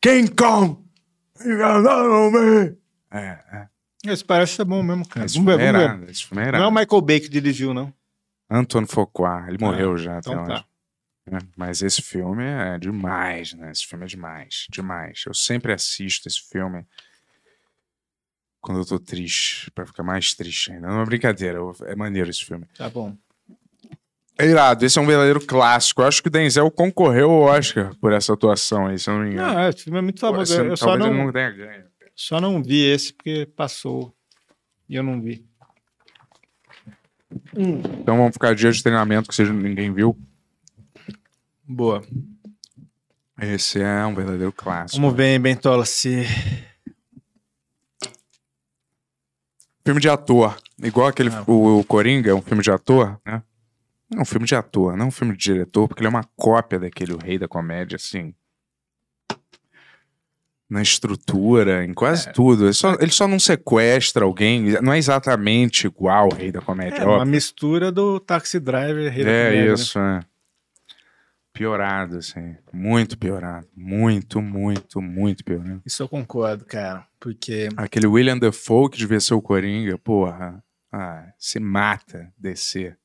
King Kong enganou me! É, é.
Esse parece ser bom mesmo, cara.
Esse
Vamos ver,
filme é
vamos ver.
irado, esse filme é
Não é o
irado.
Michael Bay que dirigiu, não.
Antoine Fuqua, ele morreu já, até
então tá.
onde. É, Mas esse filme é demais, né? Esse filme é demais, demais. Eu sempre assisto esse filme quando eu tô triste, pra ficar mais triste ainda. Não é brincadeira, eu- é maneiro esse filme.
Tá bom.
É irado, esse é um verdadeiro clássico. Eu acho que o Denzel concorreu ao Oscar por essa atuação aí, se eu não me engano.
Não, é, esse filme é muito famoso.
Se-
Eu só
talvez
não,
ele não tenha ganho.
só não vi esse porque passou e eu não vi.
Então vamos ficar dia de treinamento, que seja ninguém viu.
Boa.
Esse é um verdadeiro clássico.
Vamos ver, hein, Bentola, se...
Um Filme de ator. Igual aquele.
Ah.
O, o Coringa é um filme de ator, né? É um filme de ator, não um filme de diretor, porque ele é uma cópia daquele O Rei da Comédia, assim. Na estrutura, em quase
É.
tudo. Ele só, ele só não sequestra alguém. Não é exatamente igual o Rei da Comédia,
É
óbvio.
uma mistura do Taxi Driver. Rei da
É
Comédia, né?
isso, é. Piorado, assim. Muito piorado. Muito, muito, muito piorado.
Isso eu concordo, cara. Porque
Aquele William Dafoe que devia ser o Coringa, porra. Ah, se mata descer.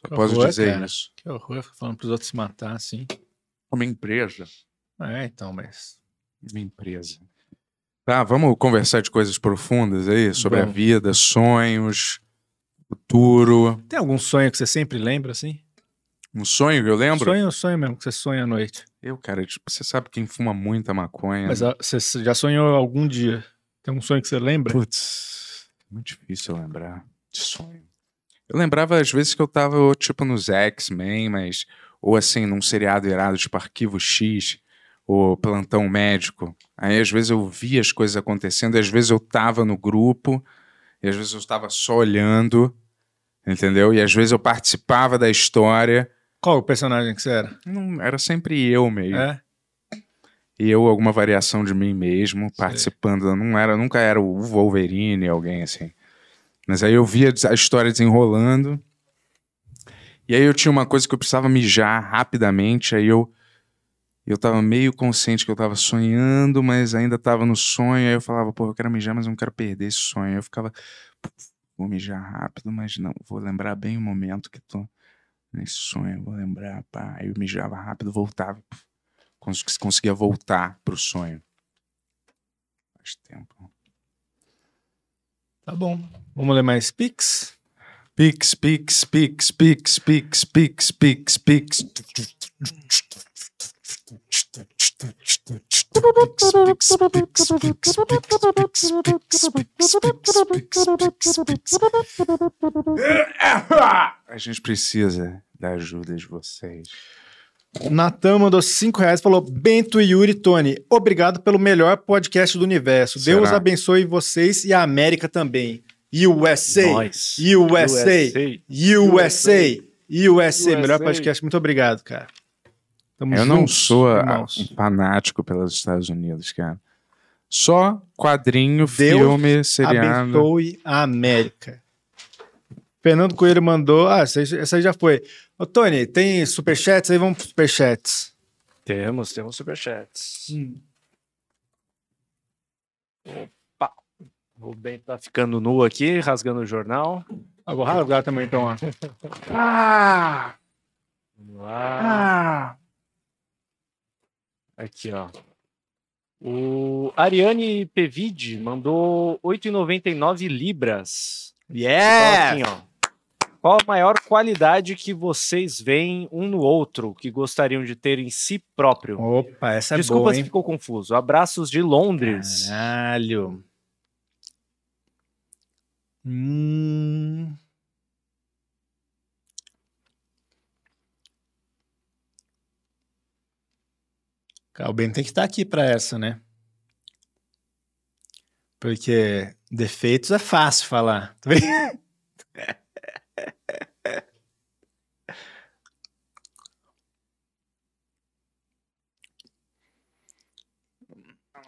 Só
Que
posso
horror,
dizer
cara.
isso.
que horror ficar falando pros outros se matar, assim.
Uma empresa.
É, então, mas...
Uma empresa. Tá, vamos conversar de coisas profundas aí? Sobre a
Vamos.
vida, sonhos, futuro.
Tem algum sonho que você sempre lembra, assim?
Um sonho que eu lembro?
Sonho, sonho mesmo, que você sonha à noite.
Eu, cara, tipo, você sabe quem fuma muita maconha.
Mas
né?
ah, você você já sonhou algum dia? Tem um sonho que você lembra?
Putz, é muito difícil eu lembrar de sonho. Eu lembrava às vezes que eu tava, ou, tipo, nos X-Men, mas. Ou assim, num seriado irado, tipo Arquivo X, ou Plantão Médico. Aí às vezes eu via as coisas acontecendo, e, às vezes eu tava no grupo, e às vezes eu estava só olhando, entendeu? E às vezes eu participava da história.
Qual o personagem que você era?
Não, era sempre eu mesmo.
É?
E eu, alguma variação de mim mesmo, participando. Não era, nunca era o Wolverine, alguém assim. Mas aí eu via a história desenrolando. E aí eu tinha uma coisa que eu precisava mijar rapidamente. Aí eu. Eu tava meio consciente que eu tava sonhando, mas ainda tava no sonho. Aí eu falava, pô, eu quero mijar, mas eu não quero perder esse sonho. Aí eu ficava, "Pô, vou mijar rápido, mas não, vou lembrar bem o momento que tô nesse sonho, vou lembrar, pá. Aí eu mijava rápido, voltava cons conseguia voltar pro sonho. Faz tempo.
Tá bom. Vamos ler mais Pix?
Pix, pix, pix, pix, pix, pix, pix, pix. A gente precisa da ajuda de vocês.
Natan mandou 5 reais falou: Bento, Yuri e Tony, obrigado pelo melhor podcast do universo.
Será?
Deus abençoe vocês e a América também. USA!
Nós.
USA! USA! USA! Melhor
USA.
podcast, muito obrigado, cara. Tamo
Eu não
juntos, é
sou a-
irmãos.
um fanático pelos Estados Unidos, cara. Só quadrinho, filme, seriado.
Abençoe a América. Fernando Coelho mandou. Ah, essa aí, essa aí já foi. Ô, Tony, tem superchats aí? Vamos pro superchats.
Temos, temos superchats.
Hum.
Opa! O Ben tá ficando nu aqui, rasgando o jornal.
Ah, vou rasgar também, então.
(laughs)
ó.
Ah,
Vamos lá.
ah.
Aqui, ó. O Ariane Pevide mandou 8,99 libras. Fala
Yeah!
assim, ó. Qual a maior qualidade que vocês veem um no outro que gostariam de ter em si próprio?
Opa, essa é
Desculpa
boa,
se
hein?
ficou confuso. Abraços de Londres.
Caralho. Hum, Cara, o Ben tem que estar aqui pra essa, né? Porque defeitos é fácil falar. (laughs) Tá vendo?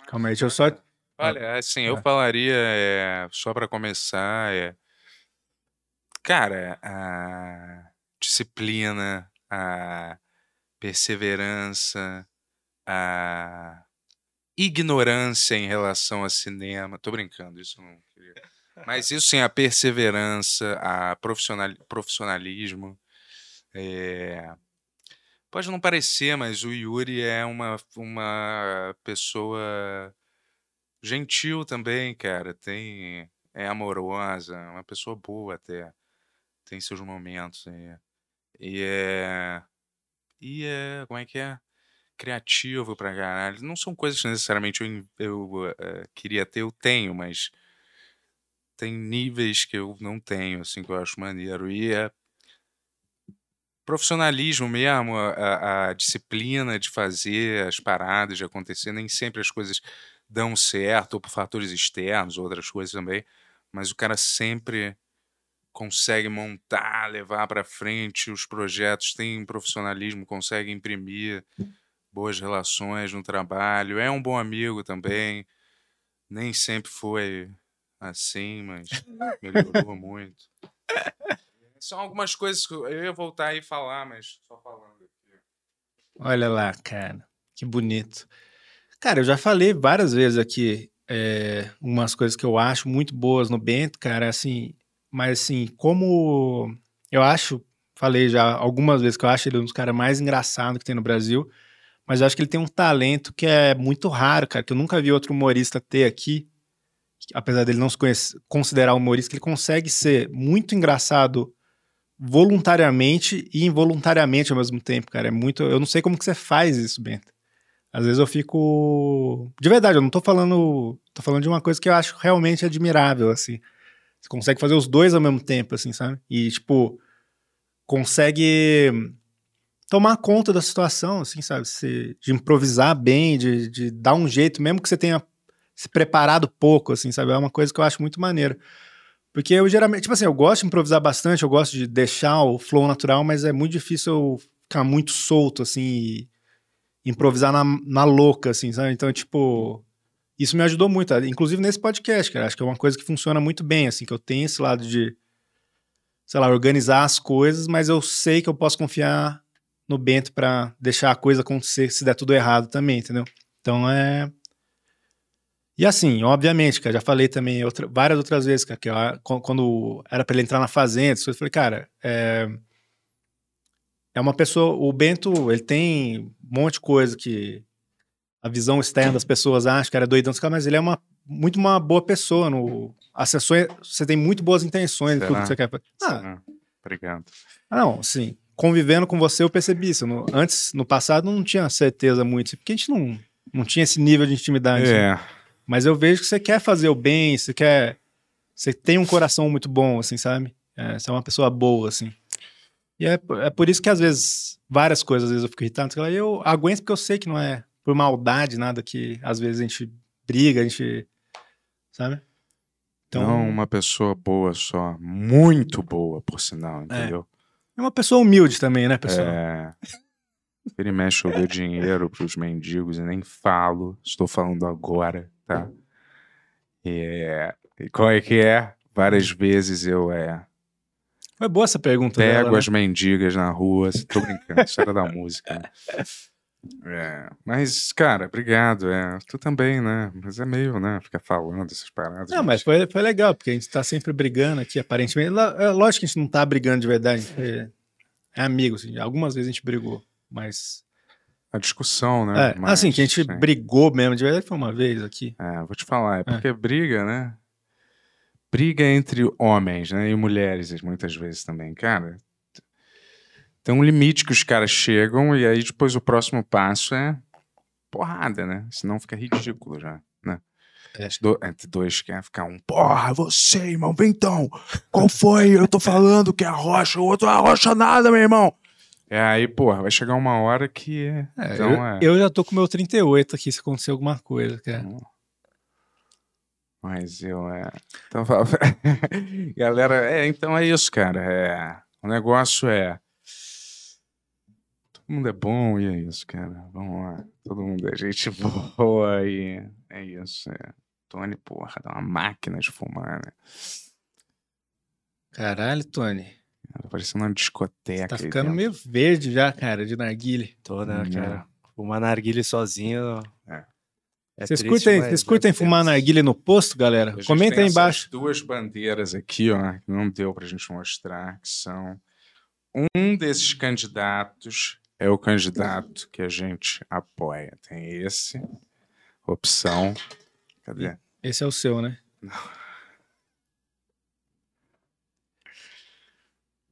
Calma aí, deixa eu só.
Olha, assim,
É.
eu falaria, é, só para começar, é, cara, a disciplina, a perseverança, a ignorância em relação a cinema. Tô brincando, isso eu não queria. Mas isso sim, a perseverança, a profissional, profissionalismo. é, Pode não parecer, mas o Yuri é uma, uma pessoa gentil também, cara. Tem é amorosa, uma pessoa boa até. Tem seus momentos aí. E é e é como é que é? Criativo pra caralho. Não são coisas que necessariamente eu, in- eu eh, queria ter, eu tenho, mas tem níveis que eu não tenho, assim, que eu acho maneiro. E é profissionalismo mesmo, a- a, a disciplina de fazer as paradas, de acontecer. Nem sempre as coisas dão certo, ou por fatores externos, ou outras coisas também, mas o cara sempre consegue montar, levar para frente os projetos, tem um profissionalismo, consegue imprimir boas relações no trabalho, é um bom amigo também, nem sempre foi assim, mas melhorou muito. São algumas coisas que eu eu ia voltar aí e falar, mas só falando aqui.
Olha lá, cara, que bonito. Cara, eu já falei várias vezes aqui é, umas coisas que eu acho muito boas no Bento, cara, assim, mas assim, como eu acho, falei já algumas vezes que eu acho ele um dos caras mais engraçados que tem no Brasil, mas eu acho que ele tem um talento que é muito raro, cara, que eu nunca vi outro humorista ter aqui, apesar dele não se conhece- considerar humorista, que ele consegue ser muito engraçado voluntariamente e involuntariamente ao mesmo tempo, cara. É muito. Eu não sei como que você faz isso, Bento. Às vezes eu fico. De verdade, eu não tô falando. Tô falando de uma coisa que eu acho realmente admirável, assim. Você consegue fazer os dois ao mesmo tempo, assim, sabe? E, tipo, consegue tomar conta da situação, assim, sabe? Se- de improvisar bem, de, de dar um jeito, mesmo que você tenha se preparado pouco, assim, sabe? É uma coisa que eu acho muito maneira. Porque eu geralmente, tipo assim, eu gosto de improvisar bastante, eu gosto de deixar o flow natural, mas é muito difícil eu ficar muito solto, assim, e improvisar na, na louca, assim, sabe? Então, tipo, isso me ajudou muito, tá? inclusive nesse podcast, cara. Acho que é uma coisa que funciona muito bem, assim, que eu tenho esse lado de, sei lá, organizar as coisas, mas eu sei que eu posso confiar no Bento pra deixar a coisa acontecer se der tudo errado também, entendeu? Então é. E assim, obviamente, cara, já falei também outra- várias outras vezes, cara, que eu a- qu- quando era pra ele entrar na fazenda, essas coisas, eu falei, cara, é, é uma pessoa, o Bento, ele tem um monte de coisa que a visão externa das pessoas acha que era doidão, sei lá, mas ele é uma, muito uma boa pessoa no as sessões, você tem muito boas intenções em tudo
Será?
que você quer. fazer. Ah,
Ah, Obrigado.
ah, Não, assim, convivendo com você eu percebi isso. No- antes, no passado, eu não tinha certeza muito, assim, porque a gente não, não tinha esse nível de intimidade. né?
É,
Mas eu vejo que você quer fazer o bem, você quer... Você tem um coração muito bom, assim, sabe? É, você é uma pessoa boa, assim. E é, po- é por isso que às vezes, várias coisas, às vezes eu fico irritado, sei lá, e eu aguento porque eu sei que não é por maldade, nada que às vezes a gente briga, a gente... Sabe? Então,
Não uma pessoa boa só, muito boa, por sinal, entendeu?
é uma pessoa humilde também, né, pessoal?
É. Ele mexe eu dou dinheiro pros mendigos e nem falo, estou falando agora, tá? E, é, e qual é que é? Várias vezes eu é,
Foi boa essa pergunta
pego
dela, né?
as mendigas na rua, tô brincando, isso era da música.
(laughs)
né? É, mas, cara, obrigado. É, tu também, né? Mas é meio, né? Ficar falando essas paradas.
Não, mas foi, foi legal, porque a gente tá sempre brigando aqui, aparentemente. Lá- é Lógico que a gente não tá brigando de verdade, a gente é, é amigo, assim. Algumas vezes a gente brigou, mas
a discussão, né?
É, assim, que a gente
sim.
brigou mesmo, de verdade foi uma vez aqui.
É, vou te falar, é porque briga, né? Briga entre homens, né? E mulheres, muitas vezes também, cara. Tem um limite que os caras chegam e aí depois o próximo passo é porrada, né? Senão fica ridículo já, né?
É.
Do- entre dois quer ficar um, porra, você, irmão, vem então. Qual foi? Eu tô falando que é a rocha, o outro, a rocha nada, meu irmão. É aí, porra, vai chegar uma hora que. é,
É,
então,
eu,
é.
eu já tô com o meu 38 aqui, se acontecer alguma coisa, cara.
Mas eu é. Então, fala- (laughs) galera, é, então é isso, cara. É, o negócio é. Todo mundo é bom e é isso, cara. Vamos lá. Todo mundo é gente (laughs) boa e é isso. É. Tony, porra, dá uma máquina de fumar, né?
Caralho, Tony.
Tá parecendo uma discoteca.
Tá
aí
ficando
dentro.
meio verde já, cara, de narguile.
Tô, né,
Hum,
cara? Fumar narguile sozinho.
É.
é
vocês
triste,
curtem,
mas
vocês
é
curtem
tenso.
fumar narguile no posto, galera?
A gente
Comenta
tem
aí
essas
embaixo.
duas bandeiras aqui, ó, que não deu pra gente mostrar, que são um desses candidatos é o candidato que a gente apoia. Tem esse opção. Cadê?
Esse é o seu, né?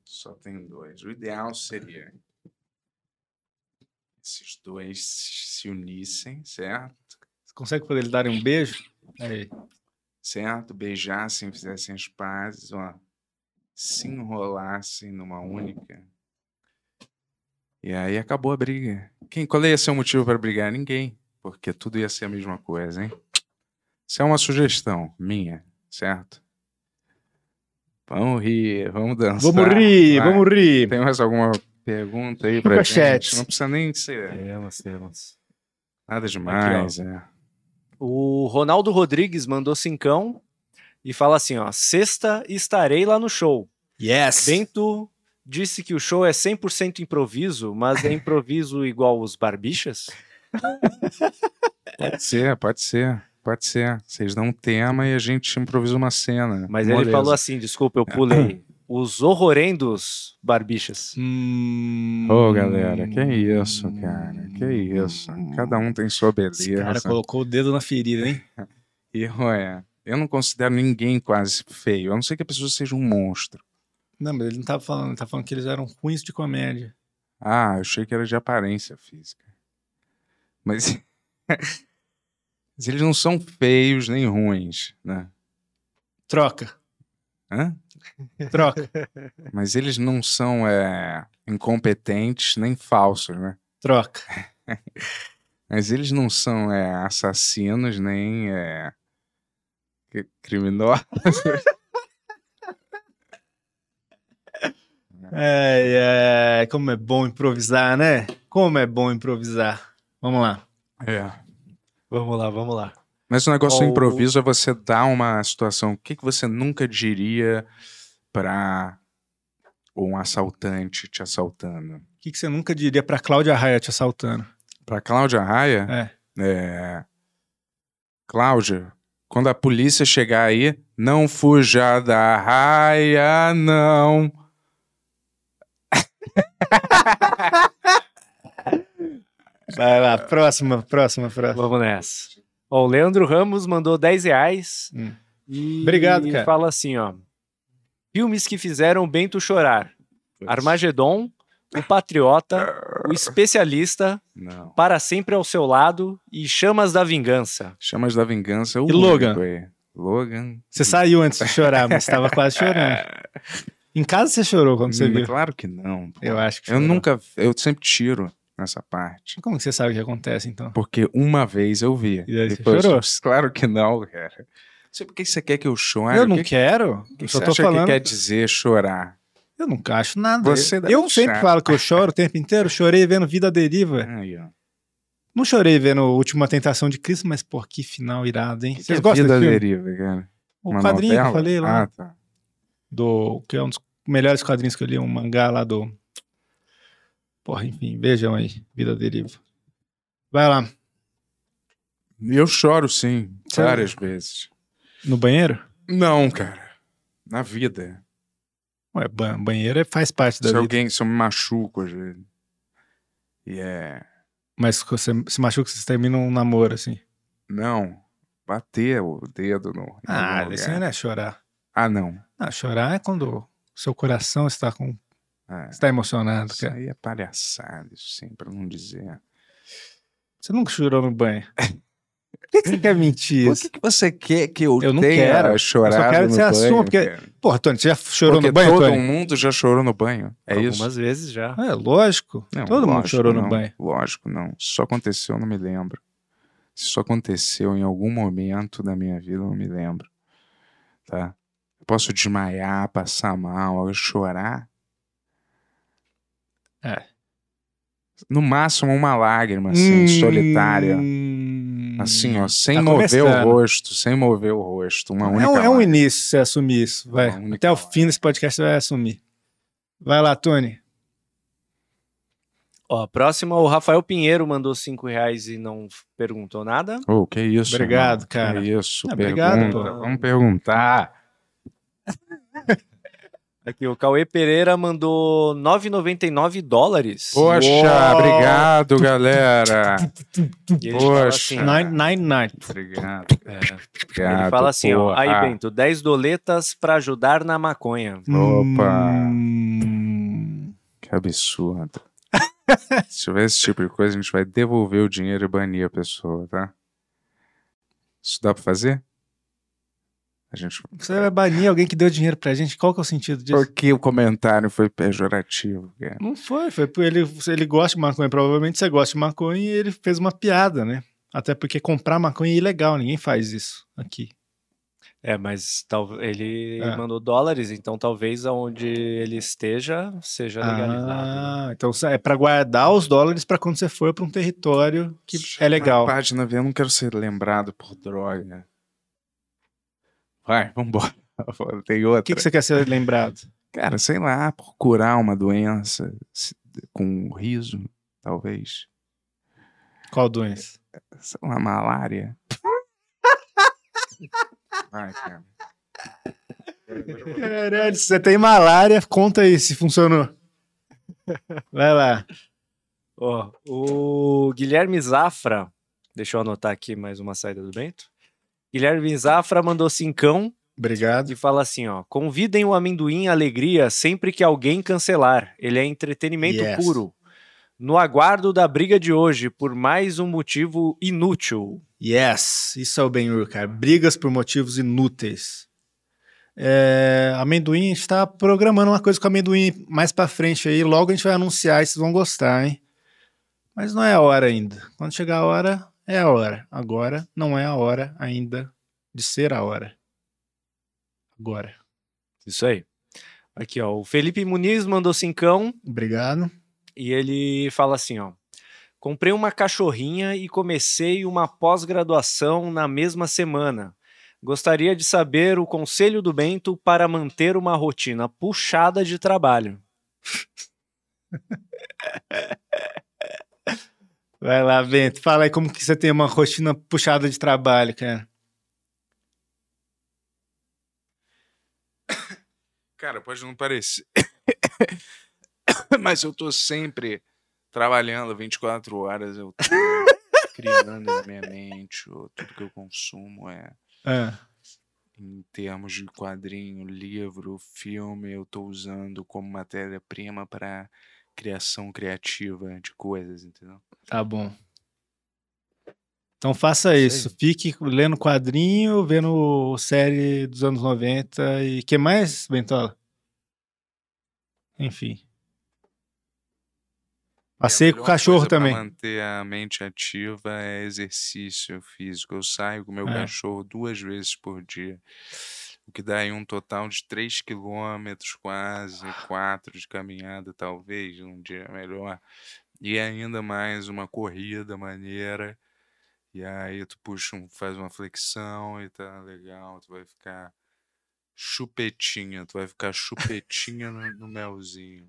Só tem dois. O ideal seria esses dois se unissem, certo?
Você consegue fazer eles darem um beijo? Aí.
Certo? Beijassem, fizessem as pazes, ó, se
Hum.
enrolassem numa única. E aí acabou a briga. Quem, qual ia ser o motivo para brigar? Ninguém. Porque tudo ia ser a mesma coisa, hein? Isso é uma sugestão minha, certo? Vamos rir, vamos dançar.
Vamos rir,
vai.
vamos rir.
Tem mais alguma pergunta aí pra
Superchats.
gente? Não precisa nem
É.
ser
Temos, temos.
nada demais. é.
O Ronaldo Rodrigues mandou cincão e fala assim, ó, sexta estarei lá no show.
Yes!
Bento disse que o show é 100% improviso, mas é improviso (laughs) igual os barbichas?
Pode ser, pode ser, pode ser. Vocês dão um tema e a gente improvisa uma cena.
Mas ele falou assim, desculpa,
(coughs)
eu pulei. Os horrorendos barbichas.
Hum...
Ô, galera, que isso, cara, que isso. Cada um tem sua
Esse cara
beleza.
colocou o dedo na ferida, hein?
E, olha, eu não considero ninguém quase feio, a não ser que a pessoa seja um monstro.
Não, mas ele não tava falando, ele tava falando que eles eram ruins de comédia.
Ah, eu achei que era de aparência física. Mas, (laughs) Mas eles não são feios nem ruins, né?
Troca,
Hã?
(laughs) troca,
Mas eles não são é, incompetentes nem falsos, né?
troca.
Mas eles não são é, assassinos nem é, cri- criminosos.
É, é, como é bom improvisar, né? Como é bom improvisar. Vamos lá.
Vamos lá, vamos lá.
Mas o negócio do
Ou-
improviso é você dar uma situação. O que, que você nunca diria pra um assaltante te assaltando?
O que, que você nunca diria pra Cláudia Raia te assaltando?
Pra Cláudia Raia?
É.
É. Cláudia, quando a polícia chegar aí, não fuja da raia, não.
Vai (laughs) lá, próxima, próxima, próxima.
Vamos nessa. Ó, o Leandro Ramos mandou 10 reais.
Hum.
E
Obrigado, cara.
fala assim, ó. Filmes que fizeram Bento chorar. Armagedon, O Patriota, O Especialista,
Não.
Para Sempre ao Seu Lado e Chamas da Vingança.
Chamas da Vingança é o
E Logan?
único aí. Logan.
Você saiu antes de chorar, mas estava quase (laughs) chorando. Em casa você chorou quando você
Hum,
viu.
Claro que não. pô.
Eu acho que
Eu
chorou.
nunca. Eu sempre tiro nessa parte.
Como que você sabe o que acontece, então?
Porque uma vez eu vi.
E aí você
Depois,
chorou?
Claro que não, cara. Não sei por que você quer que eu chore.
eu não
o que,
quero.
que
Eu
você
só tô
acha
falando.
que quer dizer chorar?
Eu nunca acho nada.
Você um deve
eu sempre
achar.
falo que eu choro o tempo inteiro. Chorei vendo Vida à Deriva.
Aí, ó.
Não chorei vendo Última Tentação de Cristo, mas pô, que final irado, hein?
Que
Vocês
é
gostam
vida
desse
à
filme?
deriva, cara?
O
Uma
quadrinho que eu
novela?
falei lá.
Ah, tá.
do que é um dos melhores quadrinhos que eu li, um mangá lá do. Porra, enfim, vejam aí, Vida à Deriva. Vai lá,
E Eu choro, sim.
Sério?
Várias vezes.
no banheiro?
Não, cara. Na vida.
Ué, ba- banheiro é- faz parte da
se
vida.
alguém, se eu me machuco às vezes. E é.
Mas você se machuca, vocês terminam um namoro, assim.
Não. Bater o dedo no. no
Ah,
lugar.
isso aí não é chorar.
Ah, não.
Ah, chorar é quando o seu coração está com
Ah,
está emocionado,
isso
cara.
aí é palhaçada, isso sim, pra não dizer.
Você nunca chorou
(laughs)
no banho. Por que que você quer mentir
Por
isso?
que, que você quer que eu,
Eu não
tenha
quero.
chorado
Eu só quero
no
que você
banho,
assuma, porque-
cara?
Porra, Tony, você já chorou
Porque
no banho,
todo
Tony?
mundo já chorou no banho. É
Algumas
isso?
vezes já.
É, lógico.
Não,
todo mundo
lógico,
chorou
não,
no banho.
Lógico, não. Se isso aconteceu, eu não me lembro. Se isso aconteceu em algum momento da minha vida, eu não me lembro. Tá? Eu posso desmaiar, passar mal, eu chorar.
É.
No máximo uma lágrima, assim,
Hum.
solitária. Assim, ó, sem
Tá
mover
começando.
o rosto, sem mover o rosto. Uma única
É um, é um
lágrima.
início você assumir isso. Vai.
Uma única
Até o
lágrima.
fim desse podcast você vai assumir. Vai lá, Tony.
Ó, a próxima, o Rafael Pinheiro mandou cinco reais e não f- perguntou nada.
Oh, que isso.
Obrigado,
irmão.
cara.
Que isso.
Ah,
Obrigado,
obrigado,
pô.
Vamos perguntar.
Aqui, o Cauê Pereira mandou 9,99 dólares.
Poxa,
Uou.
obrigado,
(laughs)
galera.
E ele fala
poxa.
assim,
Ah.
Nine, nine, nine.
Obrigado.
é,
obrigado
ele fala assim, ó,
porra. Ah,
aí Bento, 10 doletas pra ajudar na maconha.
Opa.
Hum.
Que
(laughs)
absurdo. Se tiver esse tipo de coisa, a gente vai devolver o dinheiro e banir a pessoa, tá? Isso dá pra fazer? A gente...
Você vai banir alguém que deu dinheiro pra gente? Qual que é o sentido disso?
Porque o comentário foi pejorativo, cara.
Não foi, foi porque ele, ele gosta de maconha. Provavelmente você gosta de maconha e ele fez uma piada, né? Até porque comprar maconha é ilegal, ninguém faz isso aqui.
É, mas tal, ele
É.
mandou dólares, então talvez aonde ele esteja seja É legalizado. né?
Ah, então é pra guardar os dólares pra quando você for pra um território que é legal.
Na página, eu não quero ser lembrado por droga. Vai, vambora. (laughs) Tem outra.
O que, que você quer ser lembrado?
Cara, sei lá, por curar uma doença se- com riso, talvez.
Qual doença?
Sei lá, malária. (laughs) Vai, cara.
Caralho, se você tem malária, conta aí se funcionou. Vai lá.
Ó, o Guilherme Zafra, deixa eu anotar aqui mais uma saída do Bento. Guilherme Zafra mandou cincão
Obrigado.
e fala assim, ó, convidem o amendoim alegria sempre que alguém cancelar. Ele é entretenimento
Yes.
puro. No aguardo da briga de hoje, por mais um motivo inútil.
Yes, isso é o Ben-Hur, cara. Brigas por motivos inúteis. É, amendoim, a gente tá programando uma coisa com amendoim mais pra frente aí. Logo a gente vai anunciar e vocês vão gostar, hein? Mas não é a hora ainda. Quando chegar a hora, é a hora. Agora não é a hora ainda de ser a hora. Agora.
Isso aí. Aqui, ó, o Felipe Muniz mandou cincão
Obrigado.
E ele fala assim, ó. Comprei uma cachorrinha e comecei uma pós-graduação na mesma semana. Gostaria de saber o conselho do Bento para manter uma rotina puxada de trabalho.
Vai lá, Bento. Fala aí como que você tem uma rotina puxada de trabalho, cara.
Cara, pode não (coughs) parecer. Mas eu tô sempre trabalhando 24 horas, eu (laughs) tô criando na minha mente, eu- tudo que eu consumo é
Ah,
em termos de quadrinho, livro, filme, eu estou usando como matéria-prima para criação criativa de coisas, entendeu?
tá bom. Então faça
Isso
isso. Fique lendo quadrinho, vendo série dos anos 90 e que mais, Bentola? Enfim.
É
Passei com o cachorro também.
Para manter a mente ativa é exercício físico. Eu saio com meu
É.
cachorro duas vezes por dia, o que dá aí um total de 3 quilômetros, quase 4 de caminhada, talvez, um dia melhor. E ainda mais uma corrida maneira. E aí tu puxa um, faz uma flexão e tá legal, tu vai ficar chupetinha, tu vai ficar chupetinha no, no melzinho.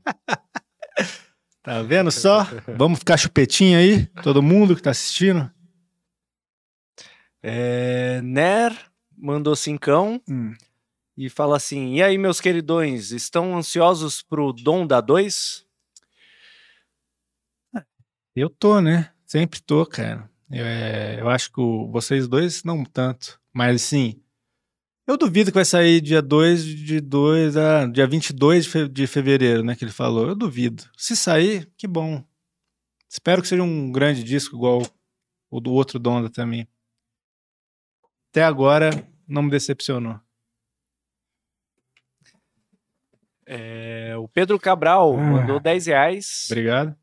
Tá vendo só? Vamos ficar chupetinho aí, todo mundo que tá assistindo.
É, Ner mandou cincão
Hum.
e fala assim: E aí, meus queridões, estão ansiosos pro Dom da 2?
Eu tô, né? Sempre tô, cara. Eu, é, eu acho que o- vocês dois não tanto. Mas assim, eu duvido que vai sair dia 2 de 2 a dia 22 de fe- de fevereiro, né, que ele falou. Eu duvido. Se sair, que bom. Espero que seja um grande disco igual o do outro Donda também. Até agora não me decepcionou.
É, o Pedro Cabral
Ah.
mandou 10 reais
Obrigado.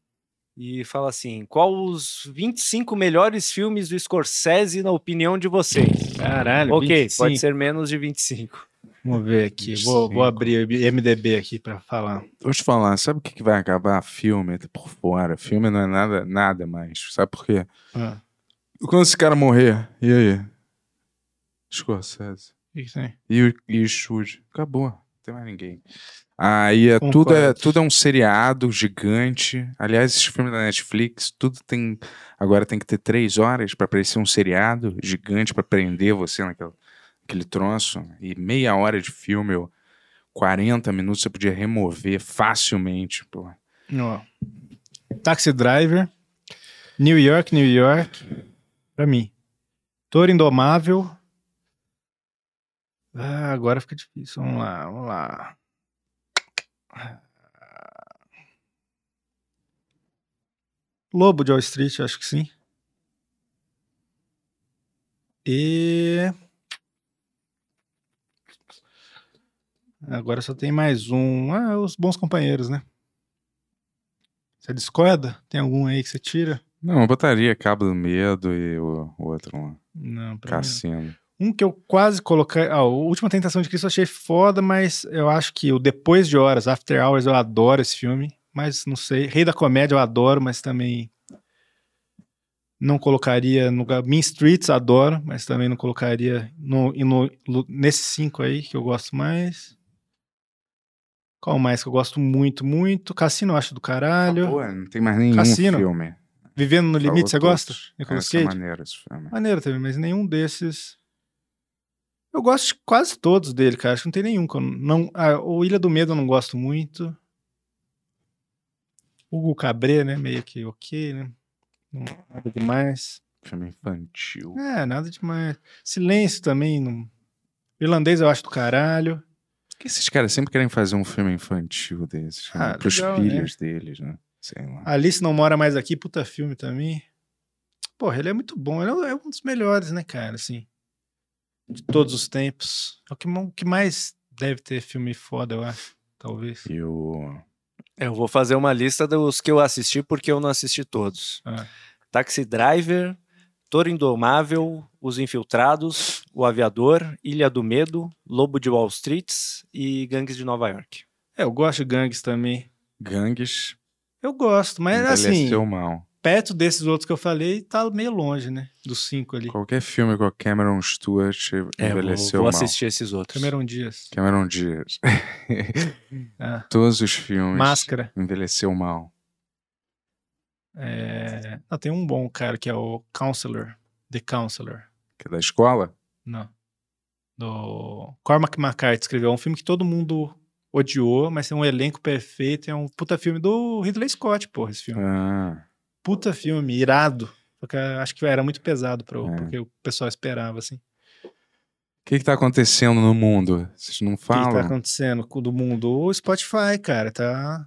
e fala assim: qual os 25 melhores filmes do Scorsese na opinião de vocês?
Caralho,
ok,
25.
pode ser menos de 25.
Vamos ver aqui. Vou, vou abrir o MDB aqui pra falar.
Vou te falar, sabe o que, que vai acabar? Filme tá por fora. Filme não é nada, nada mais. Sabe por quê?
Ah,
Quando esse cara morrer, e aí? Scorsese.
o que que tem?
E o, e o Shuji. Acabou. Não tem mais ninguém. Aí é
Concordo.
tudo, é tudo é um seriado gigante. Aliás, esses filmes da Netflix, tudo tem. Agora tem que ter três horas pra parecer um seriado gigante pra prender você naquela, naquele troço. E meia hora de filme, ou 40 minutos, você podia remover facilmente. Pô.
Ó. Taxi Driver, New York, New York, pra mim. Toro Indomável. Ah, agora fica difícil. Vamos lá, vamos lá. Lobo de Wall Street, acho que sim. E. Agora só tem mais um. Ah, os bons companheiros, né? Você discorda? Tem algum aí que você tira?
Não, eu botaria Cabo do Medo e o, o outro lá,
Não, pra mim
Cassino.
não. Um que eu quase coloquei. Ah, o Última Tentação de Cristo eu achei foda, mas eu acho que o Depois de Horas, After Hours, eu adoro esse filme. Mas não sei. Rei da Comédia eu adoro, mas também. Não colocaria no lugar. Mean Streets adoro, mas também não colocaria no, e no- lu- nesses cinco aí que eu gosto mais. Qual mais que eu gosto muito, muito? Cassino eu acho do caralho.
Pô, Tá não tem mais nenhum
Cassino.
filme.
Vivendo no Limite, você
Falou
gosta?
todos.
Nicolas
Essa é
Cage?
maneiro esse filme.
Maneiro também, mas nenhum desses. Eu gosto de quase todos dele, cara. Acho que não tem nenhum. Que eu não... ah, o Ilha do Medo eu não gosto muito. Hugo Cabré, né? Meio que ok, né? Não, nada demais.
Filme infantil.
É, nada demais. Silêncio também. Não... Irlandês eu acho do caralho.
Por que esses caras sempre querem fazer um filme infantil desses?
Ah,
Para Pros
legal, né?
filhos deles, né? Sei lá.
Alice Não Mora Mais Aqui, puta filme também. Porra, ele é muito bom. Ele é um- é um dos melhores, né, cara? Assim, de todos os tempos. É o que, mo- o que mais deve ter filme foda, eu acho. Talvez.
E o.
Eu vou fazer uma lista dos que eu assisti porque eu não assisti todos:
Ah.
Taxi Driver, Toro Indomável, Os Infiltrados, O Aviador, Ilha do Medo, Lobo de Wall Street e Gangues de Nova York.
É, eu gosto de Gangues também.
Gangues
Eu gosto, mas assim,
envelheceu um mal.
perto desses outros que eu falei, tá meio longe, né? Dos cinco ali.
Qualquer filme com a Cameron Stewart É, envelheceu
vou
mal.
assistir esses outros.
Cameron Dias.
Cameron Diaz.
Ah.
Todos os filmes
Máscara.
envelheceu mal.
É... Não, tem um bom cara que é o Counselor. The Counselor.
Que é da escola?
Não. Do Cormac McCarthy escreveu. É um filme que todo mundo odiou, mas tem um elenco perfeito. É um puta filme do Ridley Scott, porra, esse filme.
Ah,
Puta filme, irado. Porque acho que era muito pesado pro,
É.
porque o pessoal esperava, assim.
o que, que tá acontecendo no mundo? Vocês não
O que que tá
falam?
acontecendo com o do mundo? O Spotify, cara, tá,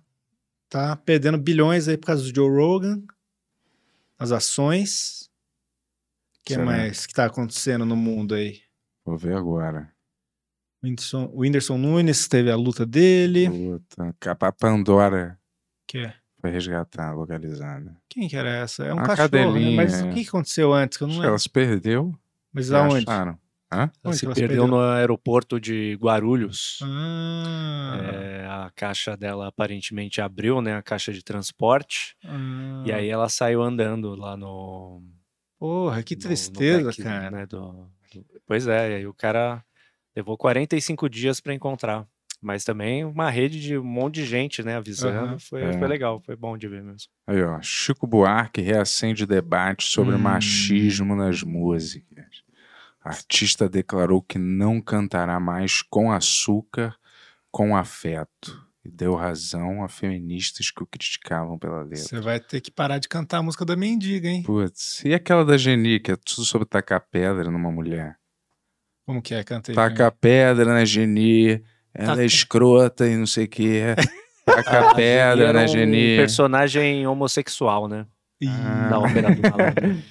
tá perdendo bilhões aí por causa do Joe Rogan, as ações. O que
Será?
mais que tá acontecendo no mundo aí?
Vou ver agora.
Whindersson- O Whindersson Nunes teve a luta dele.
Puta, a Pandora
Que é?
foi resgatada, localizada.
Quem que era essa? É um
Uma
cachorro, né?
cadelinha,
Mas
é.
o que que aconteceu antes? Que eu não
Acho que
lembro.
ela se perdeu.
Mas
e
aonde?
Acharam. Hã?
Ela
Onde
Ah, se
que ela se
perdeu,
perdeu?
no aeroporto de Guarulhos.
Ah,
É, a caixa dela aparentemente abriu, né? A caixa de transporte.
ah.
E aí ela saiu andando lá no.
Porra, que
no- no
tristeza,
back,
cara.
né, do- do- Pois é, e aí o cara levou 45 dias pra encontrar. Mas também uma rede de um monte de gente, né? Avisando.
Aham.
Foi,
É.
foi legal, foi bom de ver mesmo.
Aí, ó. Chico Buarque reacende debate sobre
Hum.
machismo nas músicas. Artista declarou que não cantará mais com açúcar, com afeto. e deu razão a feministas que o criticavam pela letra.
Você vai ter que parar de cantar a música da mendiga, hein?
Putz, e aquela da Geni, que é tudo sobre tacar pedra numa mulher?
Como que é? Canta aí.
Taca pedra na Geni, ela
Taca. Ah,
é escrota e não sei o que.
(laughs)
Taca pedra
Era
na
um
É, né, Geni.
personagem homossexual, né?
Ih,
Ah.
Da ópera do
(laughs)
malandro.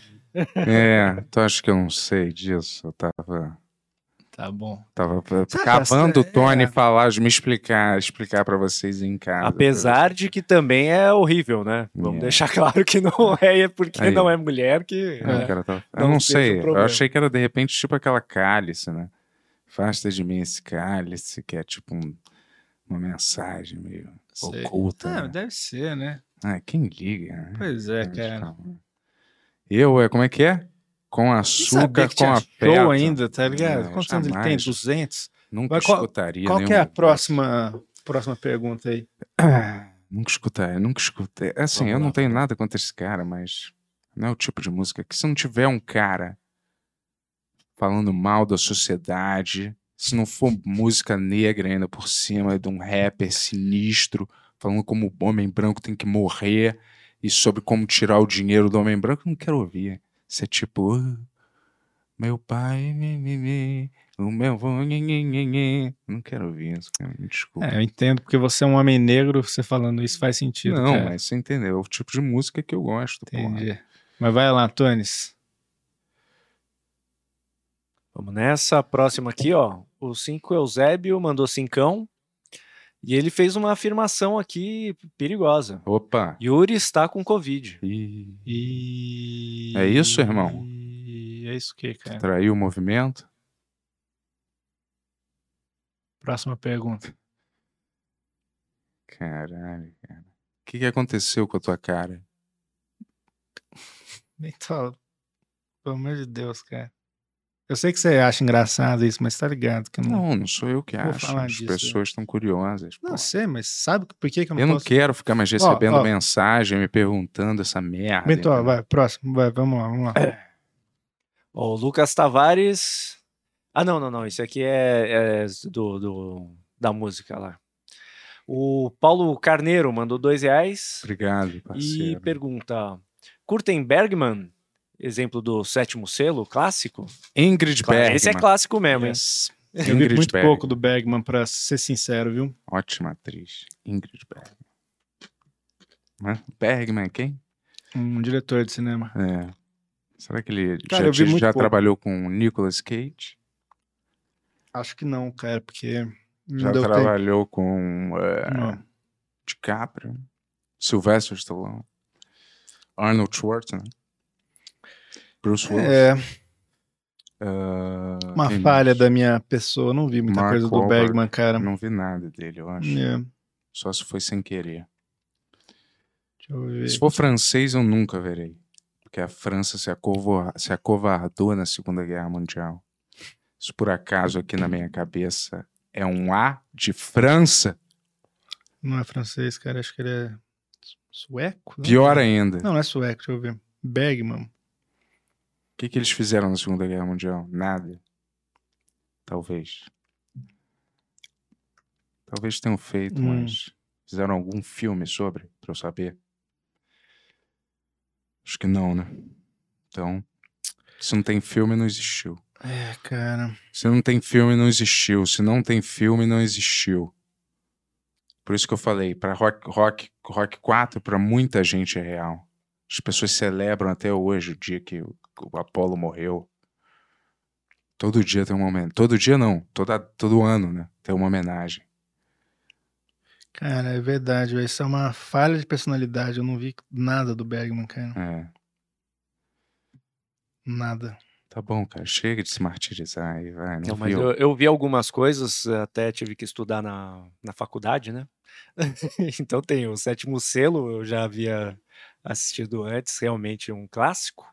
É, tu acha que eu não sei disso? Eu tava,
Tá bom.
tava
Sabe,
cavando o
essa-
Tony
é.
falar, de me explicar, explicar pra vocês em casa.
Apesar de que também é horrível, né? Vamos
Ah, É.
deixar claro que não (laughs) é, é porque
Aí.
não é mulher que.
É, o cara tava- Eu
né? Não
não,
tem esse
sei, eu
problema.
achei que era de repente tipo aquela cálice, né? Afasta de mim esse cálice, que é tipo um- uma mensagem meio
Sei.
oculta.
Ah,
né?
deve ser, né?
Ah, quem liga, né?
Pois é,
Mas
cara.
calma. Eu, é, como é que é? Com
Nem
açúcar,
sabia que
com
tinha
a
show
pedra.
ainda, tá ligado?
É,
Quantos anos ele tem?
jamais. um
200?
Nunca
Mas qual-
escutaria
Qual que é
nenhuma
a próxima, próxima pergunta aí?
Ah, (coughs) Nunca escutei, nunca escutei. Assim,
Vamos
eu não
lá.
tenho nada contra esse cara, mas não é o tipo de música que se não tiver um cara falando mal da sociedade, se não for música negra ainda por cima de um rapper sinistro falando como o homem branco tem que morrer e sobre como tirar o dinheiro do homem branco, eu não quero ouvir. Isso é tipo, "Ah, meu pai, mi, mi, mi, o meu vô, nhe, nhe, nhe, nhe." não quero ouvir isso, cara, me desculpa.
É, eu entendo, porque você é um homem negro, você falando isso faz sentido.
Não,
cara.
mas você entendeu. É o tipo de música que eu gosto, porra.
Entendi. Mas vai lá, Tones.
Vamos nessa próxima aqui, ó. O 5 Eusébio mandou cincão. E ele fez uma afirmação aqui perigosa.
Opa!
Yuri está com Covid.
Ih,
E...
É isso, irmão?
E... É isso que, cara.
traiu o movimento?
Próxima pergunta.
Caralho, cara. O que, que aconteceu com a tua cara?
Nem tô... Pelo amor de Deus, cara. Eu sei que você acha engraçado isso, mas tá ligado que eu não...
Não, não sou eu que
Vou
acho.
falar
As
disso,
pessoas estão curiosas.
Não
porra.
sei, mas sabe por que, que eu não
eu não
posso...
quero ficar mais recebendo
ó.
mensagem, me perguntando essa merda.
Bento, Então, ó,
entendeu?
vai, próximo, vai, vamos lá, vamos lá.
Ó, o Lucas Tavares. Ah, não, não, não. Isso aqui é, é do, do- da música lá. O Paulo Carneiro mandou dois reais
Obrigado, parceiro.
e pergunta: Curtem Bergman? Exemplo do sétimo selo clássico?
Ingrid
Claro,
Bergman.
Esse é clássico mesmo, hein?
Yes.
Eu vi
É Ingrid
muito
Bergman.
pouco do Bergman, pra ser sincero, viu?
Ótima atriz. Ingrid Bergman. Hã? Bergman, quem?
Um diretor de cinema.
É. Será que ele
Cara,
já,
eu
ti-
vi muito
já
pouco.
trabalhou com o Nicolas Cage?
Acho que não, cara, porque não
Já
deu tempo.
trabalhou com eh,
Não.
DiCaprio? Sylvester Stallone? Arnold Schwarzenegger? Bruce Willis?
É,
eh,
uma
quem
falha
mais?
né? da minha pessoa. Eu Não vi muita
Mark
coisa do
Wahlberg.
Bergman, cara.
Não vi nada dele, eu acho.
É,
Só se foi sem querer.
deixa eu ver.
Se for francês, eu nunca verei. Porque a França se, acovo- se acovardou na Segunda Guerra Mundial. Isso por acaso aqui na minha cabeça é um A de França?
Não é francês, cara. Acho que ele é su- sueco. não?
Pior ainda.
Não, não é sueco, deixa eu ver. Bergman.
O que, que eles fizeram na Segunda Guerra Mundial? Nada. Talvez. Talvez tenham feito,
Hum.
mas fizeram algum filme sobre, pra eu saber? Acho que não, né? Então, se não tem filme, não existiu.
É, cara.
Se não tem filme, não existiu. Se não tem filme, não existiu. Por isso que eu falei, pra Rock, rock, rock 4, pra muita gente é real. As pessoas celebram até hoje o dia que o, o Apolo morreu. Todo dia tem uma homenagem. Todo dia não, toda, todo ano, né? Tem uma homenagem.
Cara, é verdade. velho. Isso é uma falha de personalidade. Eu não vi nada do Bergman, cara.
É.
Nada.
Tá bom, cara. Chega de se martirizar aí, vai. Não,
Não, mas
viu?
eu, eu vi algumas coisas, até tive que estudar na, na faculdade, né? (laughs) então tem o Sétimo Selo, eu já havia assistido antes, realmente um clássico.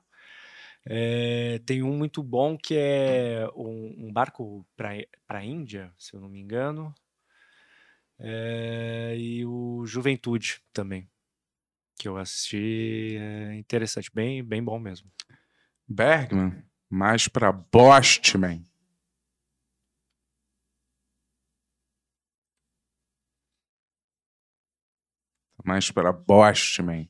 É, tem um muito bom que é um, um barco para a Índia, se eu não me engano. É, e o Juventude também, que eu assisti, é interessante, bem, bem bom mesmo. (laughs)
Bergman, mais pra Bostman. mais para Bostman.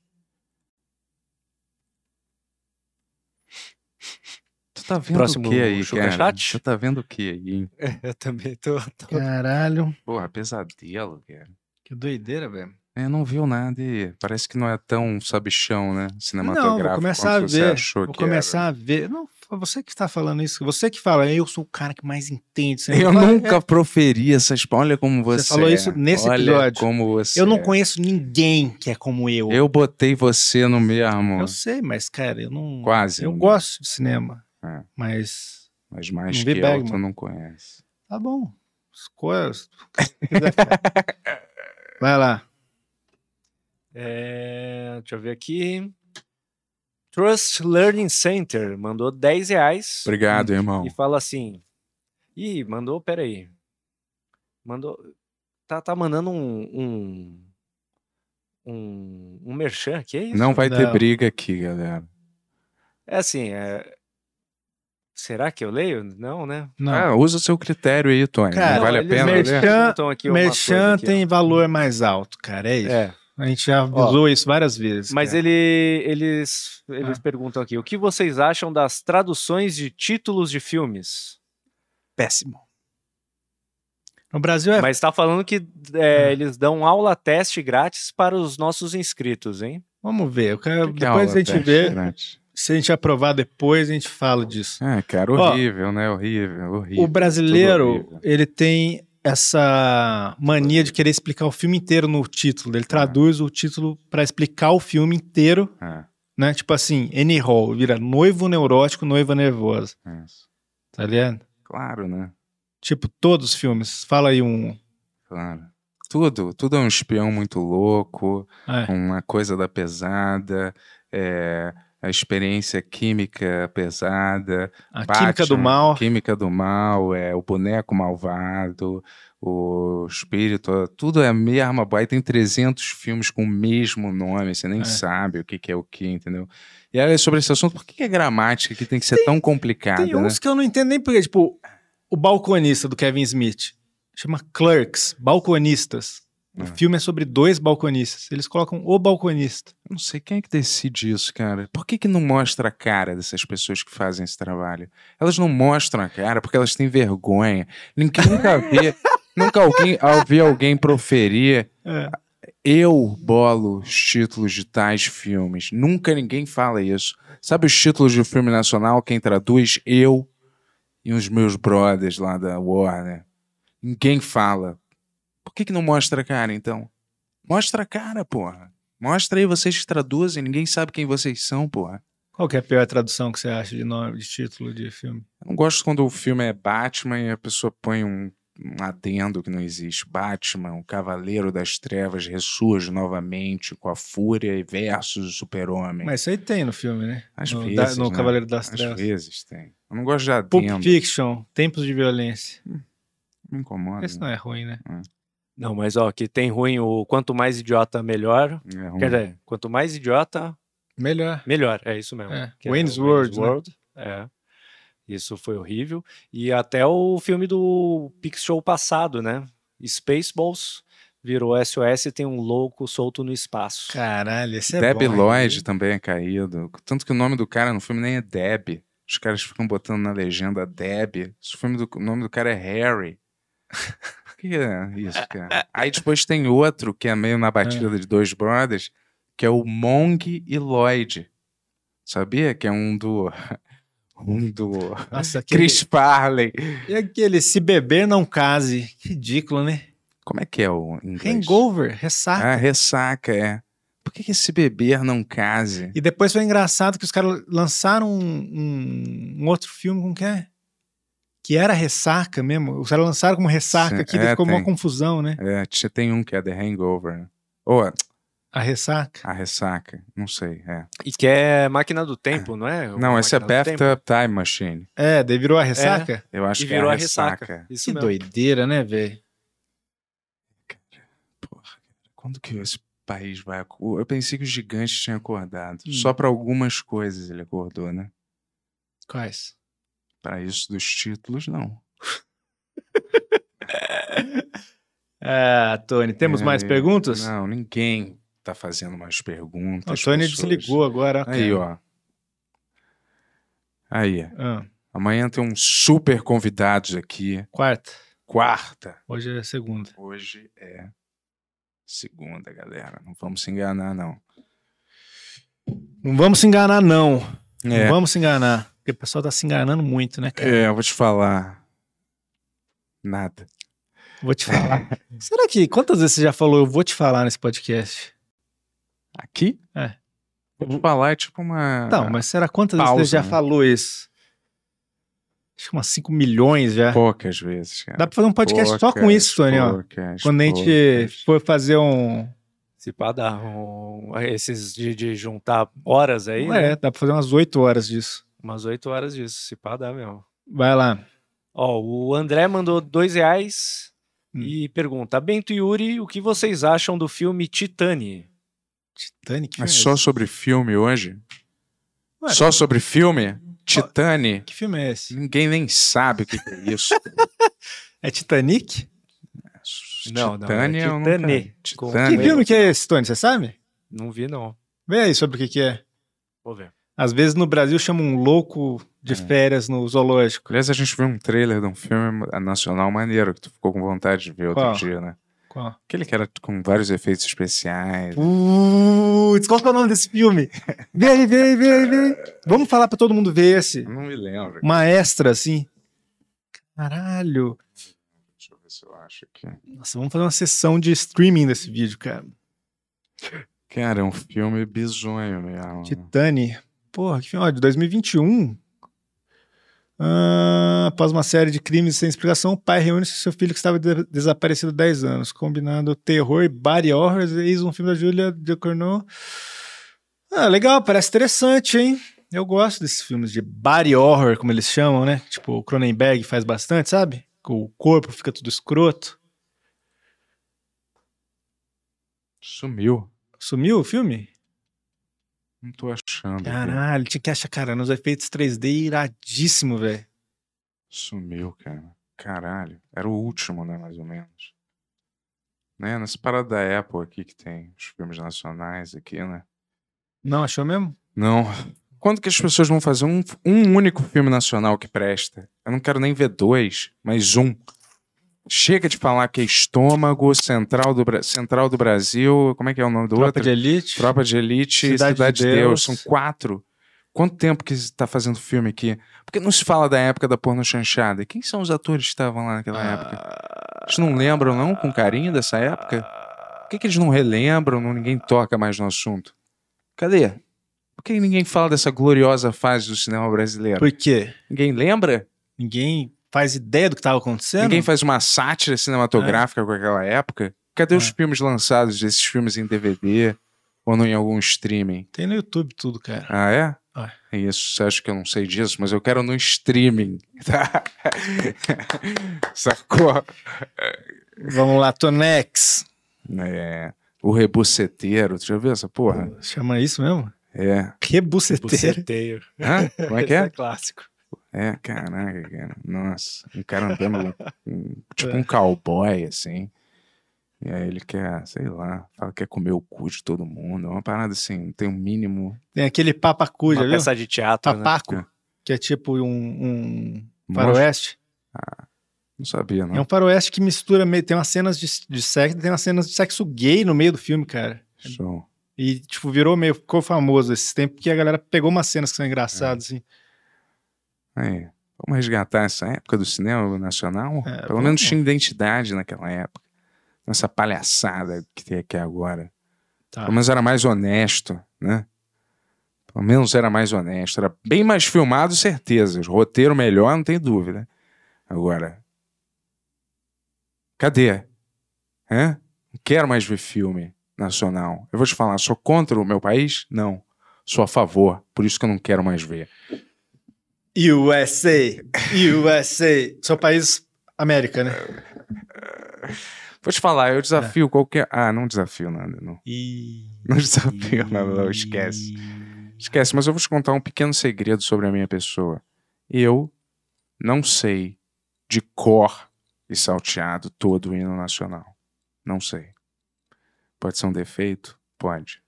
Tu tá vendo
Próximo
o que aí, cara?
superchat?
Tu tá vendo o que aí, hein?
Eu também tô. tô-
Caralho.
Porra, pesadelo, cara.
Que doideira, velho.
É, não viu nada e parece que não é tão sabichão, né?
Não,
Cinematográfico.
vou começar a
quanto você
ver.
achou
Vou
que era.
começar a ver. Não, foi você que tá falando isso. Você que fala, eu sou o cara que mais entende. cinema."
Eu
Fala,
nunca proferi essas. Olha como você.
Você falou
é.
isso nesse
Olha
episódio.
Como você.
Eu não
é.
conheço ninguém que é como eu.
Eu botei você no mesmo.
Eu sei, mas, cara, eu não.
Quase.
Eu gosto de cinema.
É.
Mas.
Mas mais
Não
que
vi
eu,
Bergman.
tu não conhece.
Tá bom. Escolhas.
(laughs)
Vai lá.
É, deixa eu ver aqui. Trust Learning Center mandou 10 reais
Obrigado, irmão.
e fala assim. Ih, mandou, peraí. Mandou. Tá, tá mandando um. Um, um, um merchan aqui, é isso?
Não vai ter
Não.
briga aqui, galera.
É assim, é... será que eu leio? Não, né?
Não.
Ah, usa o seu critério aí, Tony.
Cara,
não vale a
eles
pena,
merchan-
né?
perguntam aqui é uma coisa um
Merchan
aqui, ó.
tem valor mais alto, cara. É isso.
É,
A gente já avisou isso várias vezes.
mas
cara.
ele, eles, eles perguntam aqui, o que vocês acham das traduções de títulos de filmes?
péssimo. No Brasil é.
(laughs) Mas tá falando que é, eles dão aula teste grátis para os nossos inscritos, hein?
Vamos ver. Eu quero-
Que
(laughs)
é
Depois
aula,
a gente
teste
vê.
grátis.
Se a gente aprovar depois, a gente fala disso.
Ah, cara,
Ó,
horrível, né? Horrível, horrível.
O brasileiro,
horrível.
ele tem essa mania de querer explicar o filme inteiro no título. Ele traduz o título pra explicar o filme inteiro,
Ah,
né? Tipo assim, Annie Hall vira noivo neurótico, noiva nervosa.
é.
Tá ligado?
Claro, né?
Tipo, todos os filmes. Fala aí um.
Claro. Tudo, tudo é um espião muito louco,
É.
uma coisa da pesada, é, a experiência química pesada,
A
Batman,
Química do Mal.
química do mal, é o boneco malvado, o espírito, tudo é a mesma boy. Tem 300 filmes com o mesmo nome, você nem
É.
sabe o que, que é o que, entendeu? E aí, sobre esse assunto, por que, que a gramática que tem que ser tão complicada,
Tem um
né?
uns que eu não entendo nem porque, tipo, o balconista do Kevin Smith. Chama Clerks, balconistas. O
É.
filme é sobre dois balconistas. Eles colocam o balconista.
Eu Não sei quem é que decide isso, cara. Por que, que não mostra a cara dessas pessoas que fazem esse trabalho? Elas não mostram a cara porque elas têm vergonha. Ninguém nunca vê, nunca alguém ouvi alguém proferir.
É.
Eu bolo os títulos de tais filmes. Nunca ninguém fala isso. Sabe os títulos de filme nacional? Quem traduz? Eu e os meus brothers lá da Warner. Ninguém fala. Por que, que não mostra a cara, então? Mostra a cara, porra. Mostra aí vocês que traduzem, ninguém sabe quem vocês são, porra.
Qual que é a pior tradução que você acha de nome, de título de filme?
Eu não gosto quando o filme é Batman e a pessoa põe um, um adendo que não existe. Batman, o Cavaleiro das Trevas, ressurge novamente com a fúria e versus o super-homem.
Mas isso aí tem no filme, né?
Às
no,
vezes,
da- no
né?
Cavaleiro das
Às
Trevas.
vezes tem. Eu não gosto de
Pulp
adendo.
Fiction, Tempos de Violência.
Me incomoda.
Esse não é ruim, né?
Não, mas ó, que tem ruim o quanto mais idiota, melhor.
É ruim.
Quer dizer, quanto mais idiota,
Melhor.
melhor. É isso mesmo.
É.
Que
Wayne's World, né?
É. Isso foi horrível. E até o filme do Pix Show passado, né? Spaceballs virou SOS e tem um louco solto no espaço.
Caralho, esse é
Deb
bom.
Lloyd também é caído. Tanto que o nome do cara no filme nem é Deb. Os caras ficam botando na legenda Deb. O, filme do, o nome do cara é Harry. (laughs) Por que é isso, cara? Aí depois tem outro que é meio na batida de dois brothers, que é o Mong e Lloyd. Sabia? Que é um do. (laughs) Um do.
Nossa, aquele,
Chris Farley.
E aquele Se Beber Não Case. Que ridículo, né?
Como é que é o inglês?
Hangover, ressaca.
Ah, ressaca, é. Por que, que esse beber não case?
E depois foi engraçado que os caras lançaram um, um- um outro filme, como que é? Que era ressaca mesmo. Os caras lançaram como ressaca
Sim,
aqui, daí
é,
ficou
tem.
uma confusão, né?
É, t- tem um que é The Hangover. Ou
A ressaca.
a ressaca, não sei. é.
E que é Máquina do Tempo, não é?
Não, esse é
Máquina do Tempo.
Bathtub Time Machine.
É, daí virou a ressaca?
Eu acho
E
que
virou
é
a ressaca. Isso
Que
mesmo.
doideira, né, velho?
Porra, quando que esse país vai. acor- Eu pensei que os gigantes tinham acordado.
Hum.
Só pra algumas coisas ele acordou, né?
Quais?
Pra isso dos títulos, não.
Ah, Tony, temos
É,
É, mais perguntas?
Não, ninguém tá fazendo umas perguntas.
O
as
Tony
pessoas-
desligou agora. cara.
Aí, ó. Aí.
Ah,
Amanhã tem um super convidados aqui.
quarta.
Quarta.
Hoje é segunda.
Hoje é segunda, galera. Não vamos se enganar, não.
Não vamos se enganar, não. Não
É,
vamos se enganar. Porque o pessoal tá se enganando muito, né, cara?
é, eu vou te falar. Nada.
Vou te (laughs) falar. Será que quantas vezes você já falou eu vou te falar nesse podcast?
Aqui?
É.
Eu Vou falar é tipo uma.
Não, Então, mas será quantas
Pausa,
vezes você já
né?
falou isso? Acho que umas 5 milhões já.
Poucas vezes, cara.
é. Dá pra fazer um podcast só com
Poucas,
isso, Tony, ó.
poucas,
Quando a gente
poucas.
for fazer um.
Se pá, dá um- esses de, de juntar horas aí, né?
É, dá pra fazer umas 8 horas disso.
umas oito horas disso, se pá, dá mesmo.
Vai lá.
Ó, o André mandou dois reais
Hum.
e pergunta, Bento e Yuri, o que vocês acham do filme Titani?
Titanic?
É só sobre filme hoje?
Ué.
Só sobre filme? Titane?
Que filme é esse?
Ninguém nem sabe o que que é
(laughs)
isso.
É Titanic?
Não, não, é
Titânia, eu
Titane.
nunca-
Com-
Titânia.
Que
Também.
filme que é esse, Tony? Você sabe?
Não vi, não.
Vê aí sobre o que, que é.
Vou ver.
Às vezes no Brasil chamam um louco de férias no zoológico.
Aliás, a gente viu um trailer de um filme nacional maneiro que tu ficou com vontade de ver outro
Qual?
dia, né?
Qual?
Aquele que era com vários efeitos especiais.
Putz, qual que é o nome desse (laughs) filme? Vê aí, vê aí, vê aí, vê aí. Vamos falar pra todo mundo ver esse.
Eu Não me lembro.
Uma extra, assim. Caralho.
Deixa eu ver se eu acho aqui.
Nossa, vamos fazer uma sessão de streaming desse vídeo, cara.
Cara, é um filme bizonho mesmo.
Titani. Porra, que filme, ó, de 2021. Ah, após uma série de crimes sem explicação, o pai reúne-se com seu filho que estava de- desaparecido há 10 anos, combinando terror e body horrors, eis um filme da Julia de Cornell. Ah, legal, parece interessante, hein? Eu gosto desses filmes de body horror, como eles chamam, né? Tipo, o Cronenberg faz bastante, sabe? Que o corpo fica tudo escroto.
Sumiu.
Sumiu o filme?
Não tô achando. aqui.
Caralho, tinha que achar, cara, nos efeitos 3D iradíssimo, velho.
Sumiu, cara. Caralho. Era o último, né? Mais ou menos. Né? Nessa parada da Apple aqui que tem os filmes nacionais aqui, né?
Não, achou mesmo?
Não. Quando que as pessoas vão fazer um, um único filme nacional que presta? Eu não quero nem ver dois, mas um. Chega de falar que é estômago, central do, Bra- central do Brasil. Como é que é o nome do
Tropa
outro?
de Elite.
Tropa de Elite e
Cidade
Cidade,
de
de Deus.
Deus.
São quatro. Quanto tempo que está fazendo filme aqui? Por que não se fala da época da porno chanchada? Quem são os atores que estavam lá naquela época? Eles não lembram, não, com carinho dessa época? Por que, que eles não relembram? Não, ninguém toca mais no assunto. Cadê? Por que ninguém fala dessa gloriosa fase do cinema brasileiro?
Por quê?
Ninguém lembra?
Ninguém faz ideia do que estava acontecendo?
Ninguém faz uma sátira cinematográfica com aquela época? Cadê os
É.
filmes lançados desses filmes em DVD ou no- em algum streaming?
Tem no YouTube tudo, cara.
Ah, é?
Ah.
Isso, você acha que eu não sei disso? Mas eu quero no streaming, (laughs) tá? Sacou?
Vamos lá, Tonex.
É, o rebuceteiro, tu já viu essa porra?
Chama isso mesmo?
É.
Rebuceteiro.
Buceteiro.
Hã? Como é que (laughs)
Esse
é?
clássico.
É, caraca, cara. Nossa, um cara andando (laughs) um- tipo um cowboy, assim. E aí ele quer, sei lá, fala que quer comer o cu de todo mundo. É uma parada assim, tem um mínimo
Tem aquele papacu, já
Uma
viu? Tá
peça de teatro, né?
Papaco,
É.
que é tipo um, um
monstro. né?
faroeste.
Não sabia,
É
não.
um faroeste que mistura... meio- Tem umas cenas de, de sexo, tem umas cenas de sexo gay no meio do filme, cara.
Show.
E, tipo, virou meio... Ficou famoso esse tempo, porque a galera pegou umas cenas que são engraçadas, assim.
Aí, É, vamos resgatar essa época do cinema nacional?
É,
Pelo
vamos.
menos tinha identidade naquela época. Nessa palhaçada que tem aqui agora.
Tá.
Pelo menos era mais honesto, né? Pelo menos era mais honesto. Era bem mais filmado, certeza. Roteiro melhor, não tem dúvida. Agora. Cadê? Hã? Não quero mais ver filme nacional. Eu vou te falar, sou contra o meu país? Não. Sou a favor. Por isso que eu não quero mais ver.
USA, USA. Seu país, América, né?
Vou te falar, eu desafio qualquer. Ah, não desafio nada, não. (laughs)
E...
Não desafio nada, não. Esquece. Esquece, mas eu vou te contar um pequeno segredo sobre a minha pessoa. Eu não sei de cor e salteado todo o hino nacional. Não sei. Pode ser um defeito, Pode.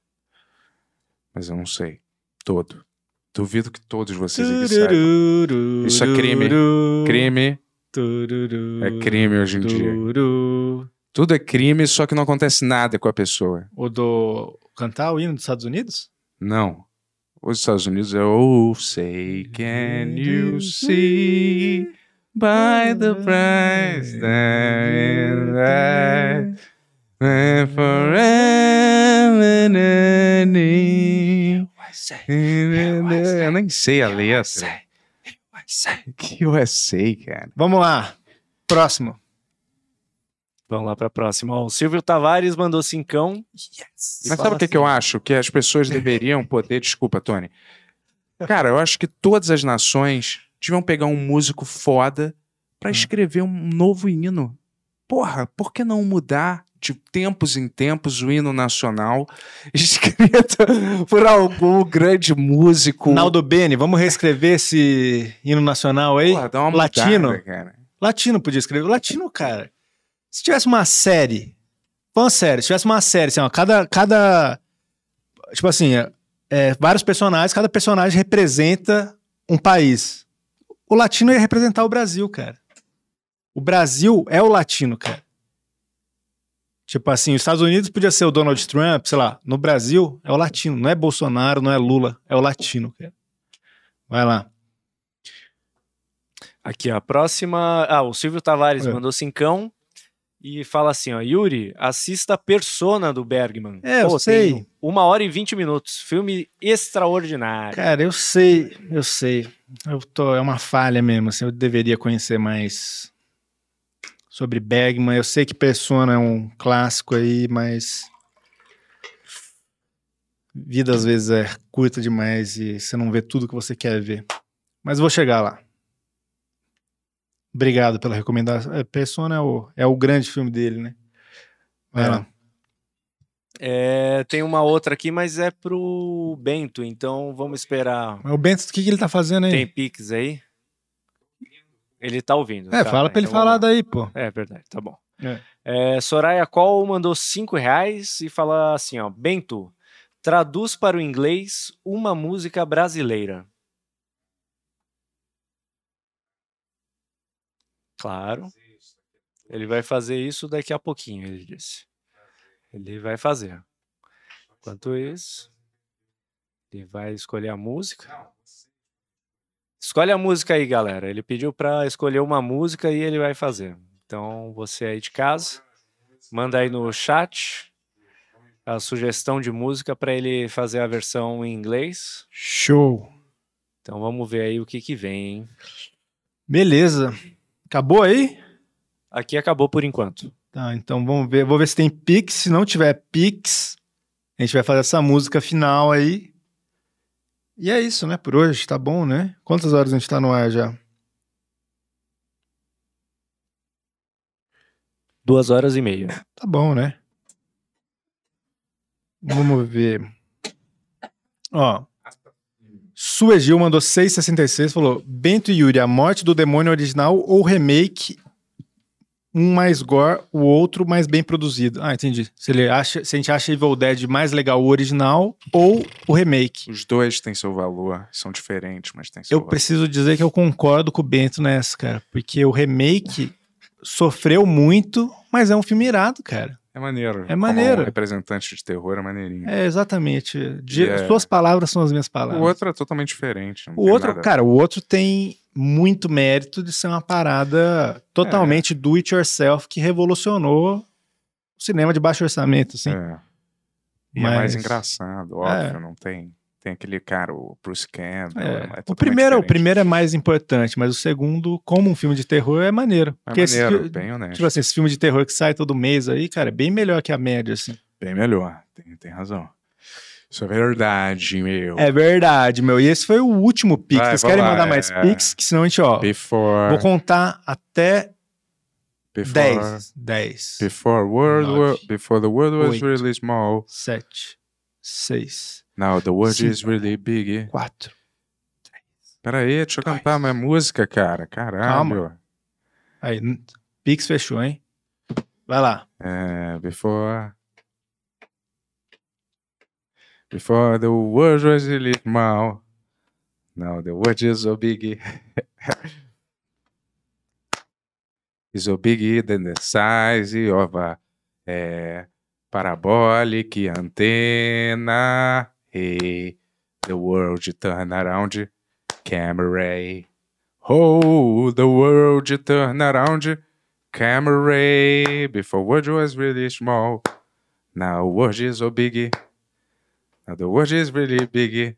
Mas eu não sei. Todo. Duvido que todos vocês aqui saibam. Isso é crime. Crime
Tururu.
é crime hoje em dia.
Tururu.
Tudo é crime, só que não acontece nada com a pessoa.
O do. Cantar o hino dos Estados Unidos?
Não. Os Estados Unidos é Oh, say can you see by the price that it has and forever and ever." Eu nem sei a letra. Que USA, cara.
Vamos lá. Próximo.
Vamos lá pra próxima. Ó, o Silvio Tavares mandou cincão. Yes.
Mas sabe o que, que eu acho? Que as pessoas deveriam poder. Desculpa, Tony. Cara, eu acho que todas as nações deviam pegar um músico foda pra escrever um novo hino. Porra, por que não mudar de tempos em tempos o hino nacional (laughs) escrito por algum grande músico?
Naldo Bene, vamos reescrever esse hino nacional aí?
Porra, dá uma
Latino.
mudada, cara.
Latino podia escrever. Latino, cara. Se tivesse uma série. Fã série, se tivesse uma série, assim, ó, cada. cada tipo assim, é, é, vários personagens, cada personagem representa um país. O latino ia representar o Brasil, cara. O Brasil é o latino, cara. Tipo assim, os Estados Unidos podia ser o Donald Trump, sei lá. No Brasil é o latino, não é Bolsonaro, não é Lula, é o latino, cara. Vai lá.
Aqui, ó, a próxima. Ah, o Silvio Tavares
É.
mandou cincão e fala assim: ó, Yuri, assista Persona do Bergman.
É, eu
tem
sei.
Uma hora e vinte minutos. Filme extraordinário.
Cara, eu sei, eu sei. Eu tô, é uma falha mesmo, assim, eu deveria conhecer mais sobre Bergman. Eu sei que Persona é um clássico aí, mas vida às vezes é curta demais e você não vê tudo que você quer ver. Mas vou chegar lá. Obrigado pela recomendação. É, Persona é o, é o grande filme dele, né? Vai
É.
lá.
É, tem uma outra aqui, mas é pro Bento, então vamos esperar.
Mas O Bento, o que, que ele tá fazendo aí?
Tem Pix aí? Ele tá ouvindo.
É,
tá,
fala
tá,
pra ele
então
falar
vamos lá.
daí, pô.
É verdade, tá bom.
É.
É, Soraya Col mandou cinco reais e fala assim, ó, Bento, traduz para o inglês uma música brasileira. Claro. Ele vai fazer isso daqui a pouquinho, ele disse. Ele vai fazer. Enquanto isso, ele vai escolher a música. Escolhe a música aí, galera. Ele pediu para escolher uma música e ele vai fazer. Então, você aí de casa, manda aí no chat a sugestão de música para ele fazer a versão em inglês.
Show.
Então, vamos ver aí o que que vem, hein?
Beleza. Acabou aí?
Aqui acabou por enquanto.
Tá, então vamos ver. Vou ver se tem Pix. Se não tiver Pix, a gente vai fazer essa música final aí. E é isso, né? Por hoje, tá bom, né? Quantas horas a gente tá no ar já?
Duas horas e meia.
Tá bom, né? Vamos ver. Ó. Suegil mandou 6,66 falou: Bento e Yuri, a morte do demônio original ou remake? Um mais gore, o outro mais bem produzido. Ah, entendi. Se, ele acha, se a gente acha Evil Dead mais legal o original ou o remake.
Os dois têm seu valor, são diferentes, mas têm seu
Eu
valor.
preciso dizer que eu concordo com o Bento nessa, cara. Porque o remake sofreu muito, mas é um filme irado, cara.
É maneiro.
É maneiro.
Como um representante de terror é maneirinho.
É, exatamente. De-
É.
Suas palavras são as minhas
O
palavras.
outro é totalmente diferente. não
O
tem
outro,
nada-
cara, o outro tem muito mérito de ser uma parada totalmente
É.
do it yourself que revolucionou o cinema de baixo orçamento, assim.
É. E é mais
Mas-
engraçado, óbvio, não tem. Tem aquele cara, o Bruce Campbell.
É.
é
o
totalmente
primeiro, o
diferente.
primeiro é mais importante, mas o segundo, como um filme de terror, é maneiro. Porque
É
esse
maneiro,
fi-
bem honesto.
tipo assim, esse filme de terror que sai todo mês aí, cara, é bem melhor que a média, assim.
Bem melhor, tem, tem razão. Isso é verdade, meu.
É verdade, meu. E esse foi o último Pix.
Vai,
Vocês
vamos
querem
lá,
mandar mais
é.
Pix? Que senão a gente, ó,
Before,
vou contar até
before,
10. 10.
Before, world
Nove.
war, before the world was
Oito.
really small,
sete, seis,
now the world
Cinco.
is really big.
quatro.
Peraí, deixa eu
Dois.
cantar minha música, cara. Caralho.
Aí, n- Pix fechou, hein? Vai lá.
É, before. Before the world was a little small. Now the world is so big. (laughs) is so big than the size of a eh, parabolic antenna. Hey, the world turn around. Camera. Oh, the world turn around. Camera. Before world was really small. Now world is so big. Now the world is really big.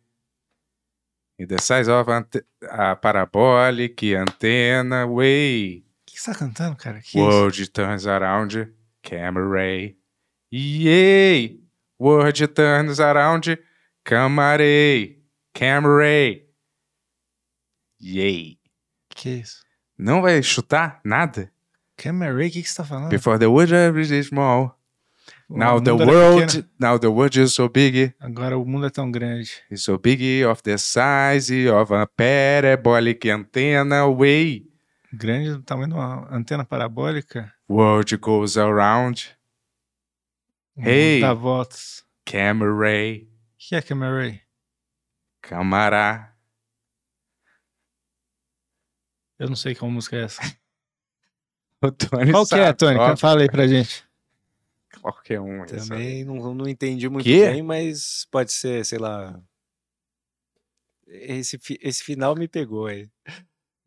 In the size of ante- a parabolic antenna way.
O que você tá cantando, cara? Que isso?
World turns around, camera ray. Yay! World turns around, camera ray. Camera ray. Yay!
Que isso?
Não vai chutar nada?
Camera Ray, o que que você tá falando?
Before the world was really small.
O
now the
mundo era
world,
pequeno.
now the world is so big.
Agora o mundo é tão grande.
It's so big of the size of a parabolic antenna way.
Grande do tamanho de uma antena parabólica.
World goes around,
Um
Hey!
Dá voltas.
camera ray.
O que é Camera Ray?
Camará.
Eu não sei qual música
(laughs)
é essa.
(laughs) O Tony
Qual que é,
sabe,
Tony?
ó,
Fala aí pra gente.
Qualquer um. ele sabe.
Também não, não entendi muito
Quê?
bem, mas pode ser, sei lá. Esse, fi- esse final me pegou aí.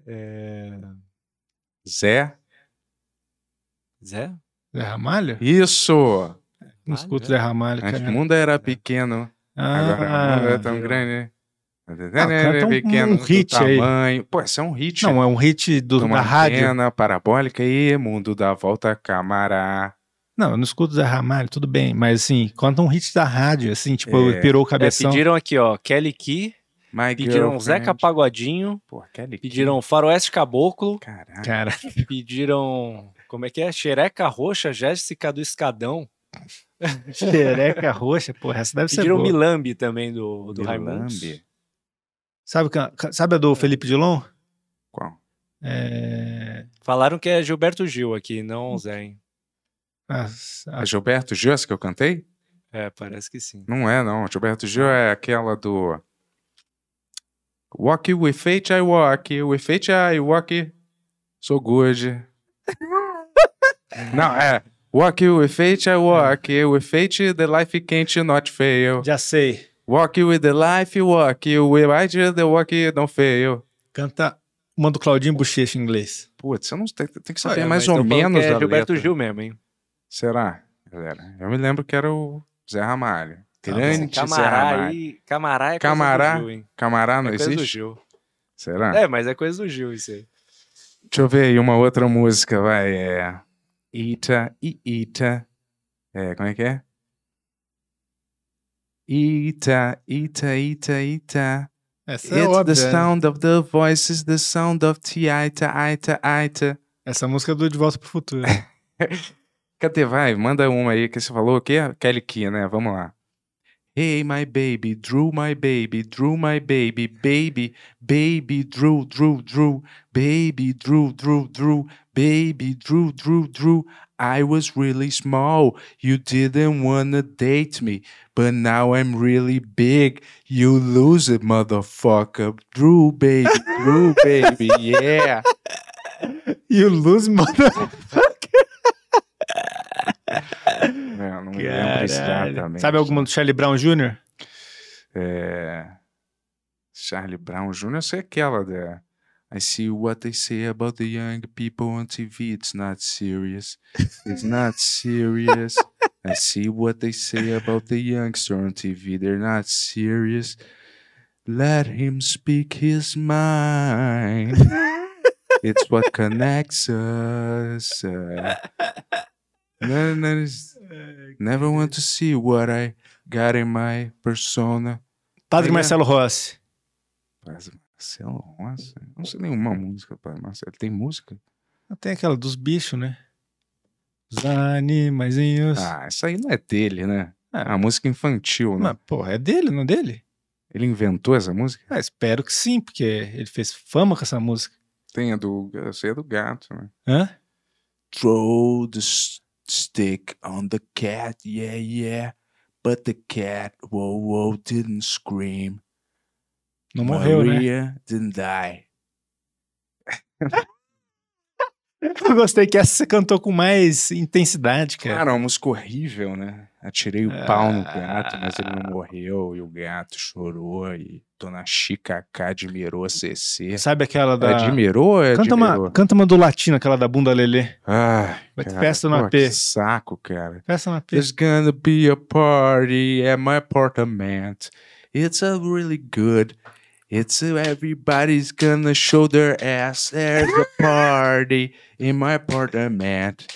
É...
Zé.
Zé? É,
Zé Ramalho?
Isso!
Não
Ramalho,
escuto
é.
Zé Ramalho,
Antes o
cara.
mundo era pequeno, agora o mundo é
Ah,
tão
viu.
grande.
canta um- um
do
hit aí.
tamanho. Pô, esse é um hit.
não, é um hit do,
Toma
da rádio.
antena parabólica e mundo dá volta camará.
Não, eu não escuto Zé Ramalho, tudo bem. Mas assim, conta um hit da rádio, assim, tipo,
É.
pirou o
É,
cabeção.
pediram aqui, ó, Kelly Key,
My
pediram um Zeca
Pagodinho.
Pagodinho,
Pô, Kelly Key.
pediram Faroeste Caboclo,
Caraca.
Cara, (laughs)
pediram, como é que é? Xereca Roxa, Jéssica do Escadão,
xereca roxa, porra, essa deve ser
pediram
boa.
Milambi também do, do Raimundos.
Milambi.
Sabe, que- é sabe
É.
a do Felipe Dilon?
Qual?
É...
Falaram que é Gilberto Gil aqui,
Hum.
não Zé, hein?
a- a-
A Gilberto Gil, essa que eu cantei?
É, parece que sim.
Não é, não. Gilberto Gil é aquela do. Walk with fate, I walk. With fate, I walk. So (laughs) good. não, é. Walk with fate, I walk. With fate, the life can't not fail.
Já sei.
Walk with the life, walk. With right, the walk don't fail.
Canta uma do Claudinho Bochecha em inglês.
Putz, eu não tem, tem que
É,
saber mais
mas
ou
tão falando que
menos
é
da
Gilberto
letra.
Gil mesmo, hein?
Será, galera? Eu me lembro que era o Zé Ramalho.
Tá
Grande Zé
Camará
Ramalho.
aí, Camará é
é Camará
coisa do Gil, hein?
Camará não
É coisa do
existe? Ah.
Gil.
Será?
É, mas é coisa do Gil isso aí.
(laughs) Deixa eu ver aí uma outra música, vai. É. Ita, i, ita. É, como é que é? Ita, ita, ita, ita.
Essa é
It's the
óbvia. né?
sound of the voices, the sound of the ita, ita, ita.
Essa música é do De Volta pro Futuro. (laughs)
Cadê? Vai, manda uma aí que você falou o quê? Kelly Key, né? Vamos lá. Hey, my baby, Drew, my baby, Drew, my baby, baby, baby, Drew, Drew, Drew, baby, Drew, Drew, Drew, baby, Drew, Drew, Drew. I was really small. You didn't wanna date me, but now I'm really big. You lose it, motherfucker. Drew, baby, Drew, baby, (laughs) yeah.
e o Luz manda.
É, eu não me lembro exatamente.
Sabe alguma do Charlie Brown Jr.?
É... Charlie Brown Jr., eu sei aquela da. I see what they say about the young people on TV. It's not serious. It's not serious. I see what they say about the youngster on TV. They're not serious. Let him speak his mind. It's what connects us. uh. No, no, it's- never want to see what I got in my persona.
Padre
Ele é-
Marcelo Rossi.
Paz Marcelo Rossi? Eu Não sei nenhuma música, Paz Marcelo. Tem música?
Tem aquela dos bichos, né? Os animaizinhos.
Ah, essa aí não é dele, né? É uma música infantil, né?
Mas, porra, é dele, não é dele?
Ele inventou essa música?
Ah, espero que sim, porque ele fez fama com essa música.
Tem a do. Eu sei a do gato, né?
Hã?
Throw the s- stick on the cat, yeah, yeah. But the cat, whoa, whoa, didn't scream.
Não morreu, né?
Maria didn't die.
Eu gostei que essa você cantou com mais intensidade, cara.
Cara, uma música horrível, né? Atirei o pau no gato,
Ah.
mas ele não morreu. E o gato chorou. E Dona Chica K admirou a CC.
Sabe aquela da.
Admirou ou é
Canta uma,
admirou?
canta uma do latino, aquela da bunda Lelê.
Ai,
Vai ter
cara,
festa no
pô,
AP.
que saco, cara.
Peça na pista.
There's gonna be a party at my apartment. It's a really good. It's a- everybody's gonna show their ass. There's a party in my apartment.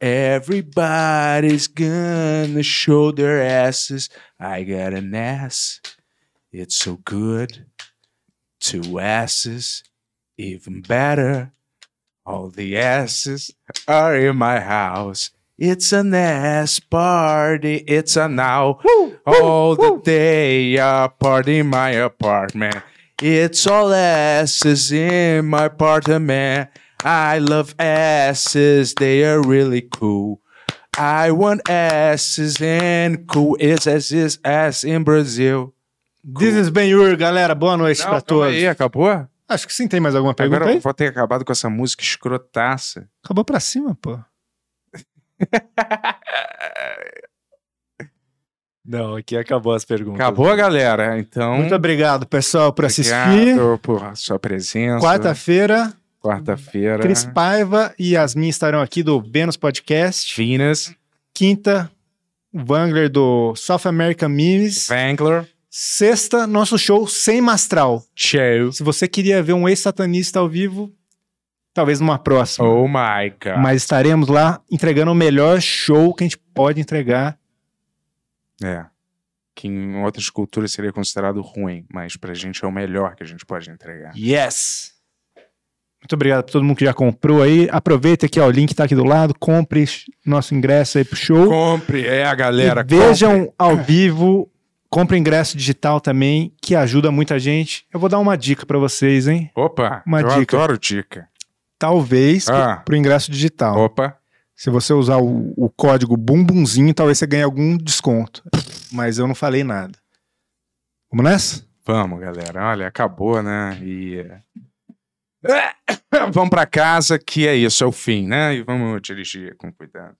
Everybody's gonna show their asses. I got an ass. It's so good. Two asses. Even better. All the asses are in my house. It's an ass party. It's a now. all the day a party in my apartment. It's all asses in my apartment. I love asses. They are really cool. I want asses and cool. It's as is ass in Brazil.
This is Ben Ur, galera. Boa noite pra todos.
acabou?
Acho que sim, tem mais alguma pergunta
Agora eu
aí?
vou ter acabado com essa música escrotaça.
Acabou pra cima, pô.
Não, aqui acabou as perguntas.
Acabou, galera. Então,
Muito obrigado, pessoal, por assistir.
obrigado por sua presença.
Quarta-feira,
Quarta-feira.
Cris Paiva e Yasmin estarão aqui do Benos Podcast.
Finas.
Quinta, o Wangler do South American Memes.
Vangler.
Sexta, nosso show sem mastral.
Show.
Se você queria ver um ex-satanista ao vivo, talvez numa próxima.
Oh my God.
Mas estaremos lá entregando o melhor show que a gente pode entregar.
É. Que em outras culturas seria considerado ruim, mas pra gente é o melhor que a gente pode entregar.
Yes! Muito obrigado pra todo mundo que já comprou aí. Aproveita aqui, ó, o link tá aqui do lado. Compre nosso ingresso aí pro show.
Compre, é a galera.
E vejam ao vivo, compra ingresso digital também, que ajuda muita gente. Eu vou dar uma dica pra vocês, hein?
Opa,
Uma
eu
dica.
adoro dica.
Talvez que-
Ah.
pro ingresso digital.
Opa,
Se você usar o, o código bumbumzinho, talvez você ganhe algum desconto. Mas eu não falei nada. Vamos nessa?
vamos, galera. Olha, acabou, né? E. é, (coughs) vamos pra casa, que é isso, é o fim, né? E vamos dirigir com cuidado.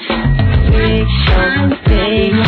Big show, big